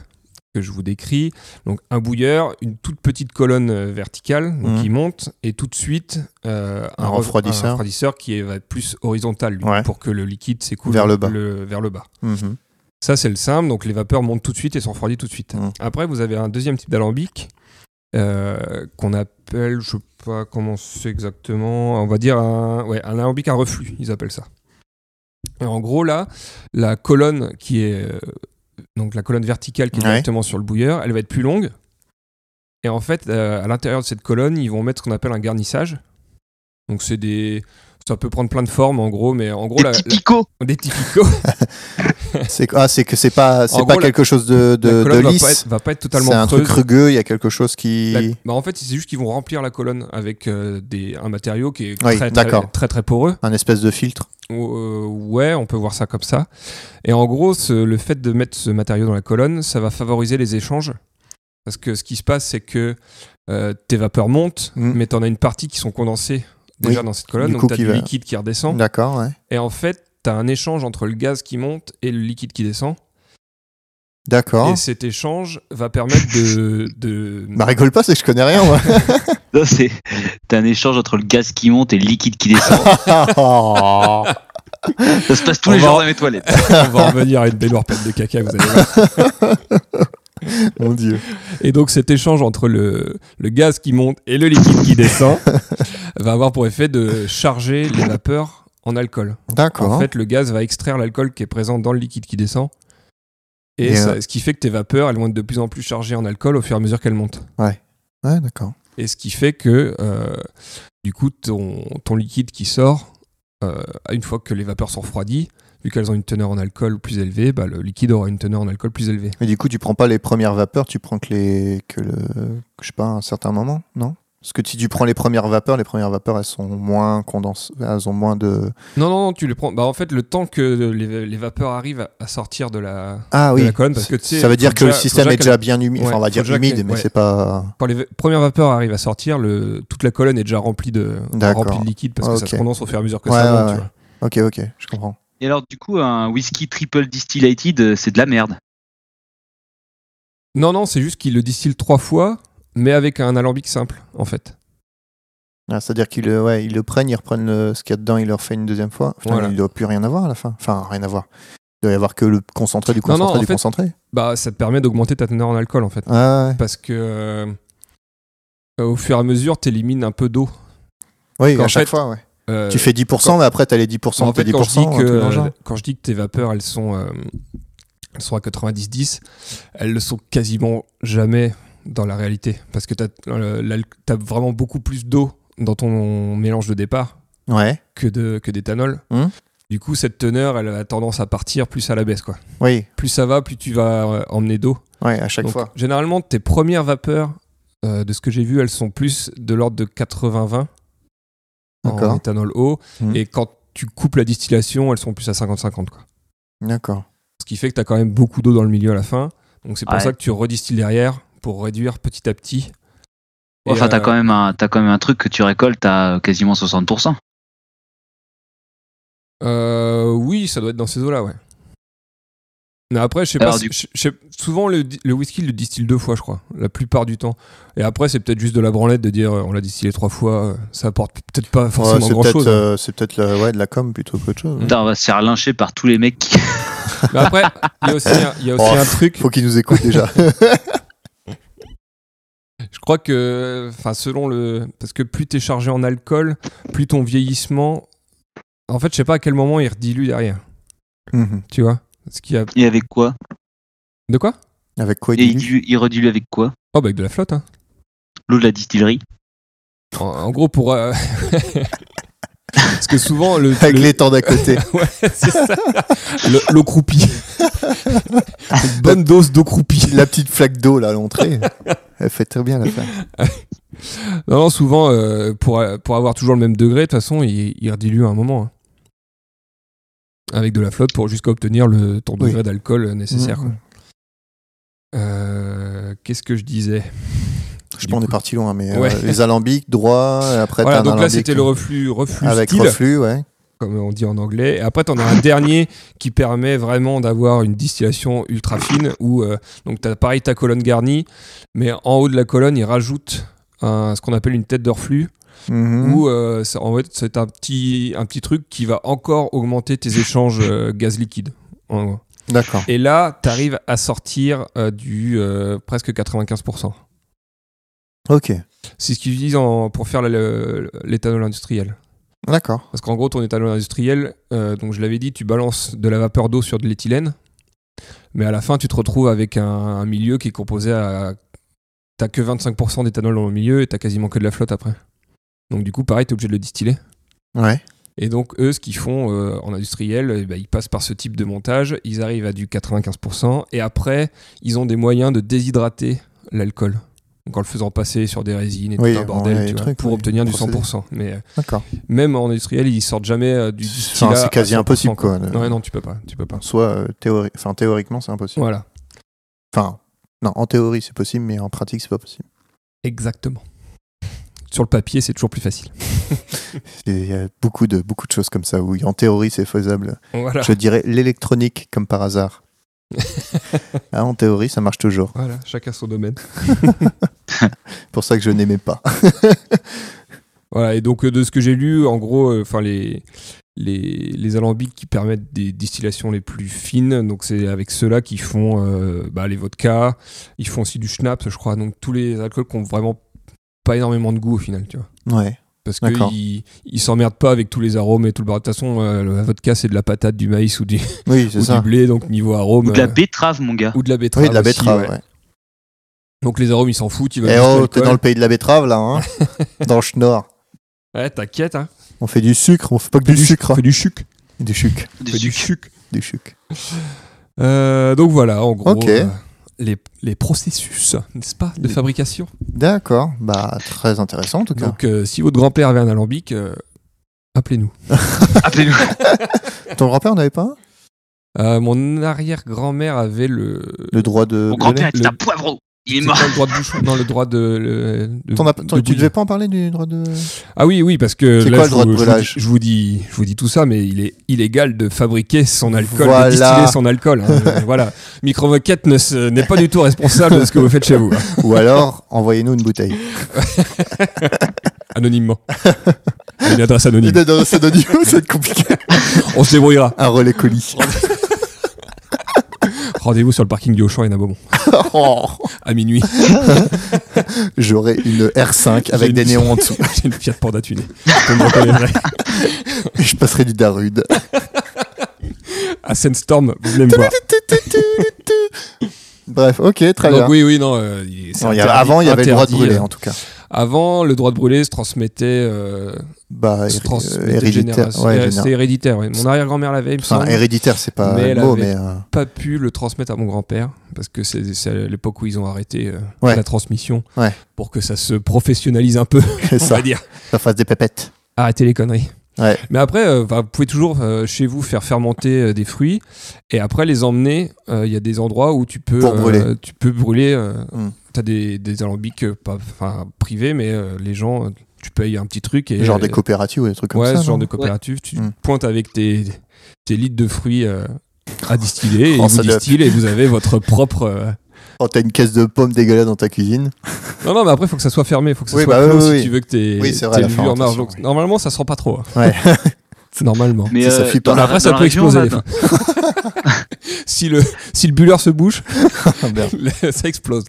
C: que je vous décris, donc un bouilleur, une toute petite colonne euh, verticale donc
A: Mhm.
C: qui monte, et tout de suite euh,
A: Un
C: re-
A: refroidisseur.
C: un refroidisseur qui est, va être plus horizontal lui,
A: Ouais.
C: pour que le liquide s'écoule
A: Vers le bas.
C: vers le bas.
A: Mhm.
C: Ça, c'est le simple, donc les vapeurs montent tout de suite et sont refroidies tout de suite.
A: Mhm.
C: Après, vous avez un deuxième type d'alambic euh, qu'on appelle, je sais pas comment c'est exactement, on va dire un, ouais, un alambic à reflux, ils appellent ça. Et en gros, là, la colonne qui est euh, donc la colonne verticale qui est
A: Ouais.
C: directement sur le bouilleur, elle va être plus longue. Et en fait, euh, à l'intérieur de cette colonne, ils vont mettre ce qu'on appelle un garnissage. Donc c'est des, ça peut prendre plein de formes en gros, mais en gros,
B: Des
C: la-
B: petits picots.
C: la- des petits picots.
A: C'est ah, c'est que c'est pas, c'est
C: En
A: pas
C: gros, la-
A: quelque chose de, de,
C: la
A: de
C: colonne va pas
A: lisse.
C: être, va pas être totalement
A: C'est un
C: creuse.
A: truc rugueux, il y a quelque chose qui.
C: La- bah, en fait, c'est juste qu'ils vont remplir la colonne avec euh, des, un matériau qui est
A: Oui,
C: très, très,
A: d'accord.
C: très très poreux.
A: Un espèce de filtre.
C: Ou- euh, ouais, on peut voir ça comme ça. Et en gros, ce- le fait de mettre ce matériau dans la colonne, ça va favoriser les échanges. Parce que ce qui se passe, c'est que euh, tes vapeurs montent,
A: Mm.
C: mais t'en as une partie qui sont condensées déjà
A: Oui,
C: dans cette colonne.
A: du
C: donc
A: coup,
C: t'as
A: qui
C: du
A: va-
C: liquide qui redescend.
A: D'accord, ouais.
C: Et en fait, t'as un échange entre le gaz qui monte et le liquide qui descend.
A: D'accord.
C: Et cet échange va permettre de- de,
A: Bah rigole pas, c'est que je connais rien, moi.
B: Ça, c'est t'as un échange entre le gaz qui monte et le liquide qui descend.
A: Oh.
B: ça se passe tous
C: On
B: les
C: va-
B: jours dans mes toilettes.
C: On va revenir à une baignoire pleine de caca, vous allez voir.
A: Mon dieu.
C: Et donc cet échange entre le, le gaz qui monte et le liquide qui descend va avoir pour effet de charger les vapeurs en alcool.
A: D'accord.
C: En fait, le gaz va extraire l'alcool qui est présent dans le liquide qui descend. Et
A: Et,
C: ça-
A: euh,
C: ce qui fait que tes vapeurs, elles vont être de plus en plus chargées en alcool au fur et à mesure qu'elles montent.
A: Ouais, d'accord.
C: Et ce qui fait que, euh, du coup, ton, ton liquide qui sort, euh, une fois que les vapeurs sont refroidies, vu qu'elles ont une teneur en alcool plus élevée, bah, le liquide aura une teneur en alcool plus élevée.
A: Mais du coup, tu prends pas les premières vapeurs, tu prends que les. que le. que je sais pas, un certain moment, non Parce que si tu prends les premières vapeurs, les premières vapeurs, elles sont moins condensées, elles ont moins de.
C: Non, non, non, tu les prends. Bah, en fait, le temps que les, les vapeurs arrivent à- à sortir de la.
A: Ah
C: De
A: oui.
C: la colonne, parce que, tu sais,
A: ça veut
C: faut
A: dire que le
C: déjà- faut
A: système
C: déjà
A: est déjà bien humide.
C: Ouais,
A: enfin, on va
C: faut
A: dire
C: déjà
A: humide,
C: qu'elle-
A: mais
C: ouais.
A: c'est pas.
C: Quand les va- premières vapeurs arrivent à sortir, le, toute la colonne est déjà remplie de,
A: D'accord.
C: remplie de liquide parce que ça
A: Ok.
C: se condense au fur et à mesure que
A: Ouais,
C: ça monte.
A: ouais, ouais.
C: tu vois.
A: Ok, ok, je comprends.
B: Et alors du coup un whisky triple distillated, euh, c'est de la merde.
C: Non, non, c'est juste qu'il le distille trois fois, mais avec un alambic simple, en fait.
A: Ah, C'est-à-dire qu'ils le, ouais, ils le prennent, ils reprennent le- ce qu'il y a dedans, ils le refait une deuxième fois. Putain,
C: Voilà.
A: Il ne doit plus rien avoir à la fin. Enfin, rien avoir. Il doit y avoir que le concentré du
C: Non, non,
A: concentré
C: en
A: du
C: fait-
A: concentré.
C: Bah, ça te permet d'augmenter ta teneur en alcool en fait.
A: Ah,
C: Parce que euh, au fur et à mesure, t'élimines un peu d'eau.
A: ouais. Oui,
C: qu'en
A: à chaque
C: fait,
A: fois, ouais.
C: Euh,
A: tu fais 10%, mais après, t'as les 10%
C: en
A: t'as
C: fait,
A: 10%.
C: quand je, dis
A: un truc dans le
C: que,
A: genre.
C: quand je dis que tes vapeurs, elles sont, euh, elles sont à 90-10, elles le sont quasiment jamais dans la réalité. Parce que tu as vraiment beaucoup plus d'eau dans ton mélange de départ
A: Ouais.
C: que de- que d'éthanol.
A: Hum.
C: du coup, cette teneur, elle a tendance à partir plus à la baisse. Quoi.
A: Oui,
C: Plus ça va, plus tu vas euh, emmener d'eau.
A: ouais, à chaque
C: Donc,
A: fois.
C: Généralement, tes premières vapeurs, euh, de ce que j'ai vu, elles sont plus de l'ordre de 80-20 en
A: D'accord.
C: éthanol haut.
A: Mhm.
C: Et quand tu coupes la distillation, elles sont plus à 50-50. quoi.
A: D'accord.
C: Ce qui fait que tu as quand même beaucoup d'eau dans le milieu à la fin. Donc c'est pour
B: Ouais.
C: ça que tu redistilles derrière pour réduire petit à petit. Et,
B: Enfin, t'as
C: euh,
B: quand même un, t'as quand même un truc que tu récoltes à quasiment 60%.
C: Mm. euh, oui, ça doit être dans ces eaux-là, ouais. Mais après, je sais pas.
B: Alors,
C: si-
B: du-
C: je- je sais- souvent, le, di- le whisky le distille deux fois, je crois, la plupart du temps. Et après, c'est peut-être juste de la branlette de dire euh, on l'a distillé trois fois, euh, ça apporte peut-être pas
A: Ouais,
C: forcément
A: c'est peut-être
C: grand-chose. hein.
A: euh, c'est peut-être la- ouais, de la com plutôt qu'autre chose.
B: Putain, on va se faire lyncher par tous les mecs qui.
C: Mais après, il y a aussi un, il y a aussi
A: Oh,
C: un truc.
A: Faut qu'ils nous écoutent déjà.
C: Je crois que, enfin, selon le. Parce que plus t'es chargé en alcool, plus ton vieillissement. En fait, je sais pas à quel moment il redilue derrière.
A: Mhm.
C: Tu vois Ce qu'il y a.
B: Et avec quoi
C: De quoi
A: Avec quoi
B: Et
A: ils
B: il,
A: disent
B: dilue- il redilue avec quoi
C: Oh, bah, avec de la flotte, hein.
B: L'eau de la distillerie.
C: En, en gros, pour. euh, Parce que souvent, le.
A: Avec
C: le-
A: les temps d'à côté.
C: Ouais, c'est ça. Le- L'eau croupie. Une bonne dose d'eau croupie.
A: la petite flaque d'eau là à l'entrée. Elle fait très bien l'affaire.
C: Non, non, souvent, euh, pour, euh, pour avoir toujours le même degré, de toute façon, il, il redilue à un moment. hein. Avec de la flotte pour jusqu'à obtenir le, ton
A: Oui.
C: degré d'alcool euh, nécessaire. quoi.
A: Mhm.
C: Euh, Qu'est-ce que je disais
A: Je
C: Du
A: pense qu'on est
C: coup-
A: parti loin, mais euh,
C: Ouais.
A: les alambics, droit, et après
C: Voilà,
A: t'as un
C: donc là
A: alambic
C: c'était le reflux, reflux
A: avec
C: style,
A: reflux, ouais.
C: comme on dit en anglais. Et après, tu en as un dernier qui permet vraiment d'avoir une distillation ultra fine où, euh, donc, tu as pareil ta colonne garnie, mais en haut de la colonne, ils rajoutent un- ce qu'on appelle une tête de reflux
A: Mhm.
C: où, euh, ça- en fait, c'est un petit, un petit truc qui va encore augmenter tes échanges euh, gaz liquide. en gros.
A: D'accord.
C: Et là, tu arrives à sortir euh, du euh, presque 95%.
A: Ok.
C: C'est ce qu'ils disent en- pour faire la- le- l'éthanol industriel.
A: D'accord.
C: Parce qu'en gros, ton éthanol industriel, euh, donc je l'avais dit, tu balances de la vapeur d'eau sur de l'éthylène, mais à la fin, tu te retrouves avec un, un milieu qui est composé à. T'as que 25% d'éthanol dans le milieu et t'as quasiment que de la flotte après. Donc du coup, pareil, t'es obligé de le distiller.
A: Ouais.
C: Et donc, eux, ce qu'ils font euh, en industriel, eh ben, ils passent par ce type de montage, ils arrivent à du 95%, et après, ils ont des moyens de déshydrater l'alcool. Donc, en le faisant passer sur des résines et
A: Oui,
C: tout un
A: on
C: bordel,
A: a
C: tu
A: des
C: vois,
A: trucs,
C: pour
A: oui,
C: obtenir du
A: procédé.
C: 100%. Mais euh,
A: D'accord.
C: même en industriel, ils sortent jamais euh, du
A: Enfin,
C: distillat
A: c'est quasi
C: à 100%,
A: impossible, quoi, de-
C: Non, non, tu peux pas, tu peux pas.
A: Soit euh, théori- enfin, théoriquement c'est impossible.
C: Voilà,
A: Enfin, non, en théorie c'est possible, mais en pratique c'est pas possible.
C: exactement. Sur le papier, c'est toujours plus facile.
A: Il y a beaucoup de beaucoup de choses comme ça où en théorie c'est faisable.
C: Voilà.
A: Je dirais l'électronique comme par hasard. Ah, en théorie ça marche toujours.
C: voilà, chacun son domaine.
A: Pour ça que je n'aimais pas.
C: Voilà, et donc euh, de ce que j'ai lu, en gros, euh, enfin les, les, les alambics qui permettent des distillations les plus fines, donc c'est avec ceux-là qu'ils font euh, bah, les vodkas, ils font aussi du schnapps, je crois, donc tous les alcools qui ont vraiment pas énormément de goût au final, tu vois.
A: Ouais.
C: Parce
A: D'accord.
C: qu'ils ils s'emmerdent pas avec tous les arômes et tout le bordel. De toute façon, euh, la vodka, c'est de la patate, du maïs ou du,
A: Oui, c'est
C: ou du
A: ça.
C: blé, donc niveau arôme.
B: Ou de la
C: euh,
B: betterave, mon gars.
C: ou de la betterave.
A: Oui, de la
C: aussi,
A: betterave.
C: ouais.
A: ouais.
C: Donc les arômes, ils s'en foutent, ils veulent
A: Eh
C: juste
A: oh, t'es
C: l'alcool.
A: dans le pays de la betterave là, hein Dans le schnorr.
C: Ouais, t'inquiète, hein.
A: On fait du sucre, on fait pas que du, sucre.
C: Fais du chuc.
A: Du sucre.
B: Du
C: Fais du
B: sucre.
C: chuc.
A: Du sucre.
C: Euh, donc voilà, en gros,
A: Ok.
C: euh, les, les processus, n'est-ce pas, de
A: Les-
C: fabrication.
A: D'accord. Bah, très intéressant en tout cas.
C: Donc euh, si votre grand-père avait un alambic, euh, appelez-nous.
B: Appelez-nous.
A: Ton grand-père n'avait pas un
C: Euh, mon arrière-grand-mère avait le...
A: Le droit de.
B: Mon grand-père
C: le-
B: était un poivreau. Il est
C: c'est
B: mort.
C: pas le droit de bouchon, non, le droit de... le- de-
A: T'en as-
C: de
A: t'en- tu
C: bouillir.
A: devais pas en parler du droit de.
C: Ah oui, oui, parce que
A: C'est
C: là,
A: quoi le
C: je,
A: droit de
C: vous, je vous
A: brûlage
C: dis, je, vous dis, je vous dis tout ça, mais il est illégal de fabriquer son alcool,
A: Voilà.
C: de distiller son alcool. hein. Euh, voilà, Microvoquette ne se- n'est pas du tout responsable de ce que vous faites chez vous. hein.
A: Ou alors, envoyez-nous une bouteille.
C: anonymement. À Une adresse anonyme.
A: Et dans cet audio, ça va être compliqué.
C: On se débrouillera.
A: Un relais colis.
C: Rendez-vous sur le parking du Auchan et Nabomont.
A: Oh,
C: À minuit.
A: J'aurai une R5 avec
C: J'ai
A: des
C: une-
A: néons en dessous.
C: J'ai une Fiat Panda tunée. Vous me reconnaîtrez.
A: Je passerai du Darude.
C: À Sandstorm, vous venez me voir.
A: Bref, ok, très bien.
C: Donc oui, oui, non. euh, il- c'est
A: Non, il y a-
C: interdit-
A: avant, il y avait le droit de
C: interdit,
A: brûler, hein.
C: euh,
A: en tout cas.
C: Avant, le droit de brûler se transmettait. euh,
A: Bah,
C: se
A: héri-
C: transmettait de
A: héréditaire.
C: génération.
A: Ouais,
C: Euh,
A: général.
C: C'est héréditaire. ouais. Mon arrière-grand-mère l'avait, il me
A: Enfin,
C: semble.
A: héréditaire, c'est pas
C: Mais elle
A: le mot,
C: avait-
A: mais. euh,
C: pas pu le transmettre à mon grand-père parce que c'est c'est à l'époque où ils ont arrêté euh,
A: Ouais.
C: la transmission
A: Ouais.
C: pour que ça se professionnalise un peu,
A: c'est
C: on
A: ça,
C: va dire.
A: ça fasse des pépettes.
C: Arrêtez les conneries.
A: Ouais.
C: Mais après, euh, bah, vous pouvez toujours euh, chez vous faire fermenter euh, des fruits et après les emmener. Euh, Il y a des endroits où tu peux
A: Pour brûler.
C: euh, tu peux brûler. euh,
A: Mm.
C: T'as des, des alambics euh, pas enfin, privés, mais euh, les gens, euh, tu payes un petit truc et euh,
A: Genre des coopératives ou des trucs comme
C: ouais,
A: ça.
C: ce
A: non
C: genre de coopérative. Tu
A: Mm.
C: pointes avec tes, tes litres de fruits euh, à distiller et
A: Oh,
C: ils vous
A: ça doit-
C: distillent et vous avez votre propre. euh,
A: Quand Oh, t'as une caisse de pommes dégueulasse dans ta cuisine.
C: Non, non, mais après, il faut que ça soit fermé, il faut que ça
A: Oui,
C: soit
A: bah oui,
C: clos
A: oui,
C: si
A: oui.
C: tu veux que tes
A: Oui, c'est vrai,
C: tes
A: la
C: levures marchent.
A: fermentation,
C: Donc,
A: oui.
C: Normalement, ça se rend pas trop. hein.
A: Ouais.
C: Normalement.
B: Mais euh,
A: Ça flippe
B: dans
A: pas.
B: la,
C: Après,
B: dans
C: ça
B: la
C: peut
B: région, hein,
C: exploser.
B: là,
C: les
B: dans-
C: fois. si, le, si le bulleur se bouche,
A: Ah, merde.
C: ça explose.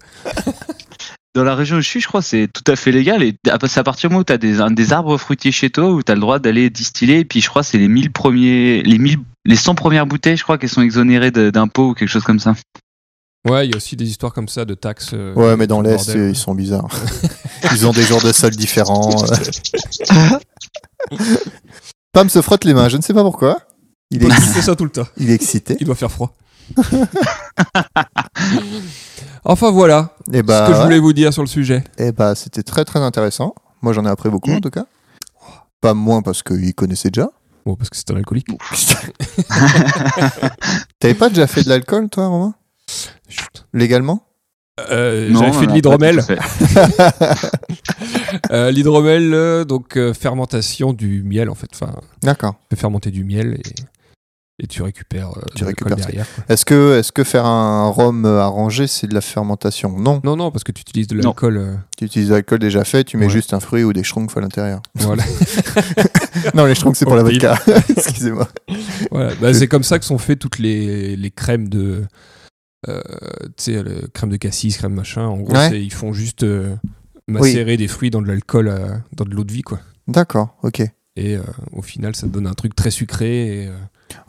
B: Dans la région où je suis, je crois, c'est tout à fait légal. Et à- c'est à partir du moment où tu as des, un- des arbres fruitiers chez toi, où tu as le droit d'aller distiller. Et puis, je crois, c'est les 1000 premiers, les 1000, les 100 premières bouteilles, je crois, qu'elles sont exonérées de- d'impôts ou quelque chose comme ça.
C: Ouais, il y a aussi des histoires comme ça de taxes. euh,
A: Ouais, mais dans
C: tout le
A: l'Est,
C: bordel.
A: ils sont bizarres. Ils ont des jours de sol différents. euh. Pam se frotte les mains, je ne sais pas pourquoi. Il est,
C: Il fait ça tout le temps.
A: il est excité.
C: Il doit faire froid. enfin, voilà
A: Et
C: ce que je
A: bah,
C: voulais vous dire sur le sujet.
A: et bah c'était très très intéressant. Moi, j'en ai appris
C: Mm.
A: beaucoup en tout cas. Pas moins parce qu'il connaissait déjà.
C: Bon, Oh, parce que c'est un alcoolique.
A: T'avais pas déjà fait de l'alcool, toi, Romain
C: Chut.
A: Légalement
C: Euh,
B: Non,
C: J'avais
B: on en
C: fait de
B: a
C: l'hydromel.
B: pas tout fait. Ah,
C: Euh, l'hydromel, euh, donc euh, fermentation du miel en fait. Enfin,
A: D'accord.
C: tu peux fermenter du miel et, et tu récupères euh,
A: Tu
C: de l'alcool
A: récupères ça.
C: derrière. quoi.
A: Est-ce que, est que faire un rhum arrangé, c'est de la fermentation Non.
C: Non, non, parce que tu utilises de
B: Non.
C: l'alcool. euh,
A: Tu utilises de l'alcool déjà fait, tu mets
C: Ouais.
A: juste un fruit ou des schtroumpfs à l'intérieur.
C: voilà.
A: non, les schtroumpfs, c'est pour
C: Au
A: la
C: pif.
A: vodka. Excusez-moi.
C: Voilà. Bah, c'est comme ça que sont faites toutes les, les crèmes de. euh, tu sais, le- crème de cassis, crème machin. En gros,
A: Ouais.
C: c'est- ils font juste euh, macérer des fruits dans de l'alcool, euh, dans de l'eau de vie, quoi.
A: D'accord, ok.
C: Et euh, au final, ça te donne un truc très sucré. Et, euh,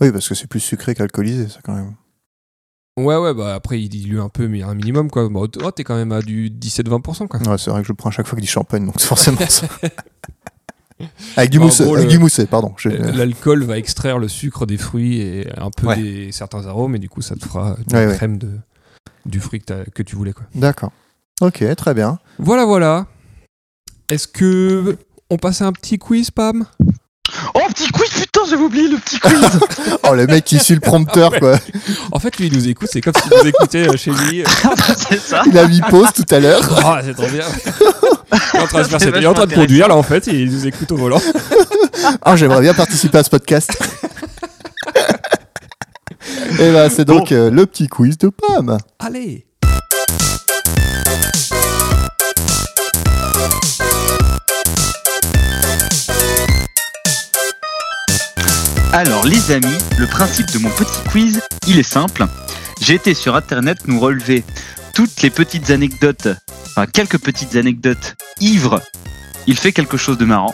A: Oui, parce que c'est plus sucré qu'alcoolisé, ça quand même.
C: Ouais, ouais, bah après, il dilue un peu, mais un minimum, quoi. Bah, oh, t'es quand même à du 17-20%, quoi.
A: Ouais, c'est vrai que je le prends à chaque fois que du champagne, donc c'est forcément ça. avec du
C: Bah, en
A: mousset,
C: gros,
A: avec
C: le-
A: du mousset, pardon. Je-
C: Euh, L'alcool va extraire le sucre des fruits et un peu
A: Ouais.
C: des, certains arômes, et du coup, ça te fera de
A: Ouais,
C: la
A: ouais.
C: crème de, du fruit que, t'as- que tu voulais. Quoi.
A: D'accord. Ok, très bien.
C: Voilà, voilà. Est-ce que on passe à un petit quiz, Pam
B: Oh, petit quiz, putain, j'avais oublié le petit quiz.
A: Oh, le mec qui suit le prompteur, quoi.
C: En fait, lui, il nous écoute, c'est comme si nous écoutait euh, chez lui.
B: c'est ça.
A: Il a mis pause tout à l'heure.
C: Oh, c'est trop bien. Il est en train de, faire
B: C'est
C: ses- il est en train de
B: vachement
C: conduire, là, en fait, et il nous écoute au volant.
A: Ah, j'aimerais bien participer à ce podcast. Et bah, c'est donc euh, le petit quiz de Pam.
C: Allez
B: Alors, les amis, le principe de mon petit quiz, il est simple. J'ai été sur internet nous relever toutes les petites anecdotes, enfin quelques petites anecdotes ivres. Il fait quelque chose de marrant.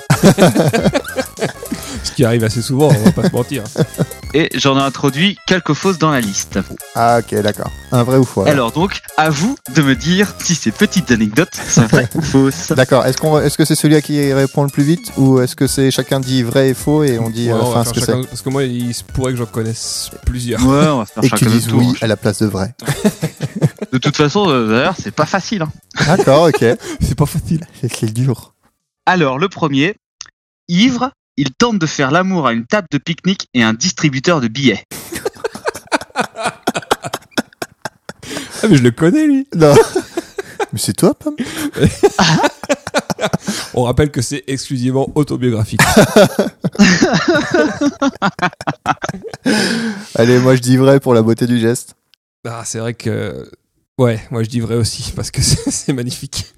C: Ce qui arrive assez souvent, on va pas se mentir.
B: Et j'en ai introduit quelques fausses dans la liste.
A: Ah, ok, d'accord. Un vrai ou faux. alors.
B: Alors donc, à vous de me dire si ces petites anecdotes sont vraies ou fausses.
A: D'accord. Est-ce qu'on, va- est-ce que c'est celui à qui répond le plus vite ou est-ce que c'est chacun dit vrai et faux et on dit
C: Ouais,
A: euh,
C: on va
A: enfin
C: faire
A: ce que c'est
C: chacun- parce que moi, il se pourrait que j'en connaisse plusieurs.
B: Ouais, on va faire
A: et que tu
B: chacun
A: dises
B: notre tour.
A: oui à la place de vrai.
B: De toute façon, euh, d'ailleurs, c'est pas facile. hein.
A: D'accord, ok.
C: C'est pas facile.
A: C'est- C'est dur.
B: Alors, le premier, ivre, il tente de faire l'amour à une table de pique-nique et un distributeur de billets.
C: Ah, mais je le connais, lui
A: Non. Mais c'est toi, Pam
C: On rappelle que c'est exclusivement autobiographique.
A: Allez, moi je dis vrai pour la beauté du geste.
C: ah, c'est vrai que. Ouais, moi je dis vrai aussi parce que c'est c'est magnifique.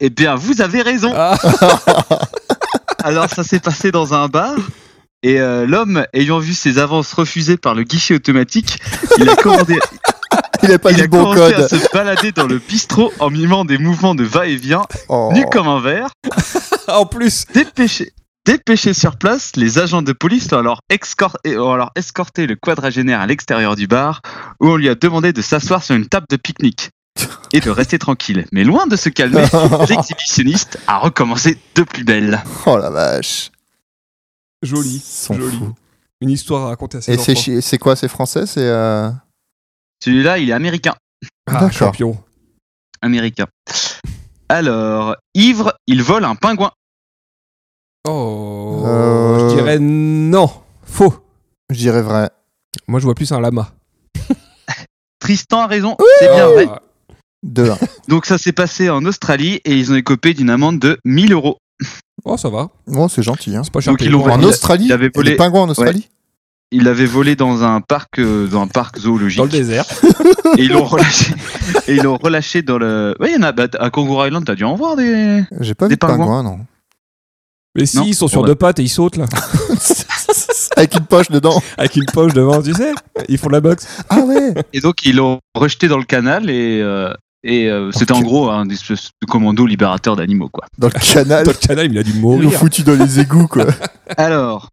B: Eh bien, vous avez raison.
C: Ah,
B: Alors ça s'est passé dans un bar. Et euh, l'homme, ayant vu ses avances refusées par le guichet automatique, il a commandé,
A: Il a pas
B: il
A: dit
B: a
A: le bon
B: commencé
A: code.
B: à se balader dans le bistrot en mimant des mouvements de va-et-vient,
A: Oh.
B: nu comme un verre.
C: en plus,
B: Dépêché, dépêché sur place, les agents de police l'ont alors, excor- et ont alors escorté le quadragénaire à l'extérieur du bar, où on lui a demandé de s'asseoir sur une table de pique-nique et de rester tranquille. Mais loin de se calmer, l'exhibitionniste a recommencé de plus belle.
A: Oh la vache.
C: joli.
A: Ils sont
C: joli.
A: fous.
C: Une histoire à raconter à ses
A: Et c'est
C: enfants.
A: chi- c'est quoi C'est français C'est euh,
B: Celui-là, il est américain.
C: Ah,
A: D'accord.
C: champion.
B: Américain. Alors, ivre, il vole un pingouin.
C: Oh,
A: Euh.
C: je dirais non, faux.
A: je dirais vrai.
C: Moi, je vois plus un lama.
B: Tristan a raison, c'est bien vrai.
C: Ah,
A: De un.
B: Donc ça s'est passé en Australie et ils ont écopé d'une amende de 1000 euros.
C: Oh, ça va.
A: Bon, c'est gentil. Hein.
C: C'est pas cher.
B: Donc,
C: payé.
B: ils l'ont
C: Ouais.
A: En
B: il-
A: Australie
B: il avait
A: Il y a des
B: volé-
A: pingouins en Australie
B: Il l'avait volé dans un parc, euh, dans un parc zoologique.
C: Dans le désert.
B: et ils l'ont relâché. Et ils l'ont relâché dans le. Oui, il y en a. bah, à Kangaroo Island, t'as dû en voir des.
A: J'ai pas
B: Des
A: vu de pingouins, non.
C: Mais si,
B: Non.
C: ils sont sur
B: Ouais.
C: deux pattes et ils sautent là.
A: Avec une poche dedans.
C: Avec une poche devant, tu sais. Ils font de la boxe.
A: Ah ouais
B: Et donc ils l'ont rejeté dans le canal et. euh, Et euh, c'était en gros un espèce de commando libérateur d'animaux, quoi.
A: Dans le canal.
C: Dans le canal, il a dû
A: Ils l'ont
C: mourir.
A: foutu dans les égouts, quoi.
B: Alors,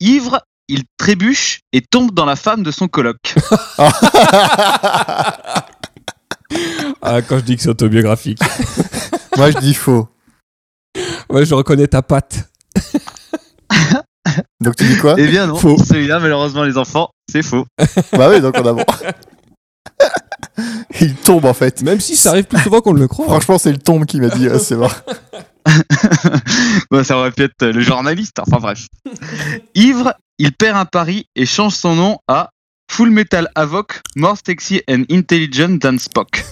B: ivre, il trébuche et tombe dans la femme de son coloc.
C: Ah, quand je dis que c'est autobiographique.
A: Moi, je dis faux.
C: Ouais, je reconnais ta patte.
A: Donc tu dis quoi
B: Eh bien non,
A: Hein Faux.
B: celui-là, malheureusement, les enfants, c'est faux.
A: Bah oui, donc on a bon. Il tombe, en fait.
C: Même si ça arrive plus souvent qu'on ne le croit.
A: Franchement, c'est le tombe qui m'a dit, euh, c'est vrai.
B: Bon, ça aurait pu être euh, le journaliste, enfin bref. Ivre, il perd un pari et change son nom à Full Metal Avoc, More Sexy and Intelligent Than Spock.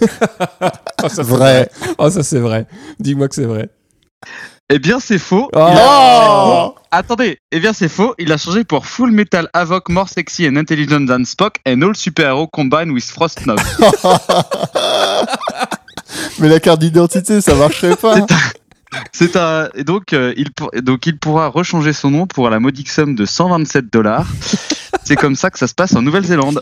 C: Ah, ça, c'est
A: Vrai.
C: Ah, ça c'est vrai. Dis-moi que c'est vrai.
B: Eh bien, c'est faux. Il a-
A: Oh
B: Attendez, eh bien, c'est faux. Il a changé pour Full Metal Avoc, More Sexy and Intelligent Than Spock and All Super Hero Combined with Frost Knob.
C: Oh.
A: Mais la carte d'identité, ça marcherait pas.
B: C'est un. et donc, euh, il pour- donc, il pourra rechanger son nom pour la modique somme de 127 dollars. c'est comme ça que ça se passe en Nouvelle-Zélande.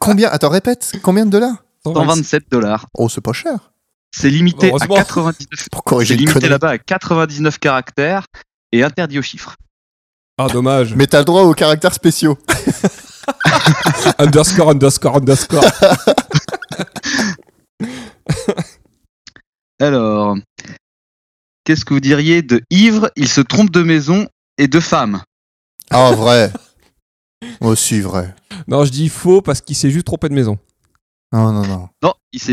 A: Combien Attends, répète. Combien de dollars
B: 127 dollars.
A: Oh, c'est pas cher.
B: C'est limité à
C: Heureusement.
B: 99.
A: Pour
B: C'est
A: corriger une
B: limité
A: connerie.
B: là-bas à 99 caractères et interdit aux chiffres.
C: Ah, dommage.
A: Mais t'as le droit aux caractères spéciaux.
C: underscore, underscore, underscore.
B: Alors, qu'est-ce que vous diriez de ivre Il se trompe de maison et de femme.
A: Ah, vrai. Moi aussi, vrai.
C: Non, je dis faux parce qu'il s'est juste trompé de maison.
A: Non, non, non.
B: Non, il s'est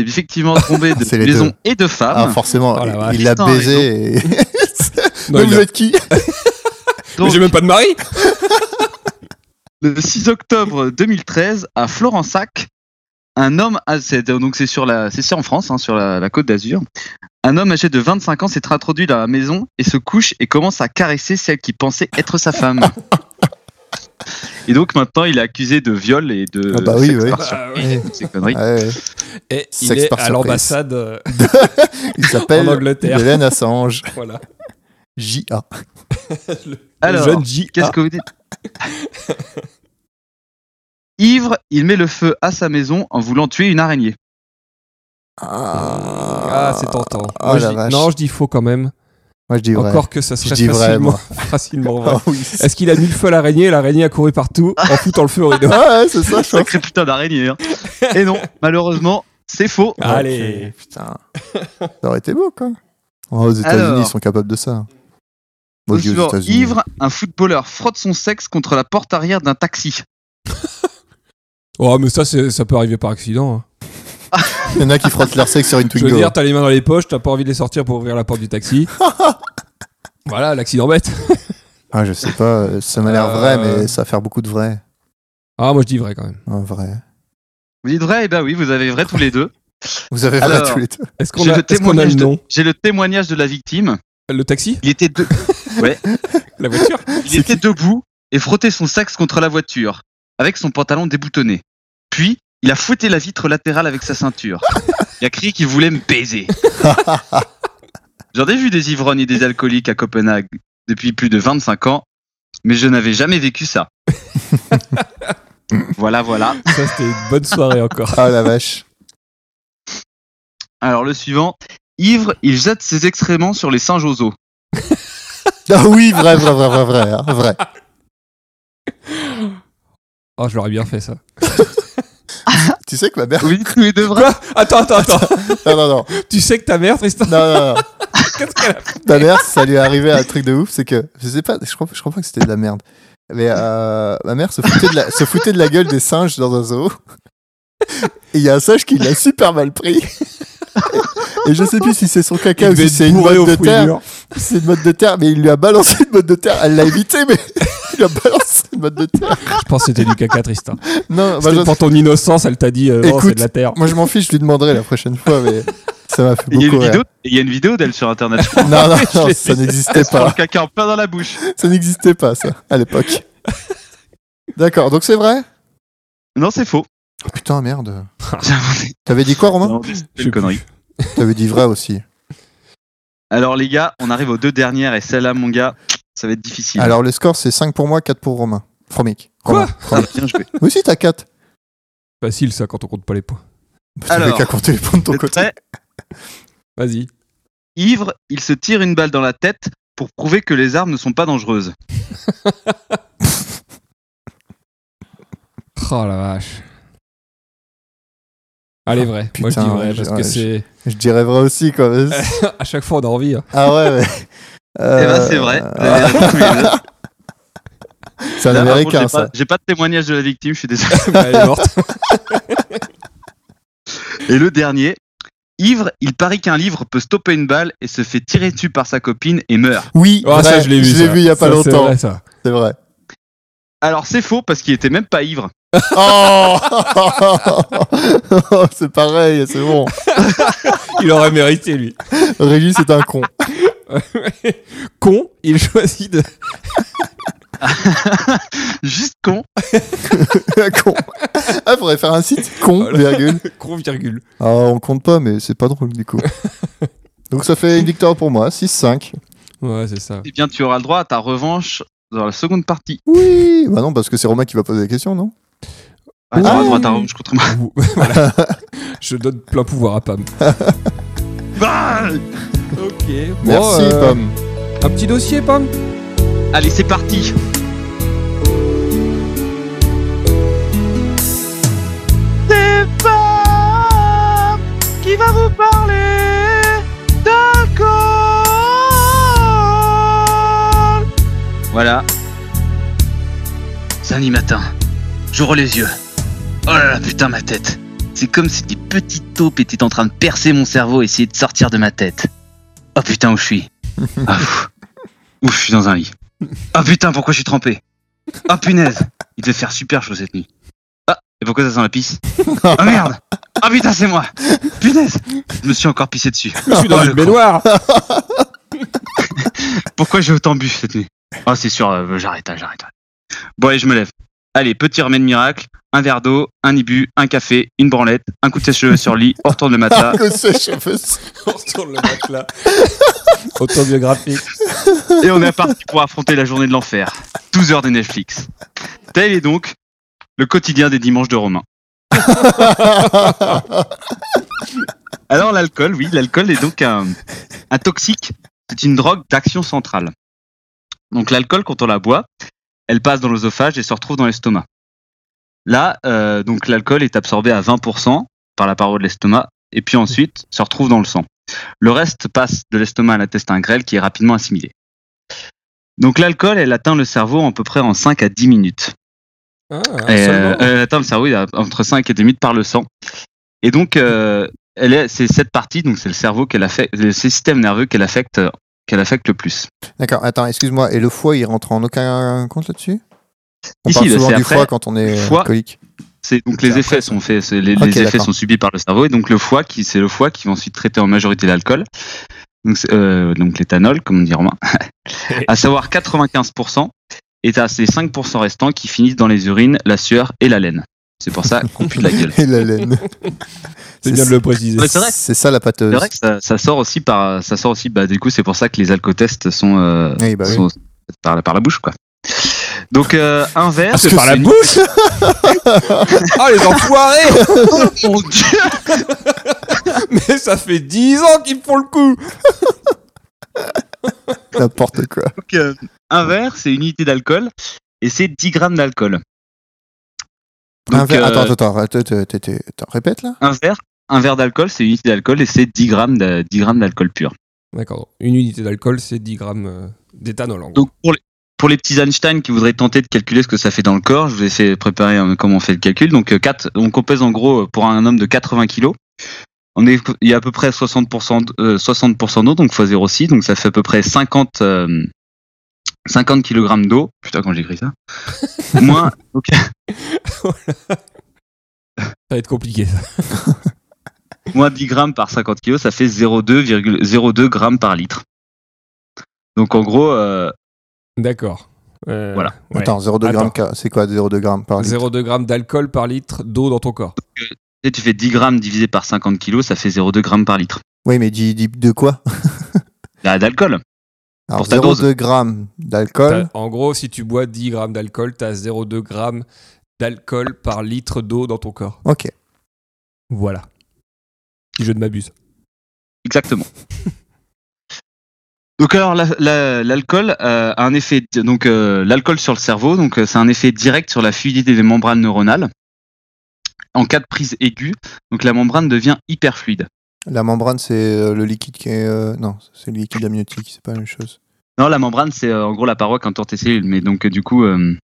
B: effectivement trompé de
A: C'est les
B: maison
A: deux.
B: et de
A: Ah,
B: femme.
A: forcément,
C: Oh la vache.
A: il l'a
B: Putain,
A: baisé. et-
C: Non,
A: Mais
C: il
A: vous
C: a-
A: êtes Ah, qui
C: Mais
B: Donc,
C: j'ai même pas de mari.
B: le 6 octobre 2013 à Florensac, un homme, ah, c'est- donc c'est sur la, c'est c'est en France, hein, sur la, la Côte d'Azur. Un homme âgé de 25 ans s'est introduit dans la maison et se couche et commence à caresser celle qui pensait être sa femme. Et donc maintenant, il est accusé de viol et de
A: Ah bah oui,
B: sexe
A: oui.
B: par surprise,
C: ouais.
B: toutes ces conneries.
A: Ah Ouais,
C: Et il
A: Sexe
C: est
A: par
C: à
A: surprise.
C: l'ambassade. euh,
A: Il
C: En
A: s'appelle
C: Angleterre.
A: Hélène Assange.
C: voilà.
A: J.A. Ah,
B: Alors,
C: Jeune J.
B: qu'est-ce que vous dites Ivre, il met le feu à sa maison en voulant tuer une araignée.
C: Ah, c'est tentant.
A: Ah,
C: Moi, je
A: la
C: dis-
A: vache.
C: Non, je dis faux quand même.
A: Moi, je dis vrai.
C: Encore que ça
A: Je
C: serait
A: dis vrai,
C: facilement
A: moi.
C: facilement vrai.
A: Ah oui.
C: Est-ce qu'il a mis le feu à l'araignée et l'araignée a couru partout en foutant le feu au rideau
A: Ah ouais, c'est ça, je crois.
B: Sacré putain d'araignée. hein. Et non, malheureusement, c'est faux.
C: Allez.
A: Ok, Putain. Ça aurait été beau, quoi. Oh, aux États-Unis,
B: Alors.
A: ils sont capables de ça.
B: Au
A: Maudit aux
B: suivant,
A: États-Unis.
B: ivre, un footballeur frotte son sexe contre la porte arrière d'un taxi.
C: Oh, mais ça, c'est- ça peut arriver par accident. hein.
A: Il y en a qui frottent leur sexe sur une
C: Je veux
A: Twingo.
C: dire, t'as les mains dans les poches, t'as pas envie de les sortir pour ouvrir la porte du taxi. voilà, l'accident bête.
A: Ah, je sais pas, euh, ça m'a l'air
C: Euh,
A: vrai, mais ça va faire beaucoup de vrai.
C: Ah, moi je dis vrai quand même.
A: Un vrai.
B: Vous dites vrai Eh ben oui, vous avez vrai tous les deux.
A: Vous avez vrai
B: Alors.
A: tous les deux.
C: Est-ce qu'on
B: J'ai
C: a,
B: le,
C: est-ce qu'on a le
B: témoignage de-
C: nom
B: j'ai le témoignage de la victime.
C: Le taxi
B: Il était, de-
C: La voiture
B: il était debout et frottait son sexe contre la voiture, avec son pantalon déboutonné. Puis, il a fouetté la vitre latérale avec sa ceinture. Il a crié qu'il voulait me baiser. J'en ai vu des ivrognes et des alcooliques à Copenhague depuis plus de 25 ans, mais je n'avais jamais vécu ça. voilà, voilà.
C: Ça, c'était une bonne soirée encore.
A: Ah la vache.
B: Alors le suivant. Ivre, il jette ses excréments sur les singes aux eaux.
A: Ah oui, vrai, vrai, vrai, vrai, vrai, hein, vrai.
C: Oh, je l'aurais bien fait ça.
A: Tu sais que ma mère.
B: Oui, tous les deux vrais.
C: Attends, attends, attends.
A: Non, non, non.
C: tu sais que ta mère, Tristan,
A: Non, non, non.
C: qu'est-ce qu'elle a fait
A: Ma mère, ça lui est arrivé un truc de ouf, c'est que je sais pas, je crois, je crois pas que c'était de la merde. Mais euh, ma mère se foutait, de la, se foutait de la gueule des singes dans un zoo. Et il y a un singe qui l'a super mal pris. Et je sais plus si c'est son caca ou si c'est une botte de
C: hein.
A: terre. C'est une botte de terre, mais il lui a balancé une botte de terre. Elle l'a évité, mais il lui a balancé une botte de terre.
C: Je pense que c'était du caca, Tristan.
A: Non, bah,
C: C'était
A: je-
C: pour ton innocence, elle t'a dit, euh, oh,
A: Écoute,
C: c'est de la terre.
A: moi je m'en fiche, je lui demanderai la prochaine fois, mais ça m'a fait
B: Et Il y, a
A: beaucoup
B: une
A: rire.
B: vidéo- et il y a une vidéo d'elle sur internet. je crois.
A: Non, non,
C: hein. Je
A: non,
C: l'ai
A: ça
C: vu.
A: n'existait
B: Elle prend le
A: pas.
B: caca en plein dans la bouche.
A: Ça n'existait pas, ça, à l'époque. D'accord, donc c'est vrai
B: Non, c'est faux.
A: Oh, Putain, merde.
B: J'ai inventé-
A: T'avais dit quoi,
B: j'ai
A: Romain
B: inventé
C: Je
B: cette
C: sais
B: connerie.
C: plus.
A: T'avais dit vrai aussi.
B: Alors les gars, on arrive aux deux dernières et celle-là, mon gars, ça va être difficile.
A: Alors, le score, c'est 5 pour moi, 4 pour Romain. Fromic.
C: Quoi
A: Romain.
B: Ça va Ah, bien joué.
A: Oui, si, t'as 4.
C: Facile, ça, quand on compte pas les points.
A: T'avais
B: Alors,
A: qu'à compter les points de ton
B: Vous êtes
A: côté.
B: prêts
C: Vas-y.
B: Ivre, il se tire une balle dans la tête pour prouver que les armes ne sont pas dangereuses.
C: Oh la vache. Allez, vrai. Moi, je
A: putain,
C: dis vrai,
A: ouais,
C: parce
A: ouais,
C: que c'est.
A: Je dirais vrai aussi, quoi. Vas-y.
C: à chaque fois, on a envie. hein.
A: Ah ouais, ouais.
B: Eh
A: Euh,
B: ben, c'est vrai. Vous
A: euh,
B: avez raison tous les deux.
A: C'est un
B: Là, par
A: américain,
B: contre, j'ai
A: ça.
B: pas- J'ai pas de témoignage de la victime, je suis désolé.
C: Bah, Elle est morte.
B: Et le dernier. Ivre, il parie qu'un livre peut stopper une balle et se fait tirer dessus par sa copine et meurt.
A: Oui,
C: Ah,
A: vrai,
C: ça, je l'ai vu.
A: Je l'ai
C: ça.
A: vu il y a pas
C: Ça, c'est
A: longtemps.
C: vrai, ça.
A: C'est vrai.
B: Alors c'est faux parce qu'il était même pas ivre.
A: Oh, Oh, C'est pareil, c'est bon.
C: Il aurait mérité, lui.
A: Régis est un con.
C: Con, il choisit de.
B: Juste con.
A: con. Ah, faudrait faire un site con,
C: Voilà.
A: virgule.
C: Con, virgule.
A: Ah, on compte pas, mais c'est pas drôle du coup. Donc ça fait une victoire pour moi, 6-5.
C: Ouais, c'est ça.
B: Eh bien, tu auras le droit à ta revanche dans la seconde partie.
A: Oui Bah non, parce que c'est Romain qui va poser la question, non
B: Ah, tu
A: Ah
B: auras le droit à
A: oui.
B: ta revanche contre moi.
C: Ou- voilà. Je donne plein pouvoir à Pam.
B: Ah
C: Ok. euh,
A: Merci, Pam.
C: Un petit dossier, Pam
B: Allez, c'est parti. C'est Pam qui va vous parler d'alcool. Voilà. Samedi matin, j'ouvre les yeux. Oh là là, putain, ma tête. C'est comme si des petites taupes étaient en train de percer mon cerveau et essayer de sortir de ma tête. Oh putain, où je suis Ah, pff. Ouf, je suis dans un lit. Ah putain, pourquoi je suis trempé Ah punaise Il devait faire super chaud cette nuit. Ah, et pourquoi ça sent la pisse Ah merde Ah putain, c'est moi Punaise Je me suis encore pissé dessus.
C: Je suis dans
B: Oh,
C: une
B: le con.
C: baignoire
B: Pourquoi j'ai autant bu cette nuit Ah, c'est sûr, euh, j'arrête, hein, j'arrête. ouais. Bon, allez, je me lève. Allez, petit remède miracle, un verre d'eau, un ibu, un café, une branlette, un coup de sèche-cheveux sur le lit, on retourne le matelas.
A: Que c'est, cheveux
C: On retourne le matelas. Autobiographique.
B: Et on est parti pour affronter la journée de l'enfer. 12 heures de Netflix. Tel est donc le quotidien des dimanches de Romain. Alors Ah l'alcool, oui, l'alcool est donc un, un toxique. C'est une drogue d'action centrale. Donc l'alcool, quand on la boit, elle passe dans l'œsophage et se retrouve dans l'estomac. Là, euh, donc l'alcool est absorbé à 20% par la paroi de l'estomac et puis ensuite se retrouve dans le sang. Le reste passe de l'estomac à l'intestin grêle qui est rapidement assimilé. Donc l'alcool, elle atteint le cerveau à peu près en 5 à 10 minutes.
C: Ah,
A: Hein,
B: Et,
C: seulement.
B: euh, elle atteint le cerveau il a entre 5 et 10 minutes par le sang. Et donc, euh, elle est, c'est cette partie, donc c'est le cerveau qu'elle affecte, le système nerveux qu'elle affecte, euh, qu'elle affecte le plus.
A: D'accord, attends, excuse-moi. Et le foie, il rentre en aucun compte là-dessus On
B: Ici,
A: parle
B: là,
A: souvent
B: c'est
A: du
B: après-
A: foie quand on est euh,
B: le foie.
A: alcoolique.
B: C'est donc les
A: C'est
B: effets sont faits, c'est- les, les
A: Ok,
B: effets
A: d'accord.
B: sont subis par le cerveau et donc le foie qui c'est le foie qui va ensuite traiter en majorité l'alcool, donc c'est, euh, donc l'éthanol comme on dit Romain, à savoir 95% et t'as ces 5% restants qui finissent dans les urines, la sueur et la laine. C'est pour ça qu'on pue de la gueule.
A: Et la laine.
C: C'est bien de le préciser.
G: Ouais, c'est vrai.
E: C'est ça la
B: C'est
E: pâteuse.
B: vrai que ça, ça sort aussi par, ça sort aussi. Bah, du coup, c'est pour ça que les alcotests sont, euh,
E: Oui, bah oui.
B: sont par, la- par la bouche, quoi. Donc euh, un verre.
E: Ah,
C: Parce que par la
B: c'est-
C: bouche Ah les enfoirés
B: Oh, mon Dieu
C: Mais ça fait 10 ans qu'ils me font le coup
E: N'importe quoi.
B: Donc, euh, un verre, c'est une unité d'alcool et c'est 10 grammes d'alcool. Donc,
E: Un verre-
B: euh,
E: Attends, attends, attends, attends, attends, attends, attends, répète là.
B: un verre, un verre d'alcool, c'est une unité d'alcool et c'est 10 grammes de- 10 grammes d'alcool pur.
C: D'accord, une unité d'alcool c'est 10 grammes euh, d'éthanol en gros.
B: Donc pour les, pour les petits Einstein qui voudraient tenter de calculer ce que ça fait dans le corps, je vous ai fait préparer euh, comment on fait le calcul. Donc, euh, quatre- donc on pèse en gros euh, pour un homme de 80 kg. On est, il y a à peu près 60%, d- euh, 60% d'eau, donc x 0,6, donc ça fait à peu près 50, euh, 50 kg d'eau. Putain, quand j'écris ça. Moins, ok.
C: Ça va être compliqué ça.
B: moins 10 grammes par 50 kg, ça fait 0,02 grammes par litre. Donc en gros, euh,
C: D'accord. Euh,
B: Voilà.
C: ouais.
E: Attends, 0,2
C: Attends.
E: grammes, ca- c'est quoi 0,2 grammes par litre
C: 0,2 grammes d'alcool par litre d'eau dans ton corps.
B: tu sais, tu fais 10 grammes divisé par 50 kg, ça fait 0,2 grammes par litre.
E: Oui, mais dis, dis de quoi
B: Là, D'alcool. Pour
E: Alors
B: ta
E: 0,2 grammes d'alcool.
C: T'as- En gros, si tu bois 10 grammes d'alcool, t'as 0,2 grammes d'alcool par litre d'eau dans ton corps.
E: Ok.
C: Voilà. Si je ne m'abuse.
B: Exactement. Donc alors la- la- l'alcool euh, a un effet donc euh, l'alcool sur le cerveau donc euh, c'est un effet direct sur la fluidité des membranes neuronales. En cas de prise aiguë, donc la membrane devient hyperfluide.
E: La membrane, c'est euh, le liquide qui est. euh, Non, c'est le liquide amniotique, c'est pas la même chose.
B: Non, la membrane c'est euh, en gros la paroi qu'entoure tes cellules, mais donc euh, du coup euh,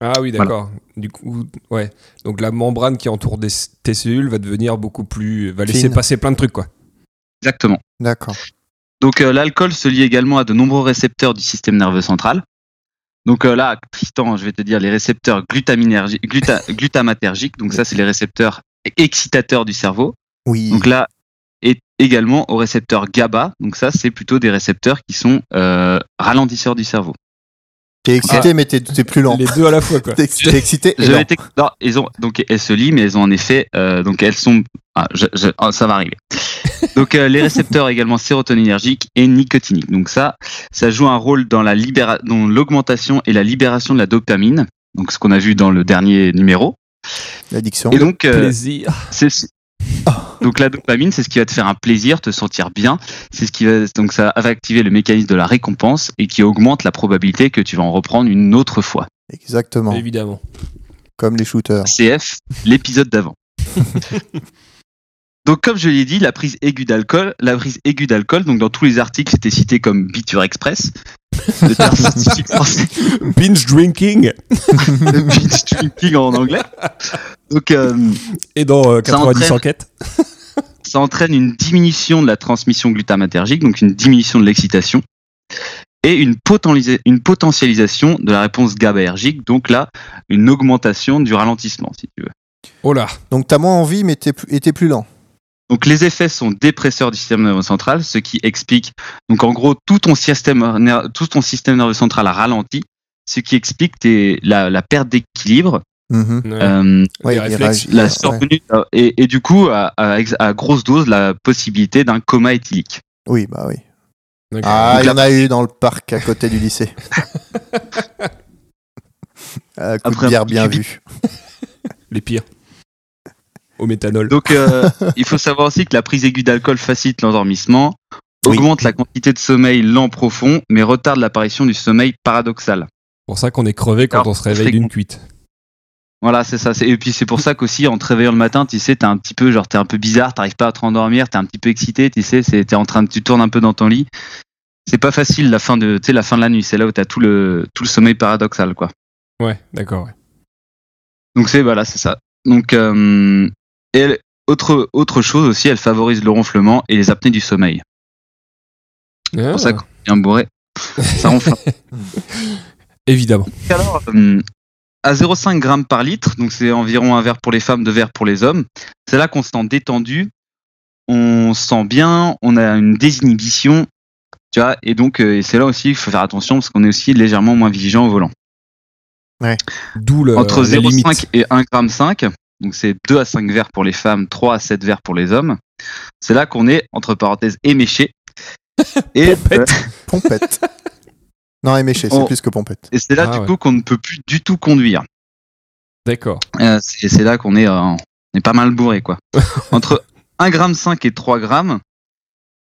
C: Ah oui,
B: Voilà.
C: d'accord. Du coup, ouais. Donc la membrane qui entoure des- tes cellules va devenir beaucoup plus. va laisser
E: Fine.
C: passer plein de trucs, quoi.
B: exactement.
E: D'accord.
B: Donc euh, l'alcool se lie également à de nombreux récepteurs du système nerveux central. Donc euh, là, Tristan, je vais te dire les récepteurs glutaminergi- gluta- glutamatergiques. Donc ça, c'est les récepteurs excitateurs du cerveau.
E: Oui.
B: Donc là, et également aux récepteurs GABA. Donc ça, c'est plutôt des récepteurs qui sont euh, ralentisseurs du cerveau.
E: T'es excité, mais t'es t'es plus lent.
C: Les deux à la fois,
B: Euh,
C: quoi.
E: T'es t'es excité et
B: Je
E: lent.
B: vais t'ex- non, elles ont donc elles se lient, mais elles ont en effet euh, donc elles sont ah, je- je- ah, ça va arriver. Donc euh, les récepteurs également sérotoninergiques et nicotiniques. Donc ça, ça joue un rôle dans la libéra- dans l'augmentation et la libération de la dopamine. Donc ce qu'on a vu dans le dernier numéro.
E: L'addiction.
B: Et donc euh,
C: Plaisir.
B: c'est ce- donc la dopamine, c'est ce qui va te faire un plaisir, te sentir bien. C'est ce qui va donc ça va activer le mécanisme de la récompense et qui augmente la probabilité que tu vas en reprendre une autre fois.
E: Exactement.
C: Évidemment.
E: Comme les shooters.
B: CF, l'épisode d'avant. donc, comme je l'ai dit, la prise aiguë d'alcool, la prise aiguë d'alcool, donc dans tous les articles, c'était cité comme biture express. Le terme scientifique français
C: Binge drinking.
B: de binge drinking en anglais. Donc, euh,
C: Et dans euh,
B: Ça
C: 90
B: entraîne.
C: enquêtes.
B: ça entraîne une diminution de la transmission glutamatergique, donc une diminution de l'excitation, et une, potenlisa- une potentialisation de la réponse GABAergique, donc là, une augmentation du ralentissement, si tu veux.
C: Oh là.
E: Donc t'as moins envie, mais t'es plus- et t'es plus lent.
B: Donc les effets sont dépresseurs du système nerveux central, ce qui explique donc en gros tout ton système ner- tout ton système nerveux central a ralenti, ce qui explique tes- la, la perte d'équilibre,
E: Mhm.
B: euh,
E: Ouais,
C: Les
E: il
C: réflexes.
E: réagit,
B: la
E: ouais.
B: survenue euh, et, et du coup à, à ex- à grosse dose la possibilité d'un coma éthylique.
E: Oui, bah oui.
C: Ok.
E: Ah, il y en a eu dans le parc à côté du lycée. Ah, coup
B: Après
E: de
B: un
E: bière
B: petit
E: bien
B: cubi-
E: vu.
C: Les pires. Au méthanol.
B: Donc euh, il faut savoir aussi que la prise aiguë d'alcool facilite l'endormissement,
E: Oui.
B: augmente la quantité de sommeil lent profond, mais retarde l'apparition du sommeil paradoxal.
C: C'est pour ça qu'on est crevé quand
B: Alors,
C: on se réveille
B: c'est-
C: d'une cuite.
B: Voilà, c'est ça. c'est- Et puis c'est pour ça qu'aussi en te réveillant le matin, tu sais, t'es un petit peu, genre, t'es un peu bizarre, t'arrives pas à te rendormir, t'es un petit peu excité, tu sais, c'est- t'es en train de, tu tournes un peu dans ton lit. C'est pas facile la fin de, tu sais, la fin de la nuit. C'est là où t'as tout le, tout le sommeil paradoxal, quoi.
C: Ouais, d'accord. ouais.
B: Donc c'est, voilà, c'est ça. Donc, euh, et elle- autre, autre chose aussi, elle favorise le ronflement et les apnées du sommeil. C'est
C: Ah,
B: pour ça qu'on est bien bourré. Ça ronfle.
C: Évidemment.
B: Alors, euh, à 0,5 grammes par litre, donc c'est environ un verre pour les femmes, deux verres pour les hommes, c'est là qu'on se sent détendu, on se sent bien, on a une désinhibition, tu vois, et donc euh, et c'est là aussi qu'il faut faire attention parce qu'on est aussi légèrement moins vigilant au volant.
C: D'où le.
B: Entre
C: la Euh, limite.
B: 0,5 et 1,5 g, Donc c'est 2 à 5 verres pour les femmes, 3 à 7 verres pour les hommes. C'est là qu'on est, entre parenthèses, éméché. Et, euh,
E: Pompette. non, éméché, c'est
B: On-
E: plus que pompette.
B: et c'est là
C: Ah
B: du
C: ouais.
B: coup qu'on ne peut plus du tout conduire.
C: D'accord.
B: Euh, c'est- et c'est là qu'on est, euh, on est pas mal bourré quoi. Entre 1,5 g et 3 grammes,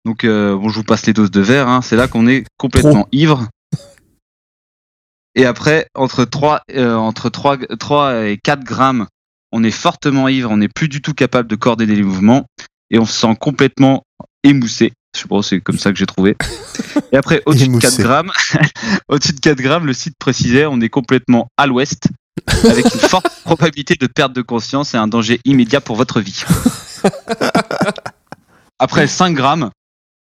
B: donc euh, bon, je vous passe les doses de verre, hein, c'est là qu'on est complètement ivre. Et après, entre 3, euh, entre 3, 3 et 4 grammes, on est fortement ivre, on n'est plus du tout capable de coordonner les mouvements et on se sent complètement émoussé. Je sais pas, c'est comme ça que j'ai trouvé. Et après, au-dessus de 4
E: Émoussé.
B: grammes, au-dessus de 4 grammes, le site précisait, on est complètement à l'ouest, avec une forte probabilité de perte de conscience et un danger immédiat pour votre vie. Après 5 grammes,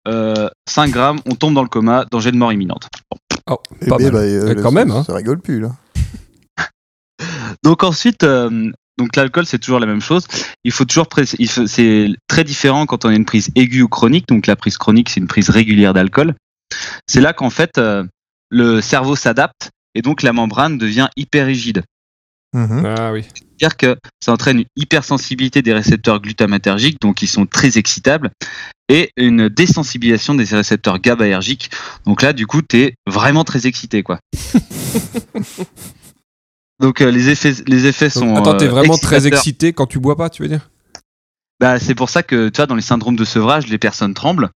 B: euh, 5 grammes, on tombe dans le coma, danger de mort imminente.
C: Oh,
E: Eh
C: pas
E: ben,
C: mal.
E: bah, euh,
C: Eh,
E: là,
C: quand
E: ça-
C: même, hein.
E: Ça rigole plus, là.
B: Donc ensuite, euh, donc l'alcool c'est toujours la même chose. Il faut toujours pré- il faut- c'est très différent quand on a une prise aiguë ou chronique. Donc la prise chronique c'est une prise régulière d'alcool. C'est là qu'en fait euh, le cerveau s'adapte et donc la membrane devient hyper rigide.
E: Mhm.
C: Ah oui.
B: C'est-à-dire que ça entraîne une hypersensibilité des récepteurs glutamatergiques, donc ils sont très excitables, et une désensibilisation des récepteurs GABAergiques. Donc là, du coup, t'es vraiment très excité, quoi. donc euh, les effets, les effets sont.
C: Donc, attends, t'es
B: euh,
C: vraiment très
B: excitateurs.
C: excité quand tu bois pas, tu veux dire
B: Bah, c'est pour ça que tu vois, dans les syndromes de sevrage, les personnes tremblent,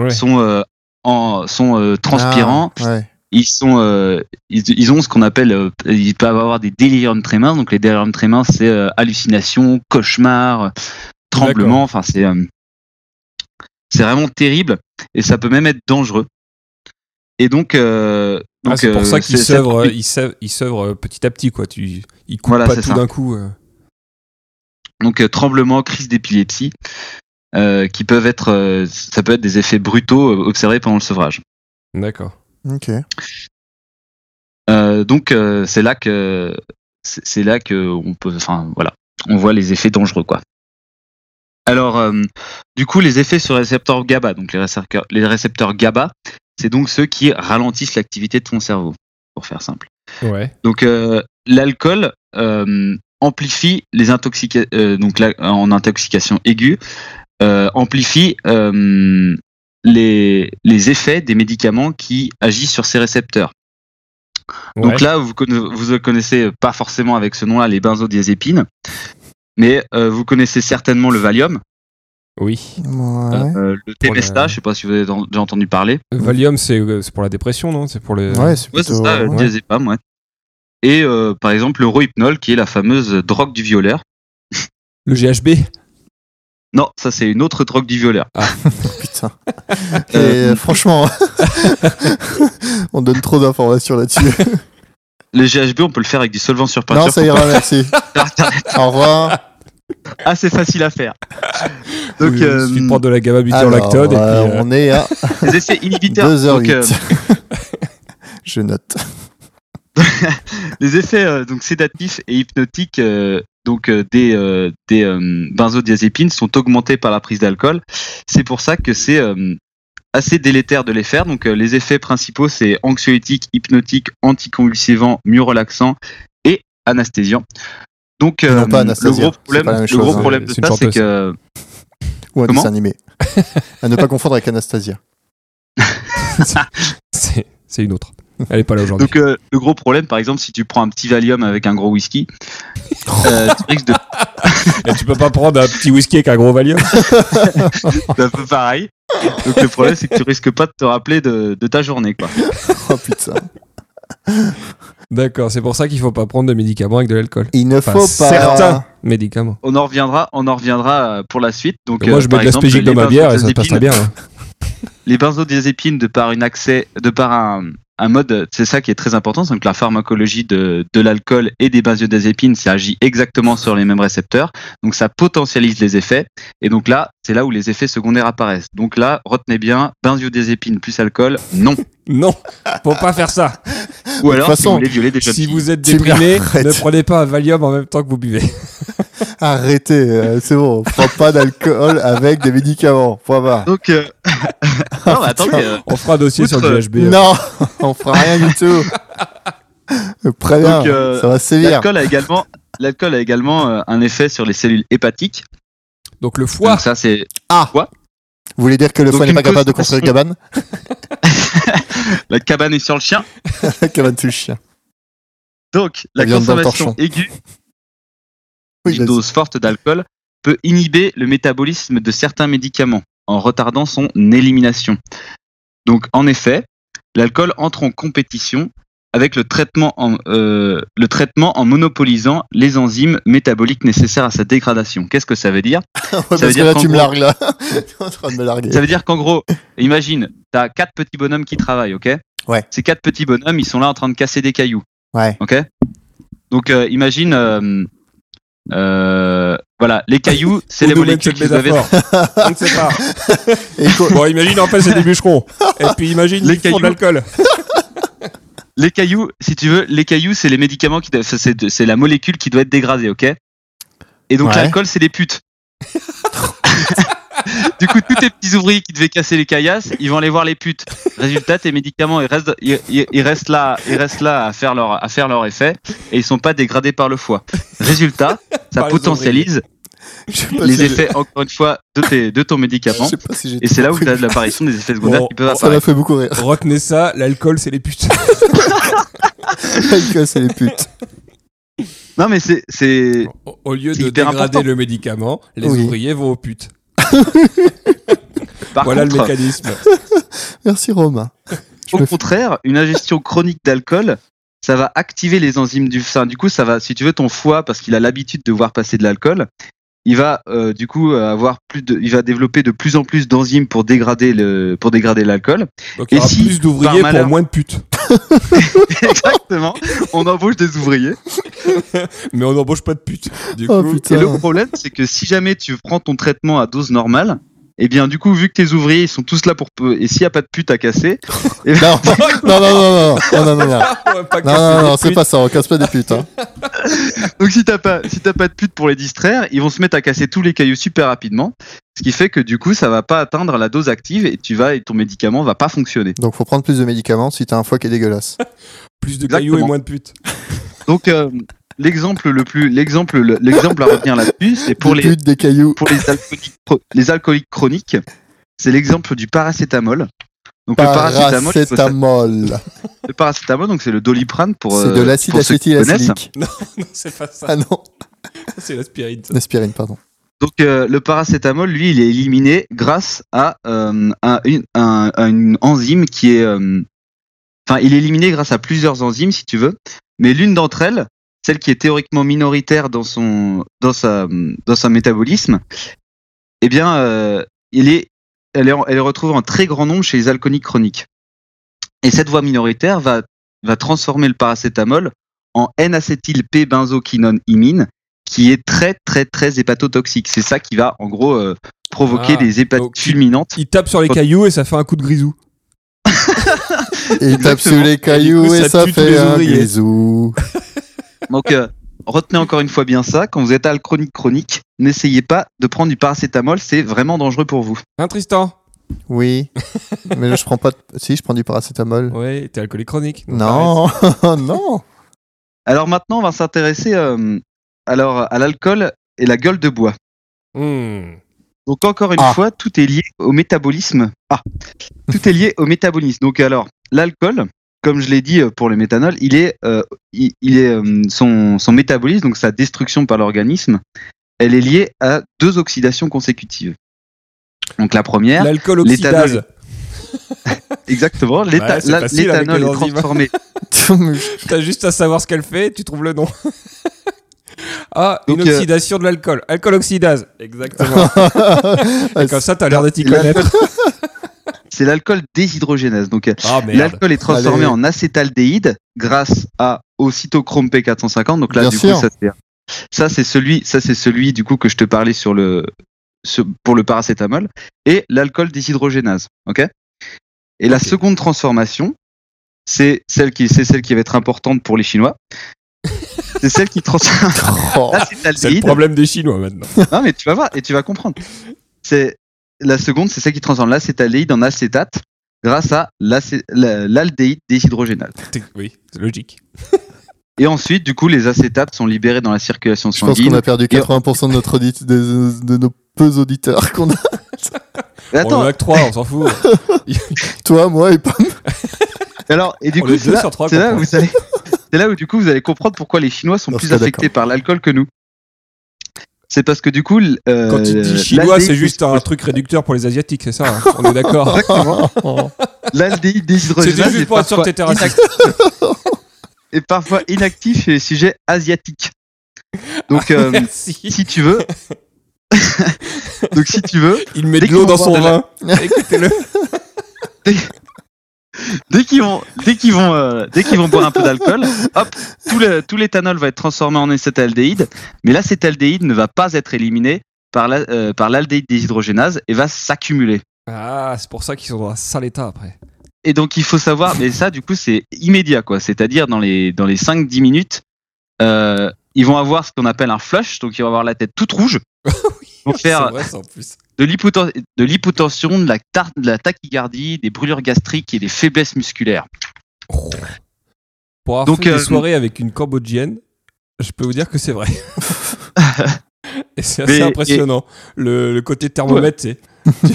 C: Ouais.
B: sont euh, en, sont euh, transpirants,
E: Ah, ouais.
B: ils sont euh, ils, ils ont ce qu'on appelle euh, ils peuvent avoir des délirium tremens donc les délirium tremens c'est euh, hallucinations cauchemars euh, tremblements enfin c'est euh, c'est vraiment terrible et ça peut même être dangereux et donc, euh,
C: Ah,
B: donc,
C: C'est pour
B: euh,
C: ça qu'il
B: c'est-
C: s'œuvre,
B: c'est-
C: il s'œuvre- il s'œuvre euh, petit à petit, quoi. Tu, il coupe
B: Voilà,
C: pas
B: c'est
C: tout
B: ça.
C: d'un coup. euh.
B: donc euh, tremblements crise d'épilepsie euh, qui peuvent être euh, ça peut être des effets brutaux euh, observés pendant le sevrage
C: D'accord.
E: Ok.
B: Euh, donc euh, c'est là que c'est c'est là que on peut enfin voilà on voit les effets dangereux quoi alors euh, du coup les effets sur les récepteurs GABA donc les récepteurs, les récepteurs GABA c'est donc ceux qui ralentissent l'activité de ton cerveau pour faire simple
C: Ouais.
B: donc euh, l'alcool euh, amplifie les intoxications donc là, en intoxication aiguë euh, amplifie euh, les, les effets des médicaments qui agissent sur ces récepteurs donc là, vous conna- vous connaissez pas forcément avec ce nom-là les benzodiazépines, mais euh, vous connaissez certainement le Valium,
C: Oui.
E: Ouais.
B: euh, le Temesta, je sais pas si vous avez en- déjà entendu parler.
C: Valium, c'est euh, c'est pour la dépression, non C'est pour le.
E: Ouais, c'est
B: Ouais, c'est
E: plutôt-
B: ça, le
E: ouais.
B: diazépam, ouais. Et euh, par exemple le Rohypnol, qui est la fameuse drogue du violeur.
C: Le GHB.
B: Non, ça c'est une autre drogue du violeur.
E: Putain. Et
B: Euh,
E: franchement, on donne trop d'informations là-dessus.
B: Le GHB, on peut le faire avec du solvant sur
E: non,
B: peinture.
E: ça ira, merci. Au revoir.
B: Ah, c'est facile à faire. Donc,
C: Oui,
B: euh,
C: si tu prends de la
E: Alors,
C: gabapentin et
E: euh,
C: puis, euh,
E: on est à
B: les effets inhibiteurs. donc,
E: 2h08.
B: euh,
E: Je note.
B: Les effets euh, donc sédatifs et hypnotiques euh, donc euh, des euh, des euh, benzodiazépines sont augmentés par la prise d'alcool. C'est pour ça que c'est euh, assez délétère de les faire. Donc euh, les effets principaux c'est anxiolytique, hypnotique, anticonvulsivant, mieux relaxant et anesthésiant. Donc euh,
E: non, pas
B: le
E: anesthésiant,
B: gros
E: c'est
B: problème,
E: pas la même
B: le
E: chose,
B: gros
E: hein.
B: problème de
C: C'est une
B: ça c'est
C: chanteuse.
B: que
E: Ou un
B: Comment
E: dessin animé. à ne pas confondre avec Anastasia.
C: c'est- c'est une autre. Elle est pas là aujourd'hui.
B: donc euh, le gros problème par exemple si tu prends un petit Valium avec un gros whisky, euh, tu risques de euh,
C: Et tu peux pas prendre un petit whisky avec un gros Valium
B: c'est un peu pareil. Donc le problème c'est que tu risques pas de te rappeler de, de ta journée quoi.
E: Oh putain.
C: D'accord, c'est pour ça qu'il faut pas prendre de médicaments avec de l'alcool.
E: Il ne
C: Enfin,
E: faut pas.
C: certains médicaments.
B: On en reviendra, on en reviendra euh, pour la suite. Donc
C: Mais moi,
B: euh,
C: je mets
B: par
C: de
B: exemple,
C: l'aspégique dans
B: les
C: ma bière et ça se passe
B: benzodiazépines-
C: très bien. hein.
B: Les benzodiazépines de par une accès, de par un, un mode, c'est ça qui est très important, c'est que la pharmacologie de, de l'alcool et des benzodiazépines, ça agit exactement sur les mêmes récepteurs, donc ça potentialise les effets. Et donc là, c'est là où les effets secondaires apparaissent. Donc là, retenez bien, benzodiazépines plus alcool, non.
C: Non, faut pas faire ça.
B: Ou alors, si
E: façon,
B: vous voulez violer des jeunes
C: Si
B: filles.
C: vous êtes
E: Tu
C: déprimé,
E: m'arrêtes.
C: ne prenez pas un Valium en même temps que vous buvez.
E: Arrêtez. euh, c'est bon. On prend pas d'alcool avec des médicaments. Point barre.
B: Donc, euh,
C: Ah,
B: non, mais attendez, euh,
C: On fera un dossier sur
B: Outre-
C: le GHB.
E: Non, on fera rien du tout. Préviens,
B: Donc, euh,
E: ça va sévir.
B: L'alcool a également l'alcool a également euh, un effet sur les cellules hépatiques.
C: Donc le foie.
B: Donc ça, c'est
E: Ah. Vous voulez dire que le
B: Donc
E: foie n'est
B: une
E: pas capable de
B: constatation.
E: construire une cabane
B: la cabane est sur le chien.
E: La cabane sous le chien.
B: Donc la
E: La viande dans le
B: consommation
E: torchon.
B: aiguë
E: Oui,
B: d'une
E: vas-y.
B: dose forte d'alcool peut inhiber le métabolisme de certains médicaments en retardant son élimination. Donc en effet, l'alcool entre en compétition avec le traitement en, euh, le traitement en monopolisant les enzymes métaboliques nécessaires à sa dégradation. Qu'est-ce que ça veut dire
E: Ouais,
B: veut
E: parce que
B: dire
E: là,
B: qu'en
E: tu me
B: gros-
E: largues, là. T'es en train de me larguer.
B: Ça veut dire qu'en gros, imagine, t'as quatre petits bonhommes qui travaillent, ok
E: Ouais.
B: Ces quatre petits bonhommes, ils sont là en train de casser des cailloux,
E: Ouais.
B: ok Donc euh, imagine, euh, euh, voilà, les cailloux, c'est les
C: Ou domaine,
B: molécules
C: c'est
B: qui
C: une
B: doivent être-
C: métaphore. On ne sait pas.
E: Et co-
C: Bon, imagine, en fait, c'est des bûcherons. Et puis imagine,
B: Les
C: ils font
B: cailloux.
C: de l'alcool.
B: Les cailloux, si tu veux, les cailloux, c'est les médicaments qui doivent- c'est c'est la molécule qui doit être dégradée, ok Et donc
E: Ouais.
B: l'alcool, c'est les putes. du coup, tous tes petits ouvriers qui devaient casser les caillasses, ils vont aller voir les putes. Résultat, tes médicaments, ils restent, ils, ils- ils restent là, ils restent là à faire leur, à faire leur effet, et ils sont pas dégradés par le foie. Résultat, ça
C: Par les
B: potentialise
E: je sais pas
B: les,
E: si-
B: effets encore une fois de, tes- de ton
E: Je
B: médicament.
E: sais pas si j'ai
B: Et c'est là où
E: compris.
B: tu as de l'apparition des effets secondaires
C: Bon,
B: qui peuvent
E: Ça m'a
B: apparaître.
E: fait beaucoup rire.
C: Retenez ça, l'alcool, c'est les putes.
E: L'alcool, c'est les putes.
B: Non, mais c'est, c'est,
C: Au- Au lieu
B: C'est
C: de
B: hyper
C: dégrader
B: important.
C: le médicament, les
E: Oui.
C: ouvriers vont aux putes.
B: par
C: voilà
B: contre,
C: le mécanisme.
E: Merci, Romain. Je
B: Au
E: le fais.
B: contraire, une ingestion chronique d'alcool, ça va activer les enzymes du sein. Du coup, ça va, si tu veux, ton foie, parce qu'il a l'habitude de voir passer de l'alcool, il va euh, du coup euh, avoir plus de, il va développer de plus en plus d'enzymes pour dégrader le, pour dégrader l'alcool.
C: Donc il y
B: Et
C: aura
B: si,
C: plus
B: par
C: d'ouvriers pour
B: malheur-
C: moins de putes.
B: Exactement. On embauche des ouvriers.
C: Mais on n'embauche pas de putes. Du
E: Oh,
C: coup,
E: putain.
B: Et le problème, c'est que si jamais tu prends ton traitement à dose normale, eh bien, du coup, vu que tes ouvriers ils sont tous là pour peu, et s'il n'y a pas de pute à casser, eh ben,
E: Non, non, non, non, non, non, non, non, non.
C: on va pas casser
E: Non, non,
C: les
E: non, c'est
C: putes.
E: pas ça, on casse pas des putes. hein.
B: Donc si t'as pas si t'as pas de pute pour les distraire, ils vont se mettre à casser tous les cailloux super rapidement, ce qui fait que du coup ça va pas atteindre la dose active et tu vas et ton médicament va pas fonctionner.
E: Donc faut prendre plus de médicaments si t'as un foie qui est dégueulasse.
C: Plus de cailloux et
B: Exactement.
C: moins de putes.
B: Donc euh, l'exemple le plus l'exemple le- l'exemple à retenir là-dessus, c'est pour
E: des
B: les
E: putes, des cailloux.
B: pour les alcooliques pro- les alcooliques chroniques, c'est l'exemple du paracétamol. Donc le paracétamol,
E: Paracétamol.
B: le paracétamol donc c'est le doliprane pour
E: C'est
B: euh,
E: de l'acide
B: pour ceux qui connaissent.
E: acétylacidique.
C: Non, c'est pas ça.
E: Ah non,
C: C'est l'aspirine. ça.
E: l'aspirine, pardon.
B: Donc euh, le paracétamol, lui, il est éliminé grâce à, euh, à une, un- à une enzyme qui est... euh, Enfin, il est éliminé grâce à plusieurs enzymes, si tu veux. Mais l'une d'entre elles, celle qui est théoriquement minoritaire dans son, dans sa, dans son métabolisme, eh bien, euh, il est, elle, est, en- elle est retrouvée en très grand nombre chez les alcooliques chroniques. Et cette voie minoritaire va, va transformer le paracétamol en N-acétyl-P-benzoquinone-imine, qui est très très très hépatotoxique. C'est ça qui va en gros euh, provoquer
C: Ah,
B: des hépates
C: donc tu-
B: fulminantes.
C: Il tape sur les cailloux et ça fait un coup de grisou.
E: Et il tape sur les cailloux
C: Et du coup,
E: et
C: ça
E: ça
C: tue tous les
E: fait un
C: ouvriers.
E: grisou.
B: Donc euh, retenez encore une fois bien ça. Quand vous êtes alcoolique chronique, n'essayez pas de prendre du paracétamol, c'est vraiment dangereux pour vous.
C: Hein, Tristan
E: Oui, mais là, je prends pas de... Si, je prends du
B: Mm.
E: paracétamol.
C: Ouais, t'es alcoolique chronique. donc
E: Non, non.
B: Alors maintenant, on va s'intéresser euh, alors à l'alcool et la gueule de bois.
C: arrête. Hmm.
B: Donc encore une
E: Ah.
B: fois, tout est lié au métabolisme. Ah, tout est lié au métabolisme. Donc alors, l'alcool, comme je l'ai dit euh, pour le méthanol, il est, euh, il, il est euh, son, son métabolisme, donc sa destruction par l'organisme, elle est liée à deux oxydations consécutives. Donc la première,
C: L'alcool
B: L'éthanol.
C: oxydase.
B: exactement, l'éta-
C: Ouais, c'est
B: la-
C: facile avec
B: l'éthanol
C: les
B: est
C: enzymes.
B: transformé.
C: T'as juste à savoir ce qu'elle fait, tu trouves le nom. ah,
B: Donc,
C: une
B: euh,
C: oxydation de l'alcool. Alcool oxydase. Exactement.
B: Ah,
E: Ah,
C: Et comme ça, t'as l'air de t'y
E: La-
C: connaître.
B: C'est l'alcool déshydrogénase. Donc euh,
C: Ah, merde.
B: l'alcool est transformé
E: Allez.
B: en acétaldéhyde grâce à au cytochrome P450. Donc là,
E: Bien
B: du
E: sûr.
B: coup, ça c'est ça c'est celui ça c'est celui du coup que je te parlais sur le sur- pour le paracétamol et l'alcool déshydrogénase. Ok. Et la
C: Ok.
B: seconde transformation, c'est celle qui c'est celle qui va être importante pour les Chinois. c'est celle qui transforme
E: Oh,
C: C'est le
B: l'acétaldéhyde.
C: problème des Chinois maintenant.
B: Non, mais tu vas voir et tu vas comprendre. C'est la seconde, c'est celle qui transforme l'acétaldéhyde en acétate grâce à l'acé- la- l'aldéhyde déshydrogénase.
C: oui, c'est logique.
B: Et ensuite, du coup, les acétates sont libérés dans la circulation
E: Je pense
B: sanguine.
E: qu'on a perdu
B: Et-
E: 80% de, notre audit- de, de nos peu auditeurs qu'on a.
C: On en
B: Mais Attends,
C: a que 3, on s'en fout.
E: Toi, moi et pas.
B: alors, et du
C: on
B: coup,
C: est
B: c'est
C: deux
B: là,
C: sur trois
B: c'est là
C: qu'on
B: où vous allez- c'est là où du coup vous allez comprendre pourquoi les Chinois sont
E: On
B: plus
E: sera
B: affectés par l'alcool que nous. C'est parce que du coup, l- euh,
C: Quand il dit chinois,
B: l'ADI
C: c'est juste un truc réducteur pour les asiatiques, c'est ça hein On est d'accord.
B: Exactement. L'aldéhyde
C: C'était
B: déshydrogénase
C: juste
B: est
C: pour être sûr que
B: parfois,
C: t'étais raciste.
B: est parfois inactif chez les sujets asiatiques. Donc, euh,
C: Ah, Merci.
B: si tu veux. Donc, si tu veux,
C: Il met de
B: dès qu'ils
C: l'eau dans
B: vont
C: son
B: boire de la-
C: vin. Écoutez-le.
B: dès qu'ils vont, dès qu'ils vont, euh, dès qu'ils vont boire un peu d'alcool, hop, tout, le- tout l'éthanol va être transformé en acétaldéhyde. Mais l'acétaldéhyde ne va pas être éliminé par, la, euh, par l'aldéhyde déshydrogénase et va s'accumuler.
C: Ah, c'est pour ça qu'ils sont dans un sale état après.
B: Et donc il faut savoir, mais ça du coup c'est immédiat quoi, c'est-à-dire dans les, dans les 5-10 minutes, euh, ils vont avoir ce qu'on appelle un flush, donc ils vont avoir la tête toute rouge, ils vont
C: C'est
B: faire
C: vrai, ça, en plus.
B: de, l'hypoten- de l'hypotension, de la, tar- de la tachycardie, des brûlures gastriques et des faiblesses musculaires.
C: Pour avoir
B: Donc,
C: fait
B: euh,
C: des soirées avec une cambodgienne, je peux vous dire que c'est vrai. et c'est assez
B: Mais-
C: impressionnant. Le, le côté thermomètre, tu sais. Tu-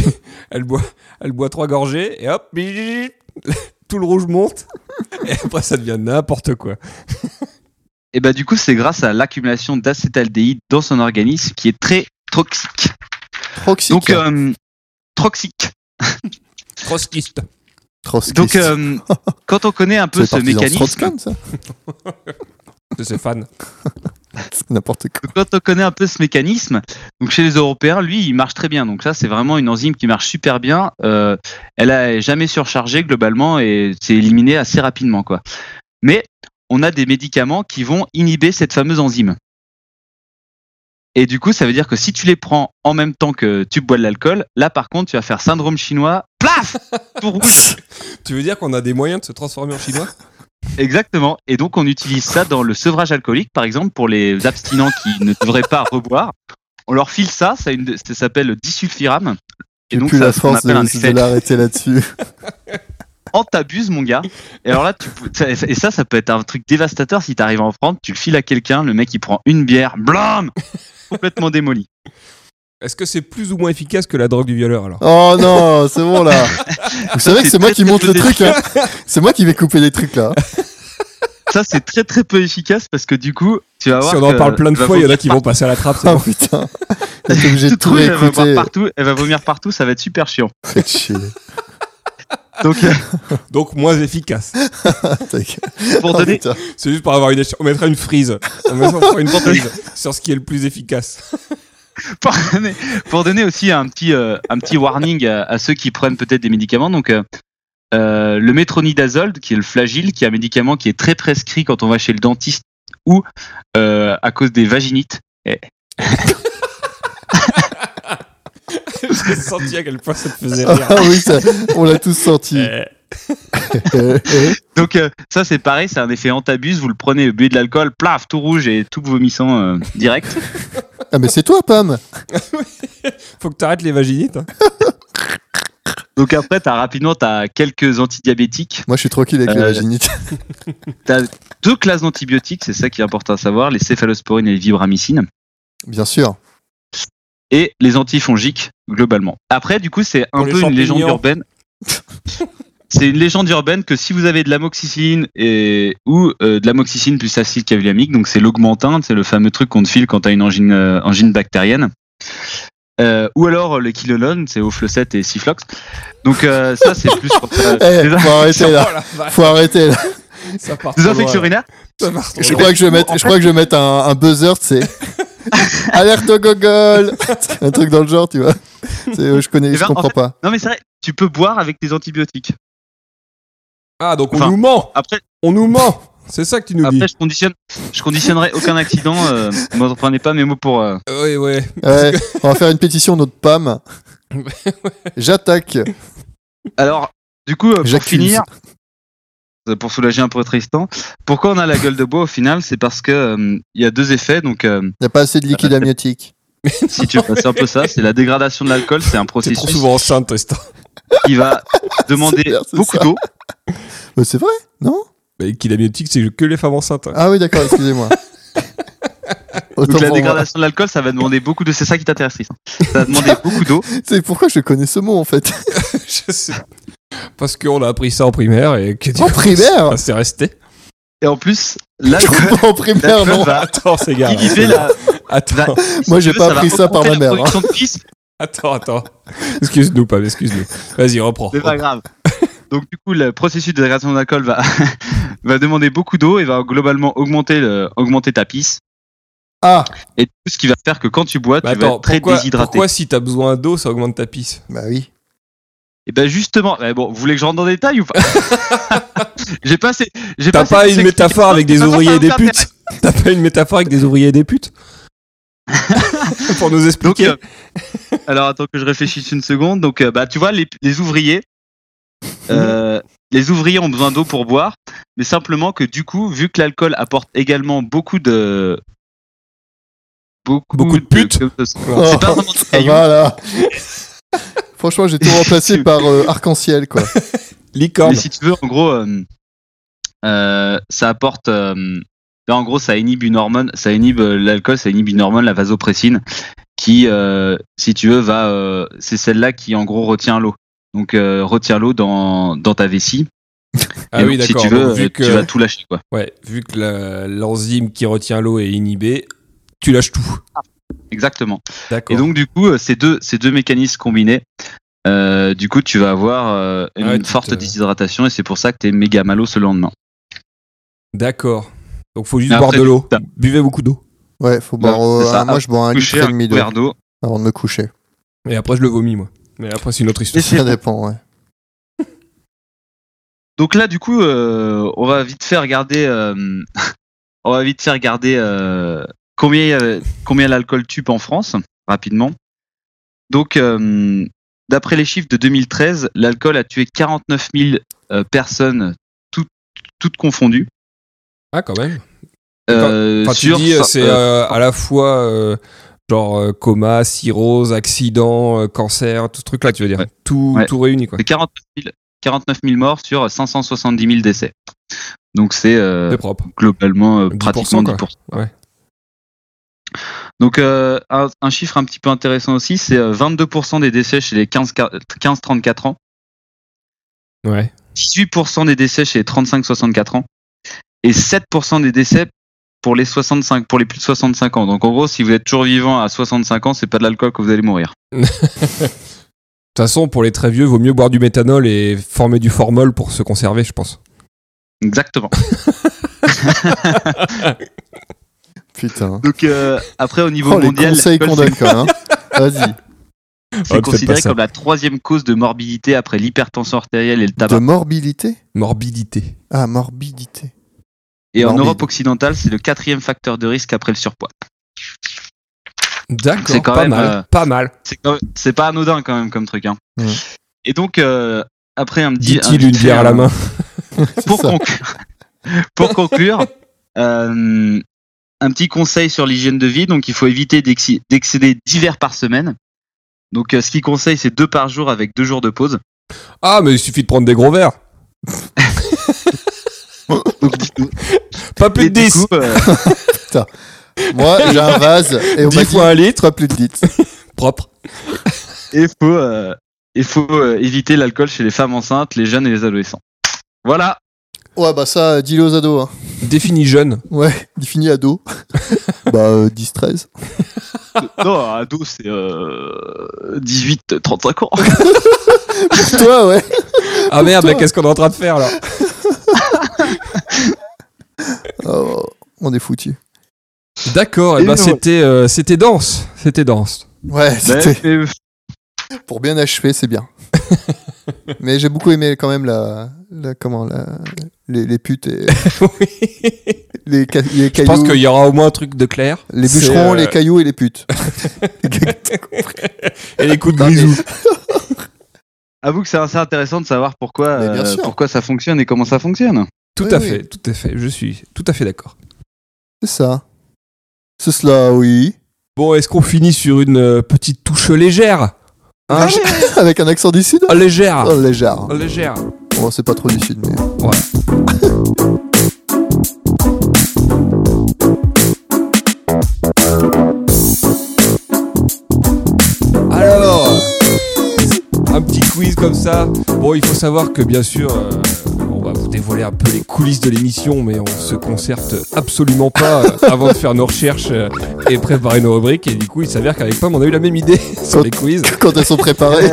C: elle, boit, elle boit trois gorgées et hop, bip, tout le rouge monte. Et après, ça devient n'importe quoi.
B: Et bah du coup c'est grâce à l'accumulation d'acétaldéhyde dans son organisme qui est très toxique.
E: Proxy.
B: Donc euh, toxique.
C: Trotskiste.
B: Donc euh, quand on connaît un peu ce mécanisme,
E: ça
C: de ses fans.
E: N'importe quoi.
B: quand on connaît un peu ce mécanisme, donc chez les Européens, lui, il marche très bien. Donc ça, c'est vraiment une enzyme qui marche super bien. Euh, elle a jamais surchargée globalement et c'est éliminé assez rapidement, quoi. Mais on a des médicaments qui vont inhiber cette fameuse enzyme. Et du coup, ça veut dire que si tu les prends en même temps que tu bois de l'alcool, là par contre, tu vas faire syndrome chinois. Plaf Tout rouge.
C: Tu veux dire qu'on a des moyens de se transformer en chinois
B: Exactement. Et donc, on utilise ça dans le sevrage alcoolique, par exemple, pour les abstinents qui ne devraient pas reboire. On leur file ça, ça, a une- ça s'appelle le disulfiram. Et
E: J'ai
B: donc,
E: plus
B: ça,
E: la
B: c'est ce qu'on
E: force de,
B: appelle un
E: de
B: effet.
E: l'arrêter là-dessus.
B: En t'abuses, mon gars. Et alors là, tu, peux- ça- et ça, ça peut être un truc dévastateur si t'arrives à en prendre. Tu le files à quelqu'un, le mec, il prend une bière, blam Complètement démoli.
C: Est-ce que c'est plus ou moins efficace que la drogue du violeur alors
E: Oh non, c'est bon là. Vous savez que
B: c'est
E: c'est moi
B: très,
E: qui
B: très
E: monte
B: peu
E: le truc. hein. C'est moi qui vais couper les trucs là.
B: Ça, c'est très très peu efficace parce que du coup, tu vas voir.
C: Si on en
B: que
C: parle plein de
B: tu vas
C: fois, il y en a
B: vomir
C: qui vont passer à la trappe. c'est
E: Ah
C: bon.
E: putain. T'es obligé de
B: partout,
E: tout
B: elle va boire
E: réécouter.
B: partout, elle va vomir partout, ça va être super chiant.
E: Faites chier.
B: Donc, euh,
C: Donc moins efficace.
E: Ta gueule.
B: pour
C: Ah,
E: Oh,
B: donner,
E: putain.
C: C'est juste pour avoir une éche- On mettra une frise. On mettra une frise sur ce qui est le plus efficace.
B: pour donner, pour donner aussi un petit, euh, un petit warning à, à ceux qui prennent peut-être des médicaments. Donc, euh, euh, le métronidazole, qui est le flagile, qui est un médicament qui est très prescrit quand on va chez le dentiste ou euh, à cause des vaginites.
C: J'ai senti à quel point ça te faisait rire.
E: Ah oui, ça, on l'a tous senti.
C: Euh,
E: Euh, euh,
B: Donc, euh, ça, c'est pareil, c'est un effet antabuse. Vous le prenez, vous buvez de l'alcool, plaf, tout rouge et tout vomissant euh, direct.
E: Ah mais c'est toi Pam
C: Faut que t'arrêtes les vaginites. hein.
B: Donc, après, t'as rapidement, t'as quelques antidiabétiques.
E: Moi je suis tranquille avec les
B: Euh,
E: vaginites.
B: T'as deux classes d'antibiotiques, c'est ça qui est important à savoir, les céphalosporines et les vibramycines.
E: Bien sûr.
B: et les antifongiques globalement. Après, du coup, c'est un
C: Pour les
B: peu une légende
C: champignons.
B: urbaine. c'est une légende urbaine que si vous avez de l'amoxicilline et ou euh, de l'amoxicilline plus acide cavillamique, donc c'est l'augmentin, c'est le fameux truc qu'on te file quand t'as une angine, euh, angine bactérienne. Euh, ou alors euh, le quinolone, c'est Oflocet et Ciflox. Donc euh, ça, c'est plus pour euh,
E: Eh,
B: des,
E: faut arrêter là.
C: Oh la vache,
E: Faut arrêter là.
C: ça part
B: Ah. des
C: trop
B: infections
C: loin,
B: urinaires.
C: Ça part trop
E: Je
C: loin.
E: crois que je vais mettre, je crois que je vais mettre un, un buzzer, tu sais. Alerte au gogol Un truc dans le genre, tu vois. C'est, euh, je connais,
B: Eh
E: je
B: ben, en
E: comprends
B: fait-
E: pas.
B: Non mais c'est vrai, tu peux boire avec des antibiotiques.
C: Ah, donc on
B: Enfin-
C: nous ment
B: Après,
C: On nous ment C'est ça que tu nous
B: après
C: dis
B: je conditionne, je conditionnerai aucun accident. Euh, M'entraînez pas mes mots pour. euh,
C: Oui, oui.
E: Ouais, on va faire une pétition notre Pam. J'attaque.
B: Alors, du coup, euh, pour
E: J'accuse.
B: finir, euh, pour soulager un peu Tristan, pourquoi on a la gueule de bois au final C'est parce que euh, il y a deux effets. Donc, euh,
E: Il n'y a pas assez de liquide amniotique.
B: si tu veux passer un peu ça, c'est la dégradation de l'alcool. C'est un
C: T'es trop
B: processus
C: souvent enceinte, Tristan.
B: qui va demander
E: C'est clair, c'est
B: beaucoup
E: ça.
B: d'eau.
A: Euh,
E: Mais c'est vrai, non
C: Mais qui la biotique, c'est que les femmes enceintes. hein.
A: Ah oui, d'accord, excusez-moi. Autant
B: Donc
A: pour
B: la
A: moi.
B: dégradation de l'alcool, ça va demander beaucoup de. C'est ça qui t'intéresse, Tristan. Ça va demander beaucoup d'eau.
A: C'est pourquoi je connais ce mot en fait.
C: Je sais. Parce qu'on a appris ça en primaire et que du
A: En
C: coup,
A: primaire
C: c'est resté.
B: Et en plus, l'alcool.
A: En primaire,
B: l'alcool
A: non.
B: va
C: Attends, c'est gars.
B: inhiber la.
C: Attends,
B: va-
A: Moi,
B: si
A: j'ai
B: tu
A: pas
B: veux, ça va
A: appris ça par ma
B: augmenter la
A: mère, hein.
B: production de pisse,
C: attends, attends. Excuse-nous, Pam, excuse-nous. Vas-y, reprends.
B: C'est pas grave. Donc du coup, le processus de dégradation d'alcool va, va demander beaucoup d'eau et va globalement augmenter, le, augmenter ta pisse.
A: Ah
B: Et tout ce qui va faire que quand tu bois,
C: Bah
B: tu vas
C: attends,
B: être très
C: pourquoi,
B: déshydraté.
C: pourquoi si t'as besoin d'eau, ça augmente ta pisse
A: Bah oui.
B: et ben justement, eh bon, vous voulez que je rentre dans le détail ou pas J'ai pas assez- j'ai
C: T'as
B: assez
C: pas
B: de
C: une
B: sexe-
C: métaphore avec des
B: Non, non,
C: ouvriers et
B: ça
C: des
B: va me faire-
C: putes T'as pas une métaphore avec des ouvriers et des putes Pour nous
B: Donc,
C: expliquer.
B: euh, alors attends que je réfléchisse une seconde. Donc euh, bah tu vois les, les ouvriers,
C: Mhm.
B: euh, les ouvriers ont besoin d'eau pour boire, mais simplement que du coup vu que l'alcool apporte également beaucoup de beaucoup,
C: Beaucoup de putes.
B: comme ça,
A: Oh,
B: C'est pas vraiment des
A: ça
B: cailloux.
A: va là. Franchement, j'ai tout remplacé par euh, arc-en-ciel quoi.
C: Licorne.
B: Mais si tu veux, en gros, euh, euh, ça apporte. euh, là, en gros, ça inhibe une hormone. Ça inhibe euh, l'alcool, ça inhibe une hormone, la vasopressine, qui, euh, si tu veux, va. euh, c'est celle-là qui, en gros, retient l'eau. Donc, euh, retient l'eau dans, dans ta vessie.
C: Ah
B: Et
C: oui,
B: donc,
C: d'accord.
B: Si tu veux,
C: donc vu
B: euh,
C: que,
B: tu vas tout lâcher, quoi.
C: ouais, vu que la- l'enzyme qui retient l'eau est inhibée, tu lâches tout.
B: Exactement.
C: D'accord.
B: Et donc, du coup, euh, ces deux, ces deux mécanismes combinés. euh, du coup, tu vas avoir euh, une
C: Ah Ouais, tu te-
B: forte déshydratation et c'est pour ça que t'es méga malos le lendemain.
C: D'accord. Donc faut juste
B: Mais
C: boire
B: après,
C: de l'eau.
B: t'as-
C: Buvez beaucoup d'eau.
A: Ouais, faut boire.
B: Non,
A: euh,
B: c'est ça.
A: ah, moi, je bois un litre
B: Coucher
A: et
B: un
A: demi d'eau
B: verre d'eau.
A: avant de me coucher.
C: Et après je le vomis moi. Mais après c'est une autre histoire.
A: Ça dépend, ouais.
B: Donc là, du coup, euh, on va vite faire regarder, euh, on va vite faire regarder euh, combien euh, combien l'alcool tue en France rapidement. Donc, euh, d'après les chiffres de 2013, l'alcool a tué 49 000 euh, personnes, toutes toutes confondues.
C: Ah quand même.
B: Euh,
C: Enfin tu
B: sur-
C: dis euh, c'est
B: euh,
C: euh, à la fois euh, genre euh, coma, cirrhose, accident, euh, cancer, tout ce truc là tu veux dire.
B: Ouais.
C: Tout
B: Ouais.
C: tout réuni quoi.
B: c'est 49 000 49 000 morts sur 570 000 décès. Donc c'est euh,
C: C'est propre.
B: globalement euh,
C: 10%,
B: pratiquement 10%.
C: quoi.
B: quoi.
C: Ouais.
B: Donc euh, un, un chiffre un petit peu intéressant aussi, c'est euh, 22% des décès chez les 15-34 ans,
C: Ouais.
B: 18% des décès chez les 35-64 ans et 7% des décès pour les 65 pour les plus de 65 ans. Donc en gros, si vous êtes toujours vivant à 65 ans, c'est pas de l'alcool que vous allez mourir.
C: De toute façon, pour les très vieux, vaut mieux boire du méthanol et former du formol pour se conserver, je pense.
B: Exactement.
A: Putain.
B: Donc euh, après au niveau
A: Oh, les
B: mondial,
A: conseils qu'on
B: l'alcool,
A: donne quand même. hein. Vas-y.
B: c'est
C: Oh, ne faites pas
B: considéré
C: ça.
B: comme la troisième cause de morbidité après l'hypertension artérielle et le tabac.
A: De morbidité
C: Morbidité.
A: Ah, morbidité.
B: Et en
A: Morbide.
B: Europe occidentale, c'est le quatrième facteur de risque après le surpoids.
C: D'accord.
B: C'est quand
C: Pas
B: même,
C: mal.
B: euh,
C: Pas mal.
B: C'est quand même- c'est pas anodin quand même comme truc. Hein.
A: Ouais.
B: Et donc, euh, après un petit...
C: Dit-il
B: un
C: une
B: petit-
C: bière à la main.
B: Pour
A: ça.
B: conclure, pour conclure euh, un petit conseil sur l'hygiène de vie. Donc, il faut éviter d'exci- d'excéder 10 verres par semaine. Donc, euh, ce qu'il conseille, c'est deux par jour avec deux jours de pause.
C: Ah, mais il suffit de prendre des gros verres.
B: Donc, du coup-
C: Pas plus
B: et
C: de
B: du
C: 10.
B: coup, euh,
A: Moi, j'ai un vase et on
C: 10
A: m'a dit
C: fois un litre,
A: trois plus de litres.
C: propre.
B: il faut, euh, il faut euh, éviter l'alcool chez les femmes enceintes, les jeunes et les adolescents. Voilà.
A: Ouais, bah ça, dis-le aux ados. Hein.
C: Défini jeune.
A: Ouais, défini ado. bah, euh, 10-13.
B: Non, ado, c'est euh, 18-35 ans.
A: Toi, ouais.
C: Ah merde,
A: toi.
C: mais qu'est-ce qu'on est en train de faire là
A: Oh, on est foutu.
C: D'accord, et
B: Et
C: ben
B: non.
C: c'était euh, c'était dense. C'était dense.
A: Ouais, c'était
B: Mais- mais
A: pour bien achever, c'est bien. Mais j'ai beaucoup aimé quand même la, la comment la, les, les putes et
C: Oui.
A: les, ca- les
C: Je
A: cailloux,
C: pense qu'il y aura au moins un truc de clair.
A: les
C: C'est,
A: bûcherons,
C: euh,
A: les cailloux et les putes.
C: Et les coups de
A: Non, mais-
C: grisou.
B: Avoue que c'est assez intéressant de savoir pourquoi,
A: Mais bien
B: euh,
A: sûr.
B: pourquoi ça fonctionne et comment ça fonctionne.
C: Tout
A: Oui,
C: à
A: oui.
C: fait, tout à fait. Je suis tout à fait d'accord.
A: C'est ça. C'est cela, oui.
C: Bon, est-ce qu'on finit sur une euh, petite touche légère
A: Ah,
C: Hein, Ah,
A: Avec un accent du sud.
C: Légère.
A: Oh, légère.
C: Légère.
A: Bon, c'est pas trop du sud, mais.
C: comme ça. Bon, il faut savoir que bien sûr, euh, on va vous dévoiler un peu les coulisses de l'émission, mais on se concerte absolument pas euh, avant de faire nos recherches euh, et préparer nos rubriques. Et du coup, il s'avère qu'avec Pam, on a eu la même idée sur les quiz.
A: Quand elles sont préparées.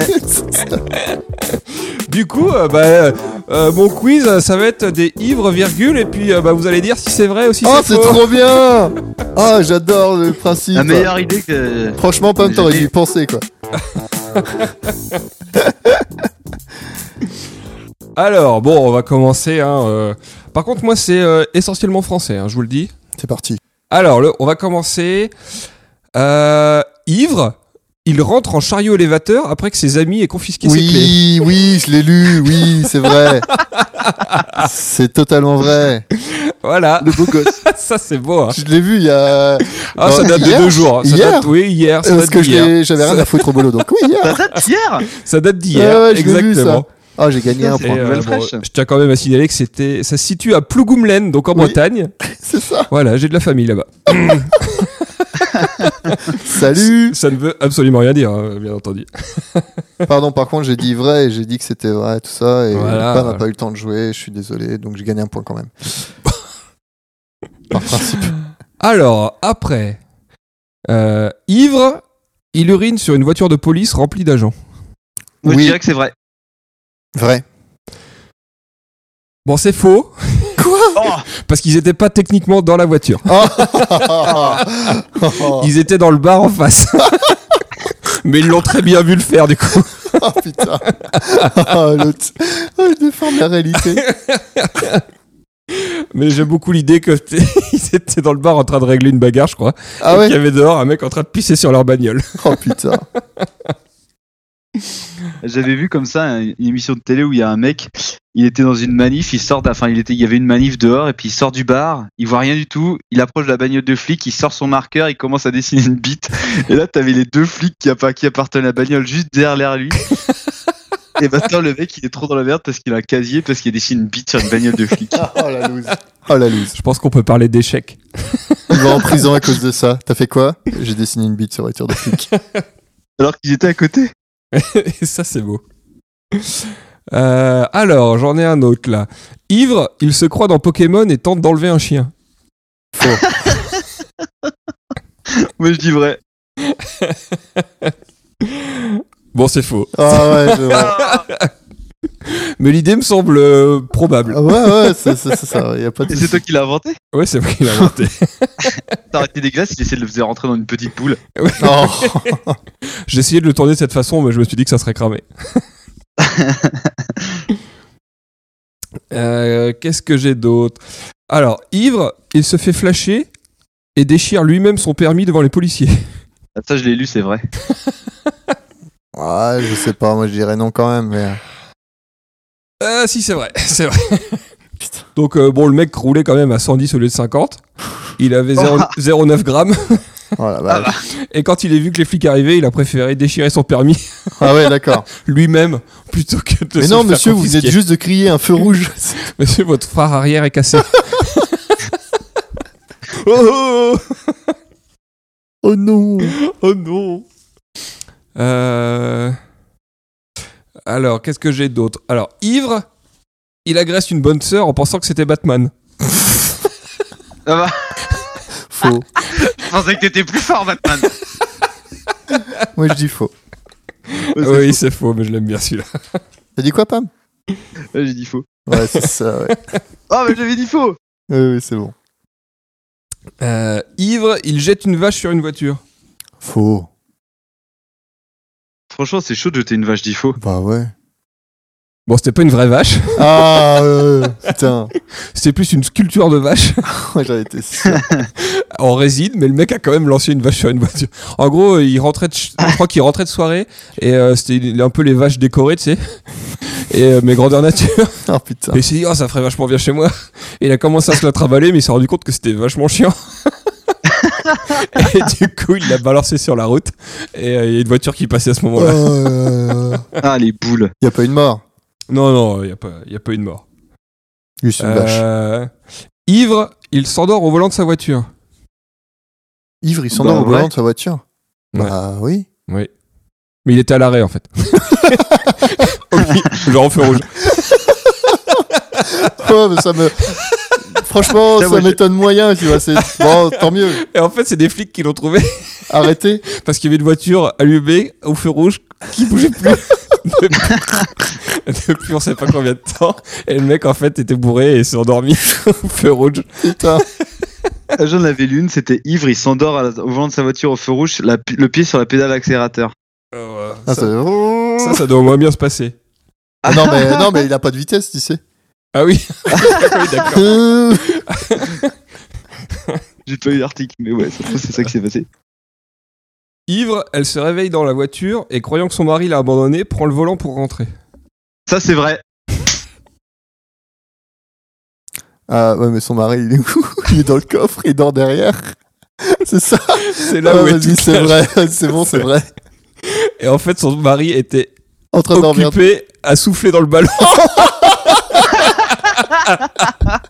C: Du coup, euh, bah, euh, euh, mon quiz, euh, ça va être des ivres, virgule, et puis euh, bah, vous allez dire si c'est vrai ou si
A: oh,
C: c'est
A: c'est
C: faux.
A: trop bien Ah, j'adore le principe.
B: La meilleure idée que.
A: Franchement, Pam, t'aurais dû y penser, quoi.
C: Alors, bon, on va commencer. Hein, euh. Par contre, moi, c'est euh, essentiellement français, hein, je vous le dis.
A: C'est parti.
C: Alors, le- on va commencer. Euh, ivre, il rentre en chariot élévateur après que ses amis aient confisqué ses clés.
A: Oui, oui, je l'ai lu, oui, c'est vrai. c'est totalement vrai.
C: Voilà,
B: Le beau gosse.
C: ça c'est beau. hein.
A: Je l'ai vu il y a...
C: Ah, ça
A: Bon,
C: date
A: hier
C: de deux jours. hein. Ça
A: Hier
C: date, oui, hier. Ça
A: Parce
C: date
A: que je
C: d'hier.
A: l'ai- j'avais rien à foutre au boulot, donc oui, hier.
B: Ça date hier
C: Ça date d'hier.
A: Ouais, ouais, je l'ai vu, ça.
C: exactement.
A: Ah, j'ai gagné un
C: Et,
A: point.
B: Prendre nouvelle
C: euh, bon,
B: fraîche.
C: je tiens quand même à signaler que c'était, ça se situe à Plougoumlen, donc en
A: Oui.
C: Bretagne.
A: C'est ça.
C: Voilà, j'ai de la famille là-bas.
A: Salut.
C: Ça ne veut absolument rien dire, hein, bien entendu.
A: Pardon, par contre, j'ai dit vrai et j'ai dit que c'était vrai, tout ça. Et
C: Voilà.
A: Pam n'a pas eu le temps de jouer, je suis désolé, donc j'ai gagné un point quand même. Par principe.
C: Alors, après, euh, ivre, il urine sur une voiture de police remplie d'agents.
A: Oui.
B: Moi, Je dirais que c'est vrai.
A: Vrai.
C: Bon, c'est faux,
B: Oh,
C: parce qu'ils n'étaient pas techniquement dans la voiture.
A: Oh,
C: Ils étaient dans le bar en face. Mais ils l'ont très bien vu le faire, du coup.
A: putain. Oh, l'autre. Oh, il déforme la réalité.
C: Mais j'aime beaucoup l'idée que t'es- ils étaient dans le bar en train de régler une bagarre, je crois.
A: Ah
C: et
A: ouais
C: qu'il y avait dehors un mec en train de pisser sur leur bagnole.
A: Oh putain.
B: J'avais vu comme ça une émission de télé où il y a un mec, il était dans une manif, il sort, d'un- enfin il était, il y avait une manif dehors et puis il sort du bar, il voit rien du tout, il approche de la bagnole de flic, il sort son marqueur, il commence à dessiner une bite. Et là t'avais les deux flics qui, appa- qui appartenaient à la bagnole juste derrière lui. Et maintenant le mec il est trop dans la merde parce qu'il a un casier parce qu'il dessine une bite sur une bagnole de flic.
A: Oh la loose. Oh la loose.
C: Je pense qu'on peut parler d'échec.
A: Il va en prison à cause de ça. T'as fait quoi J'ai dessiné une bite sur voiture de flic.
B: Alors qu'ils étaient à côté.
C: Et ça, c'est beau. Euh, alors, j'en ai un autre là. Ivre, il se croit dans Pokémon et tente d'enlever un chien.
B: Moi je dis vrai.
C: Bon, c'est faux.
A: Ah ouais, je vois.
C: Mais l'idée me semble euh, probable.
A: Ah ouais, ouais, c'est c'est- c'est ça. Y a pas de
B: Et c'est
A: souci.
B: toi qui l'as inventé
C: Ouais, c'est vrai qu'il a inventé.
B: T'as arrêté des glaces, il essaie de le faire rentrer dans une petite boule.
A: Oh.
C: J'ai essayé de le tourner de cette façon, mais je me suis dit que ça serait cramé. Euh, Qu'est-ce que j'ai d'autre Alors, Ivre, il se fait flasher et déchire lui-même son permis devant les policiers.
B: Ah, Ça je l'ai lu, c'est vrai.
A: Ah, je sais pas, moi je dirais non quand même, mais.
C: Ah si, c'est vrai, c'est vrai. Donc euh, bon, le mec roulait quand même à 110 au lieu de 50. Il avait 0 0,9 grammes.
A: Oh la vache.
C: Et quand il a vu que les flics arrivaient, il a préféré déchirer son permis
A: Ah ouais, d'accord.
C: lui-même plutôt que de
A: Mais
C: se
A: non,
C: le faire
A: monsieur, vous venez
C: confisquer.
A: juste de crier un feu rouge.
C: Monsieur, votre phare arrière est cassé. oh, oh,
A: Oh non.
C: oh non Euh, Alors, qu'est-ce que j'ai d'autre Alors, ivre, il agresse une bonne sœur en pensant que c'était Batman.
B: Ça va
A: Faux.
B: Je pensais que t'étais plus fort Batman.
A: Moi je dis faux.
C: oui, c'est faux, mais je l'aime bien celui-là.
A: T'as dit quoi, Pam
B: Ouais, J'ai dit faux.
A: Ouais, c'est ça, ouais.
B: Oh, mais j'avais dit faux
A: Oui, oui, c'est bon.
C: Euh, ivre, il jette une vache sur une voiture.
A: Faux.
B: Franchement, c'est chaud de jeter une vache dit faux.
A: Bah ouais.
C: Bon, c'était pas une vraie vache,
A: Ah, euh, putain.
C: c'était plus une sculpture de vache
A: Moi j'en étais sûr.
C: en résine, mais le mec a quand même lancé une vache sur une voiture. En gros, il rentrait, de ch- je crois qu'il rentrait de soirée et euh, c'était il- un peu les vaches décorées, tu sais. Et euh, mais grandeur nature.
A: Oh putain.
C: Et il s'est dit, oh, ça ferait vachement bien chez moi. Et il a commencé à se la travailler, mais il s'est rendu compte que c'était vachement chiant. et du coup, il l'a balancé sur la route. Et euh, il y a une voiture qui passait à ce moment-là.
A: Euh,
B: Ah, les boules.
A: y a pas une mort.
C: Non, non, il n'y a, pas- il y a pas eu de mort.
A: Juste une vache.
C: Euh, ivre, il s'endort au volant de sa voiture.
A: Ivre, il s'endort
B: bah,
A: au volant
B: ouais.
A: de sa voiture.
C: Ouais.
A: Bah oui.
C: Oui. Mais il était à l'arrêt en fait. Ok, Genre en feu rouge.
A: Ouais, Oh, mais ça me. Franchement,
B: Putain, moi,
A: ça
B: j'ai-
A: m'étonne moyen, tu vois. C'est... Bon, tant mieux.
C: Et en fait, c'est des flics qui l'ont trouvé
A: Arrêtez.
C: parce qu'il y avait une voiture allumée au feu rouge qui bougeait plus. depuis, depuis on sait pas combien de temps. Et le mec en fait était bourré et s'est endormi au feu rouge.
A: Putain.
B: Ah, J'en avais l'une, c'était ivre, il s'endort à la- au volant de sa voiture au feu rouge, la pi- le pied sur la pédale accélérateur.
C: Euh,
A: Ah,
C: ça,
A: ça-
C: ça, ça doit au moins bien se passer.
A: Ah non, mais, non, mais il a pas de vitesse, tu sais.
C: Ah oui, Oui, d'accord.
A: Euh,
B: J'ai pas eu l'article, mais ouais, ça se trouve, c'est ça qui s'est passé.
C: Ivre, elle se réveille dans la voiture et croyant que son mari l'a abandonnée, prend le volant pour rentrer.
B: Ça, c'est vrai.
A: Ah, ouais, mais son mari, il est où Il est dans le coffre, il dort derrière. C'est ça
C: C'est là
A: Ah,
C: où elle est
A: vas-y,
C: toute
A: c'est
C: la-
A: vrai. C'est bon, c'est vrai.
C: Et en fait, son mari était
A: En train de dormir.
C: occupé à souffler dans le ballon.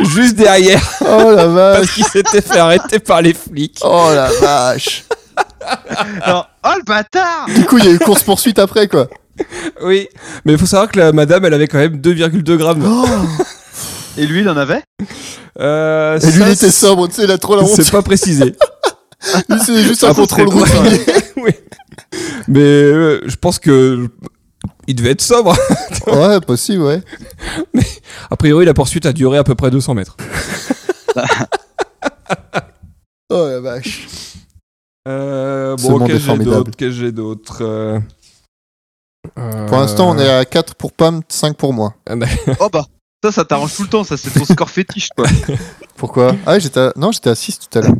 C: Juste derrière,
A: Oh la vache.
C: parce qu'il Euh, s'était fait arrêter par les flics.
A: Oh la vache.
B: Alors, oh le bâtard
A: Du coup, il y a eu course-poursuite après, quoi.
C: Oui, mais il faut savoir que la madame, elle avait quand même 2,2
A: Oh.
C: grammes.
B: Et lui, il en avait
C: Euh,
A: Et lui,
C: ça,
A: il était sobre, tu sais, il a trop la honte.
C: C'est pas précisé.
A: Lui, c'est juste
B: Ah,
A: un
B: ça serait
A: contrôle
B: drôle,
A: routier.
C: Mais euh, je pense que il devait être sobre.
A: Ouais, possible, ouais.
C: A priori, la poursuite a duré à peu près 200 mètres.
A: Oh la vache.
C: Euh,
A: Ce
C: bon,
A: monde est
C: qu'est-ce que j'ai
A: formidable.
C: d'autre Qu'est-ce que j'ai d'autre Euh,
A: Pour l'instant, on est
C: euh,
A: à 4 pour Pam, 5 pour moi.
B: Oh bah, ça, ça t'arrange tout le temps, ça, c'est ton score fétiche, quoi.
A: Pourquoi Ah, j'étais à... non, j'étais à 6 tout à l'heure.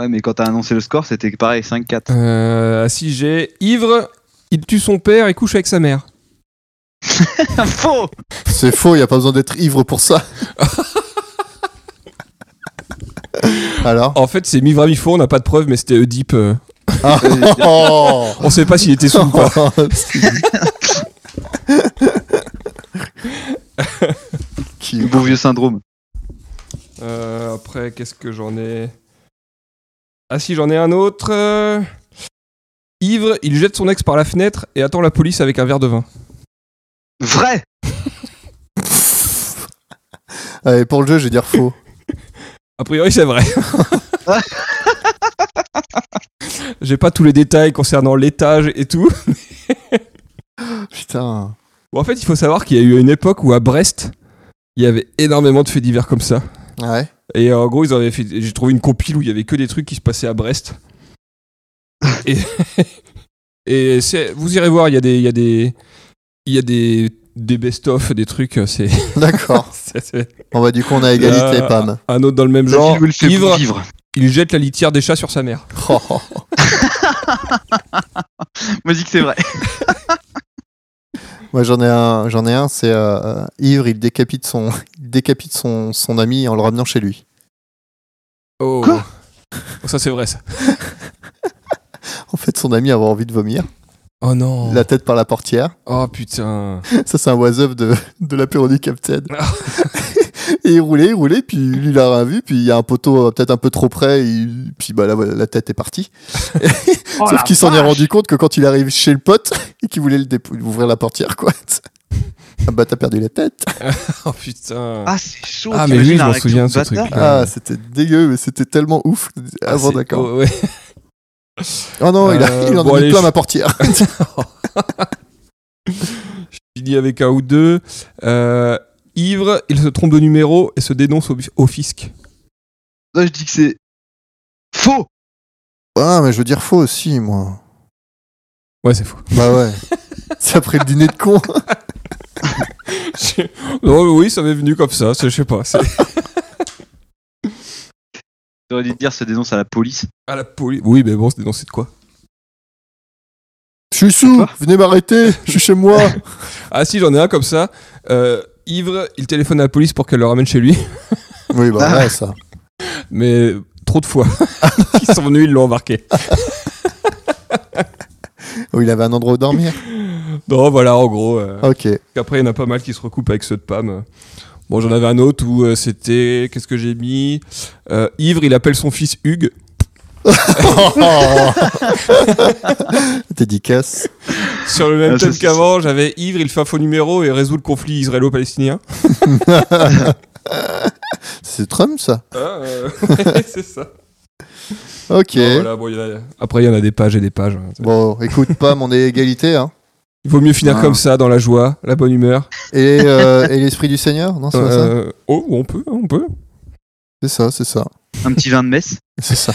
B: Ouais, mais quand t'as annoncé le score, c'était pareil, 5-4.
C: euh, si j'ai ivre, il tue son père et couche avec sa mère.
B: Faux
A: C'est faux, il a pas besoin d'être ivre pour ça. Alors
C: En fait, c'est mi vrai mi faux. On n'a pas de preuves, mais c'était Oedipe. euh,
A: Ah, oh
C: On sait pas s'il était sous ou pas.
A: Qui-
B: Le bon vieux syndrome.
C: Euh, après, qu'est-ce que j'en ai Ah si, j'en ai un autre. euh. Ivre, il jette son ex par la fenêtre et attend la police avec un verre de vin.
B: Vrai
A: Allez, pour le jeu, je vais dire faux.
C: A priori, c'est vrai. J'ai pas tous les détails concernant l'étage et tout.
A: Putain.
C: Bon, en fait, il faut savoir qu'il y a eu une époque où à Brest, il y avait énormément de faits divers comme ça.
A: Ouais.
C: Et euh, en gros, ils avaient fait. J'ai trouvé une compile où il y avait que des trucs qui se passaient à Brest. Et, et c'est- vous irez voir, il y a des, il y a des, il y a des, des best-of, des trucs. euh, C'est
A: D'accord.
C: c'est- c'est
A: Bon, bah, du coup, on a égalité,
C: Euh,
A: Pam.
C: un autre dans le même
B: La
C: genre.
B: ville où il fait
C: Ivre,
B: vivre.
C: il jette la litière des chats sur sa mère.
A: Oh, oh, oh.
B: Moi, je dis que c'est vrai.
A: Moi, j'en ai un, j'en ai un, c'est euh, euh, ivre, il décapite son, il décapite son, son ami en le ramenant chez lui.
C: Oh.
B: Quoi
C: Oh, ça c'est vrai ça.
A: En fait, son ami avait envie de vomir,
C: Oh non.
A: la tête par la portière.
C: Oh putain.
A: Ça, c'est un was-up de, de l'apéro du Captain. et il roulait, il roulait, puis lui, il a rien vu, puis il y a un poteau euh, peut-être un peu trop près, il- puis bah, la, la tête est partie.
B: Oh,
A: Sauf
B: la
A: qu'il s'en est
B: vache.
A: rendu compte que quand il arrive chez le pote, et qu'il voulait le dép- ouvrir la portière, quoi. ah bah, t'as perdu la tête.
C: Oh putain.
B: Ah, c'est chaud.
C: Ah, mais
B: t'imagines
C: oui, je
B: la
C: m'en
B: réaction
C: souviens de
B: de
C: ce
B: bâtard.
C: truc.
A: Ah, c'était dégueu, mais c'était tellement ouf. Ah, bon,
C: c'est-
A: d'accord.
C: oh, ouais.
A: Oh non, il, a,
C: Euh,
A: il en
C: bon,
A: a mis
C: allez,
A: plein
C: je-
A: ma portière.
C: Je finis avec un ou deux. Euh, ivre, il se trompe de numéro et se dénonce au, au fisc.
B: Moi, je dis que c'est faux.
A: ah, mais je veux dire faux aussi, moi.
C: Ouais, c'est fou.
A: Bah ouais. C'est après le dîner de con.
C: Je- Non, mais oui, ça m'est venu comme ça, c'est- je sais pas. c'est-
B: J'aurais dû te dire, se dénonce à la police.
C: À la police. Oui, mais bon, c'est dénoncé de quoi
A: Je suis sous, venez m'arrêter, je suis chez moi.
C: Ah si, j'en ai un comme ça. Euh, ivre, il téléphone à la police pour qu'elle le ramène chez lui,
A: Oui, bah
B: Ah.
A: ouais, ça.
C: mais trop de fois. Ils sont venus, ils l'ont embarqué.
A: Oh, il avait un endroit où dormir
C: Non, voilà, en gros. euh,
A: Ok.
C: Après, il y en a pas mal qui se recoupent avec ceux de Pam. Bon, j'en avais un autre où euh, c'était... Qu'est-ce que j'ai mis Euh, Ivre, il appelle son fils Hugues.
A: Dédicace.
C: Sur le même
B: Ah, ça,
C: thème
B: c'est-
C: qu'avant, j'avais Ivre, il fait un faux numéro et résout le conflit israélo-palestinien.
A: C'est Trump, ça
C: Ah, euh, c'est ça.
A: Ok.
C: Bon, voilà, bon, il y en a- Après, il y en a des pages et des pages. hein.
A: Bon, écoute, Pam, on est égalité, hein.
C: Il vaut mieux finir
B: Ah.
C: comme ça, dans la joie, la bonne humeur.
A: Et, euh, et l'esprit du Seigneur Non, c'est pas ça
C: Euh, oh, on peut, on peut.
A: C'est ça, c'est ça.
B: Un petit vin de messe.
A: C'est ça.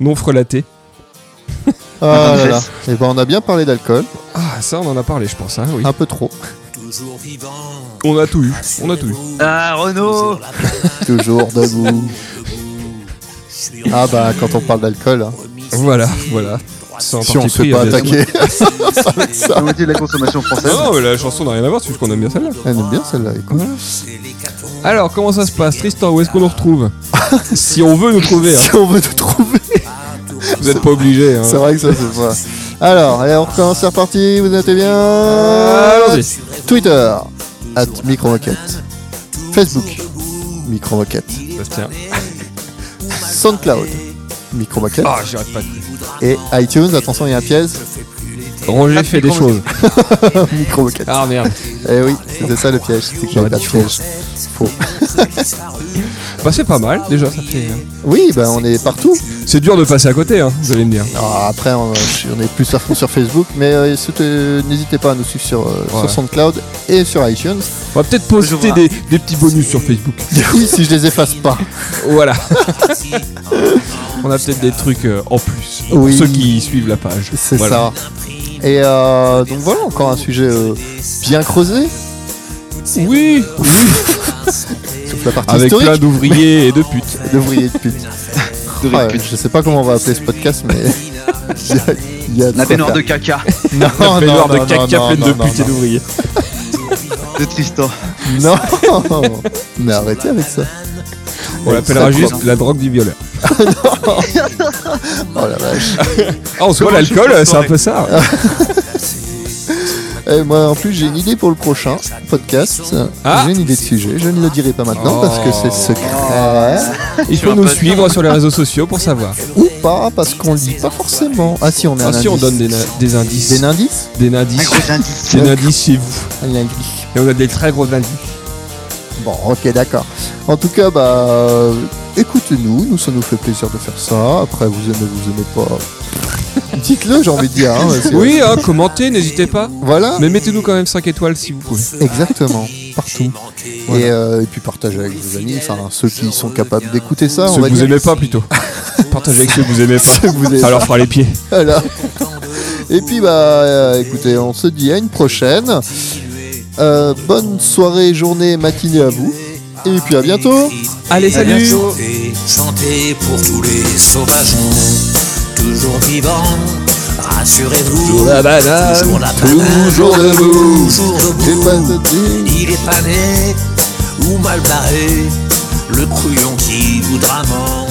C: Non frelaté.
A: Ah
B: Attends,
A: là là.
B: fesse.
A: Et ben, on a bien parlé d'alcool,
C: Ah, ça, on en a parlé, je pense. hein, oui.
B: Ah.
A: un peu trop,
E: Toujours vivant.
C: On a tout eu. On a tout eu.
B: Ah, Renaud
A: toujours debout. Ah bah, quand on parle d'alcool, hein.
C: Voilà, voilà. Sans
A: si on
C: parti
A: se fait
C: pris,
A: pas
C: hein, bien sûr.
A: attaquer,
B: La moitié de la consommation française.
C: Non, mais la chanson n'a rien à voir, c'est juste qu'on aime bien celle-là.
A: elle aime bien celle-là. Ah, Écoute.
C: Alors, comment ça se passe Tristan, où est-ce qu'on nous retrouve Si on veut nous trouver, hein.
A: Si on veut nous trouver,
C: vous n'êtes pas obligé. hein.
A: c'est vrai que ça c'est ça. Alors, allez, on recommence, c'est reparti, vous notez bien.
C: Allons-y.
A: Twitter, at micro-moquette. Facebook, micro-moquette.
C: Bastien.
A: Soundcloud, micro-moquette.
C: Ah, j'arrête pas de plus.
A: Et iTunes, attention, il y a un piège,
C: Roger fait des choses.
A: micro-moquette.
C: Ah merde.
A: Eh oui, c'était ça le piège, c'est que j'avais pas de piège. Faux.
C: Bah, c'est pas mal, déjà, ça fait.
A: Oui, bah on est partout.
C: C'est dur de passer à côté, hein, vous allez me dire.
A: Alors, après, on, on est plus à fond sur Facebook, mais euh, surtout, euh, n'hésitez pas à nous suivre sur, euh, sur
C: Ouais.
A: SoundCloud et sur iTunes.
C: On va peut-être
B: Je
C: poster
B: vois.
C: des, des petits bonus sur Facebook.
A: Oui, si je les efface pas.
C: Voilà. On a peut-être des trucs euh, en plus. Pour
A: Oui.
C: ceux qui suivent la page.
A: C'est
C: Voilà.
A: ça. Et euh, donc voilà, encore un sujet euh, bien creusé,
C: Oui, oui.
A: sauf la partie
C: Avec plein
A: historique.
C: d'ouvriers et de putes.
A: D'ouvriers de pute.
B: De
A: Ah,
B: répute.
A: je sais pas comment on va appeler ce podcast, mais. il y a- il y a de
B: La
A: quoi
B: peignoir de
A: faire.
B: caca
A: Non,
C: Un
A: Ah, non,
C: peignoir de
A: non,
C: caca
A: non,
C: pleine
A: non,
C: de
A: non,
C: putes et d'ouvriers.
B: de Tristan.
A: non, non. Mais arrêtez avec ça.
C: On l'appellera
A: Ça
C: juste
A: prend-
C: la drogue du violeur.
A: Oh la vache.
C: Ah, on se voit
B: Comment je
C: l'alcool,
B: peux
C: c'est un
B: soirée
C: peu ça.
A: Et Eh, moi en plus j'ai une idée pour le prochain podcast.
C: Ah.
A: J'ai une idée de sujet. Je ne le dirai pas maintenant
C: Oh.
A: parce que c'est secret.
C: Il
B: Sur
C: faut
B: un
C: nous
B: poste.
C: suivre sur les réseaux sociaux pour savoir.
A: Ou pas parce qu'on le dit pas forcément. Ah si on a un
C: Ah si, on
A: indice.
C: donne des, na- des indices.
A: Des indices
C: Des
B: Un
C: indices.
B: gros indice.
C: Des indices chez vous.
A: Un indice.
C: Et on a des très gros indices.
A: Bon ok d'accord. En tout cas bah euh, écoutez-nous. Nous ça nous fait plaisir de faire ça. Après vous aimez vous aimez pas. Dites-le j'ai envie de dire. hein, parce que-
C: Oui, hein, commentez, n'hésitez pas.
A: Voilà.
C: Mais mettez-nous quand même 5 étoiles si vous pouvez.
A: Exactement. Partout. Et, euh, et puis partagez avec vos amis. Enfin ceux qui sont capables d'écouter ça. Ah, on
C: Ceux
A: va
C: que vous
A: dire.
C: aimez pas plutôt. Partagez avec ceux que vous aimez
A: Ceux que vous aimez
C: pas. Ça leur fera les pieds.
A: Voilà. Et puis bah euh, écoutez, on se dit à une prochaine. Euh, bonne soirée, journée, matinée à vous. Et puis à bientôt.
C: Allez, salut
E: Chanter, chanter pour tous les sauvageons, toujours vivants, rassurez-vous.
C: la banane,
E: toujours la
A: toujours
E: banane,
A: debout.
E: toujours
A: Et pas
E: debout.
A: de dire.
E: Il est pané ou mal barré, le crouillon qui voudra m'en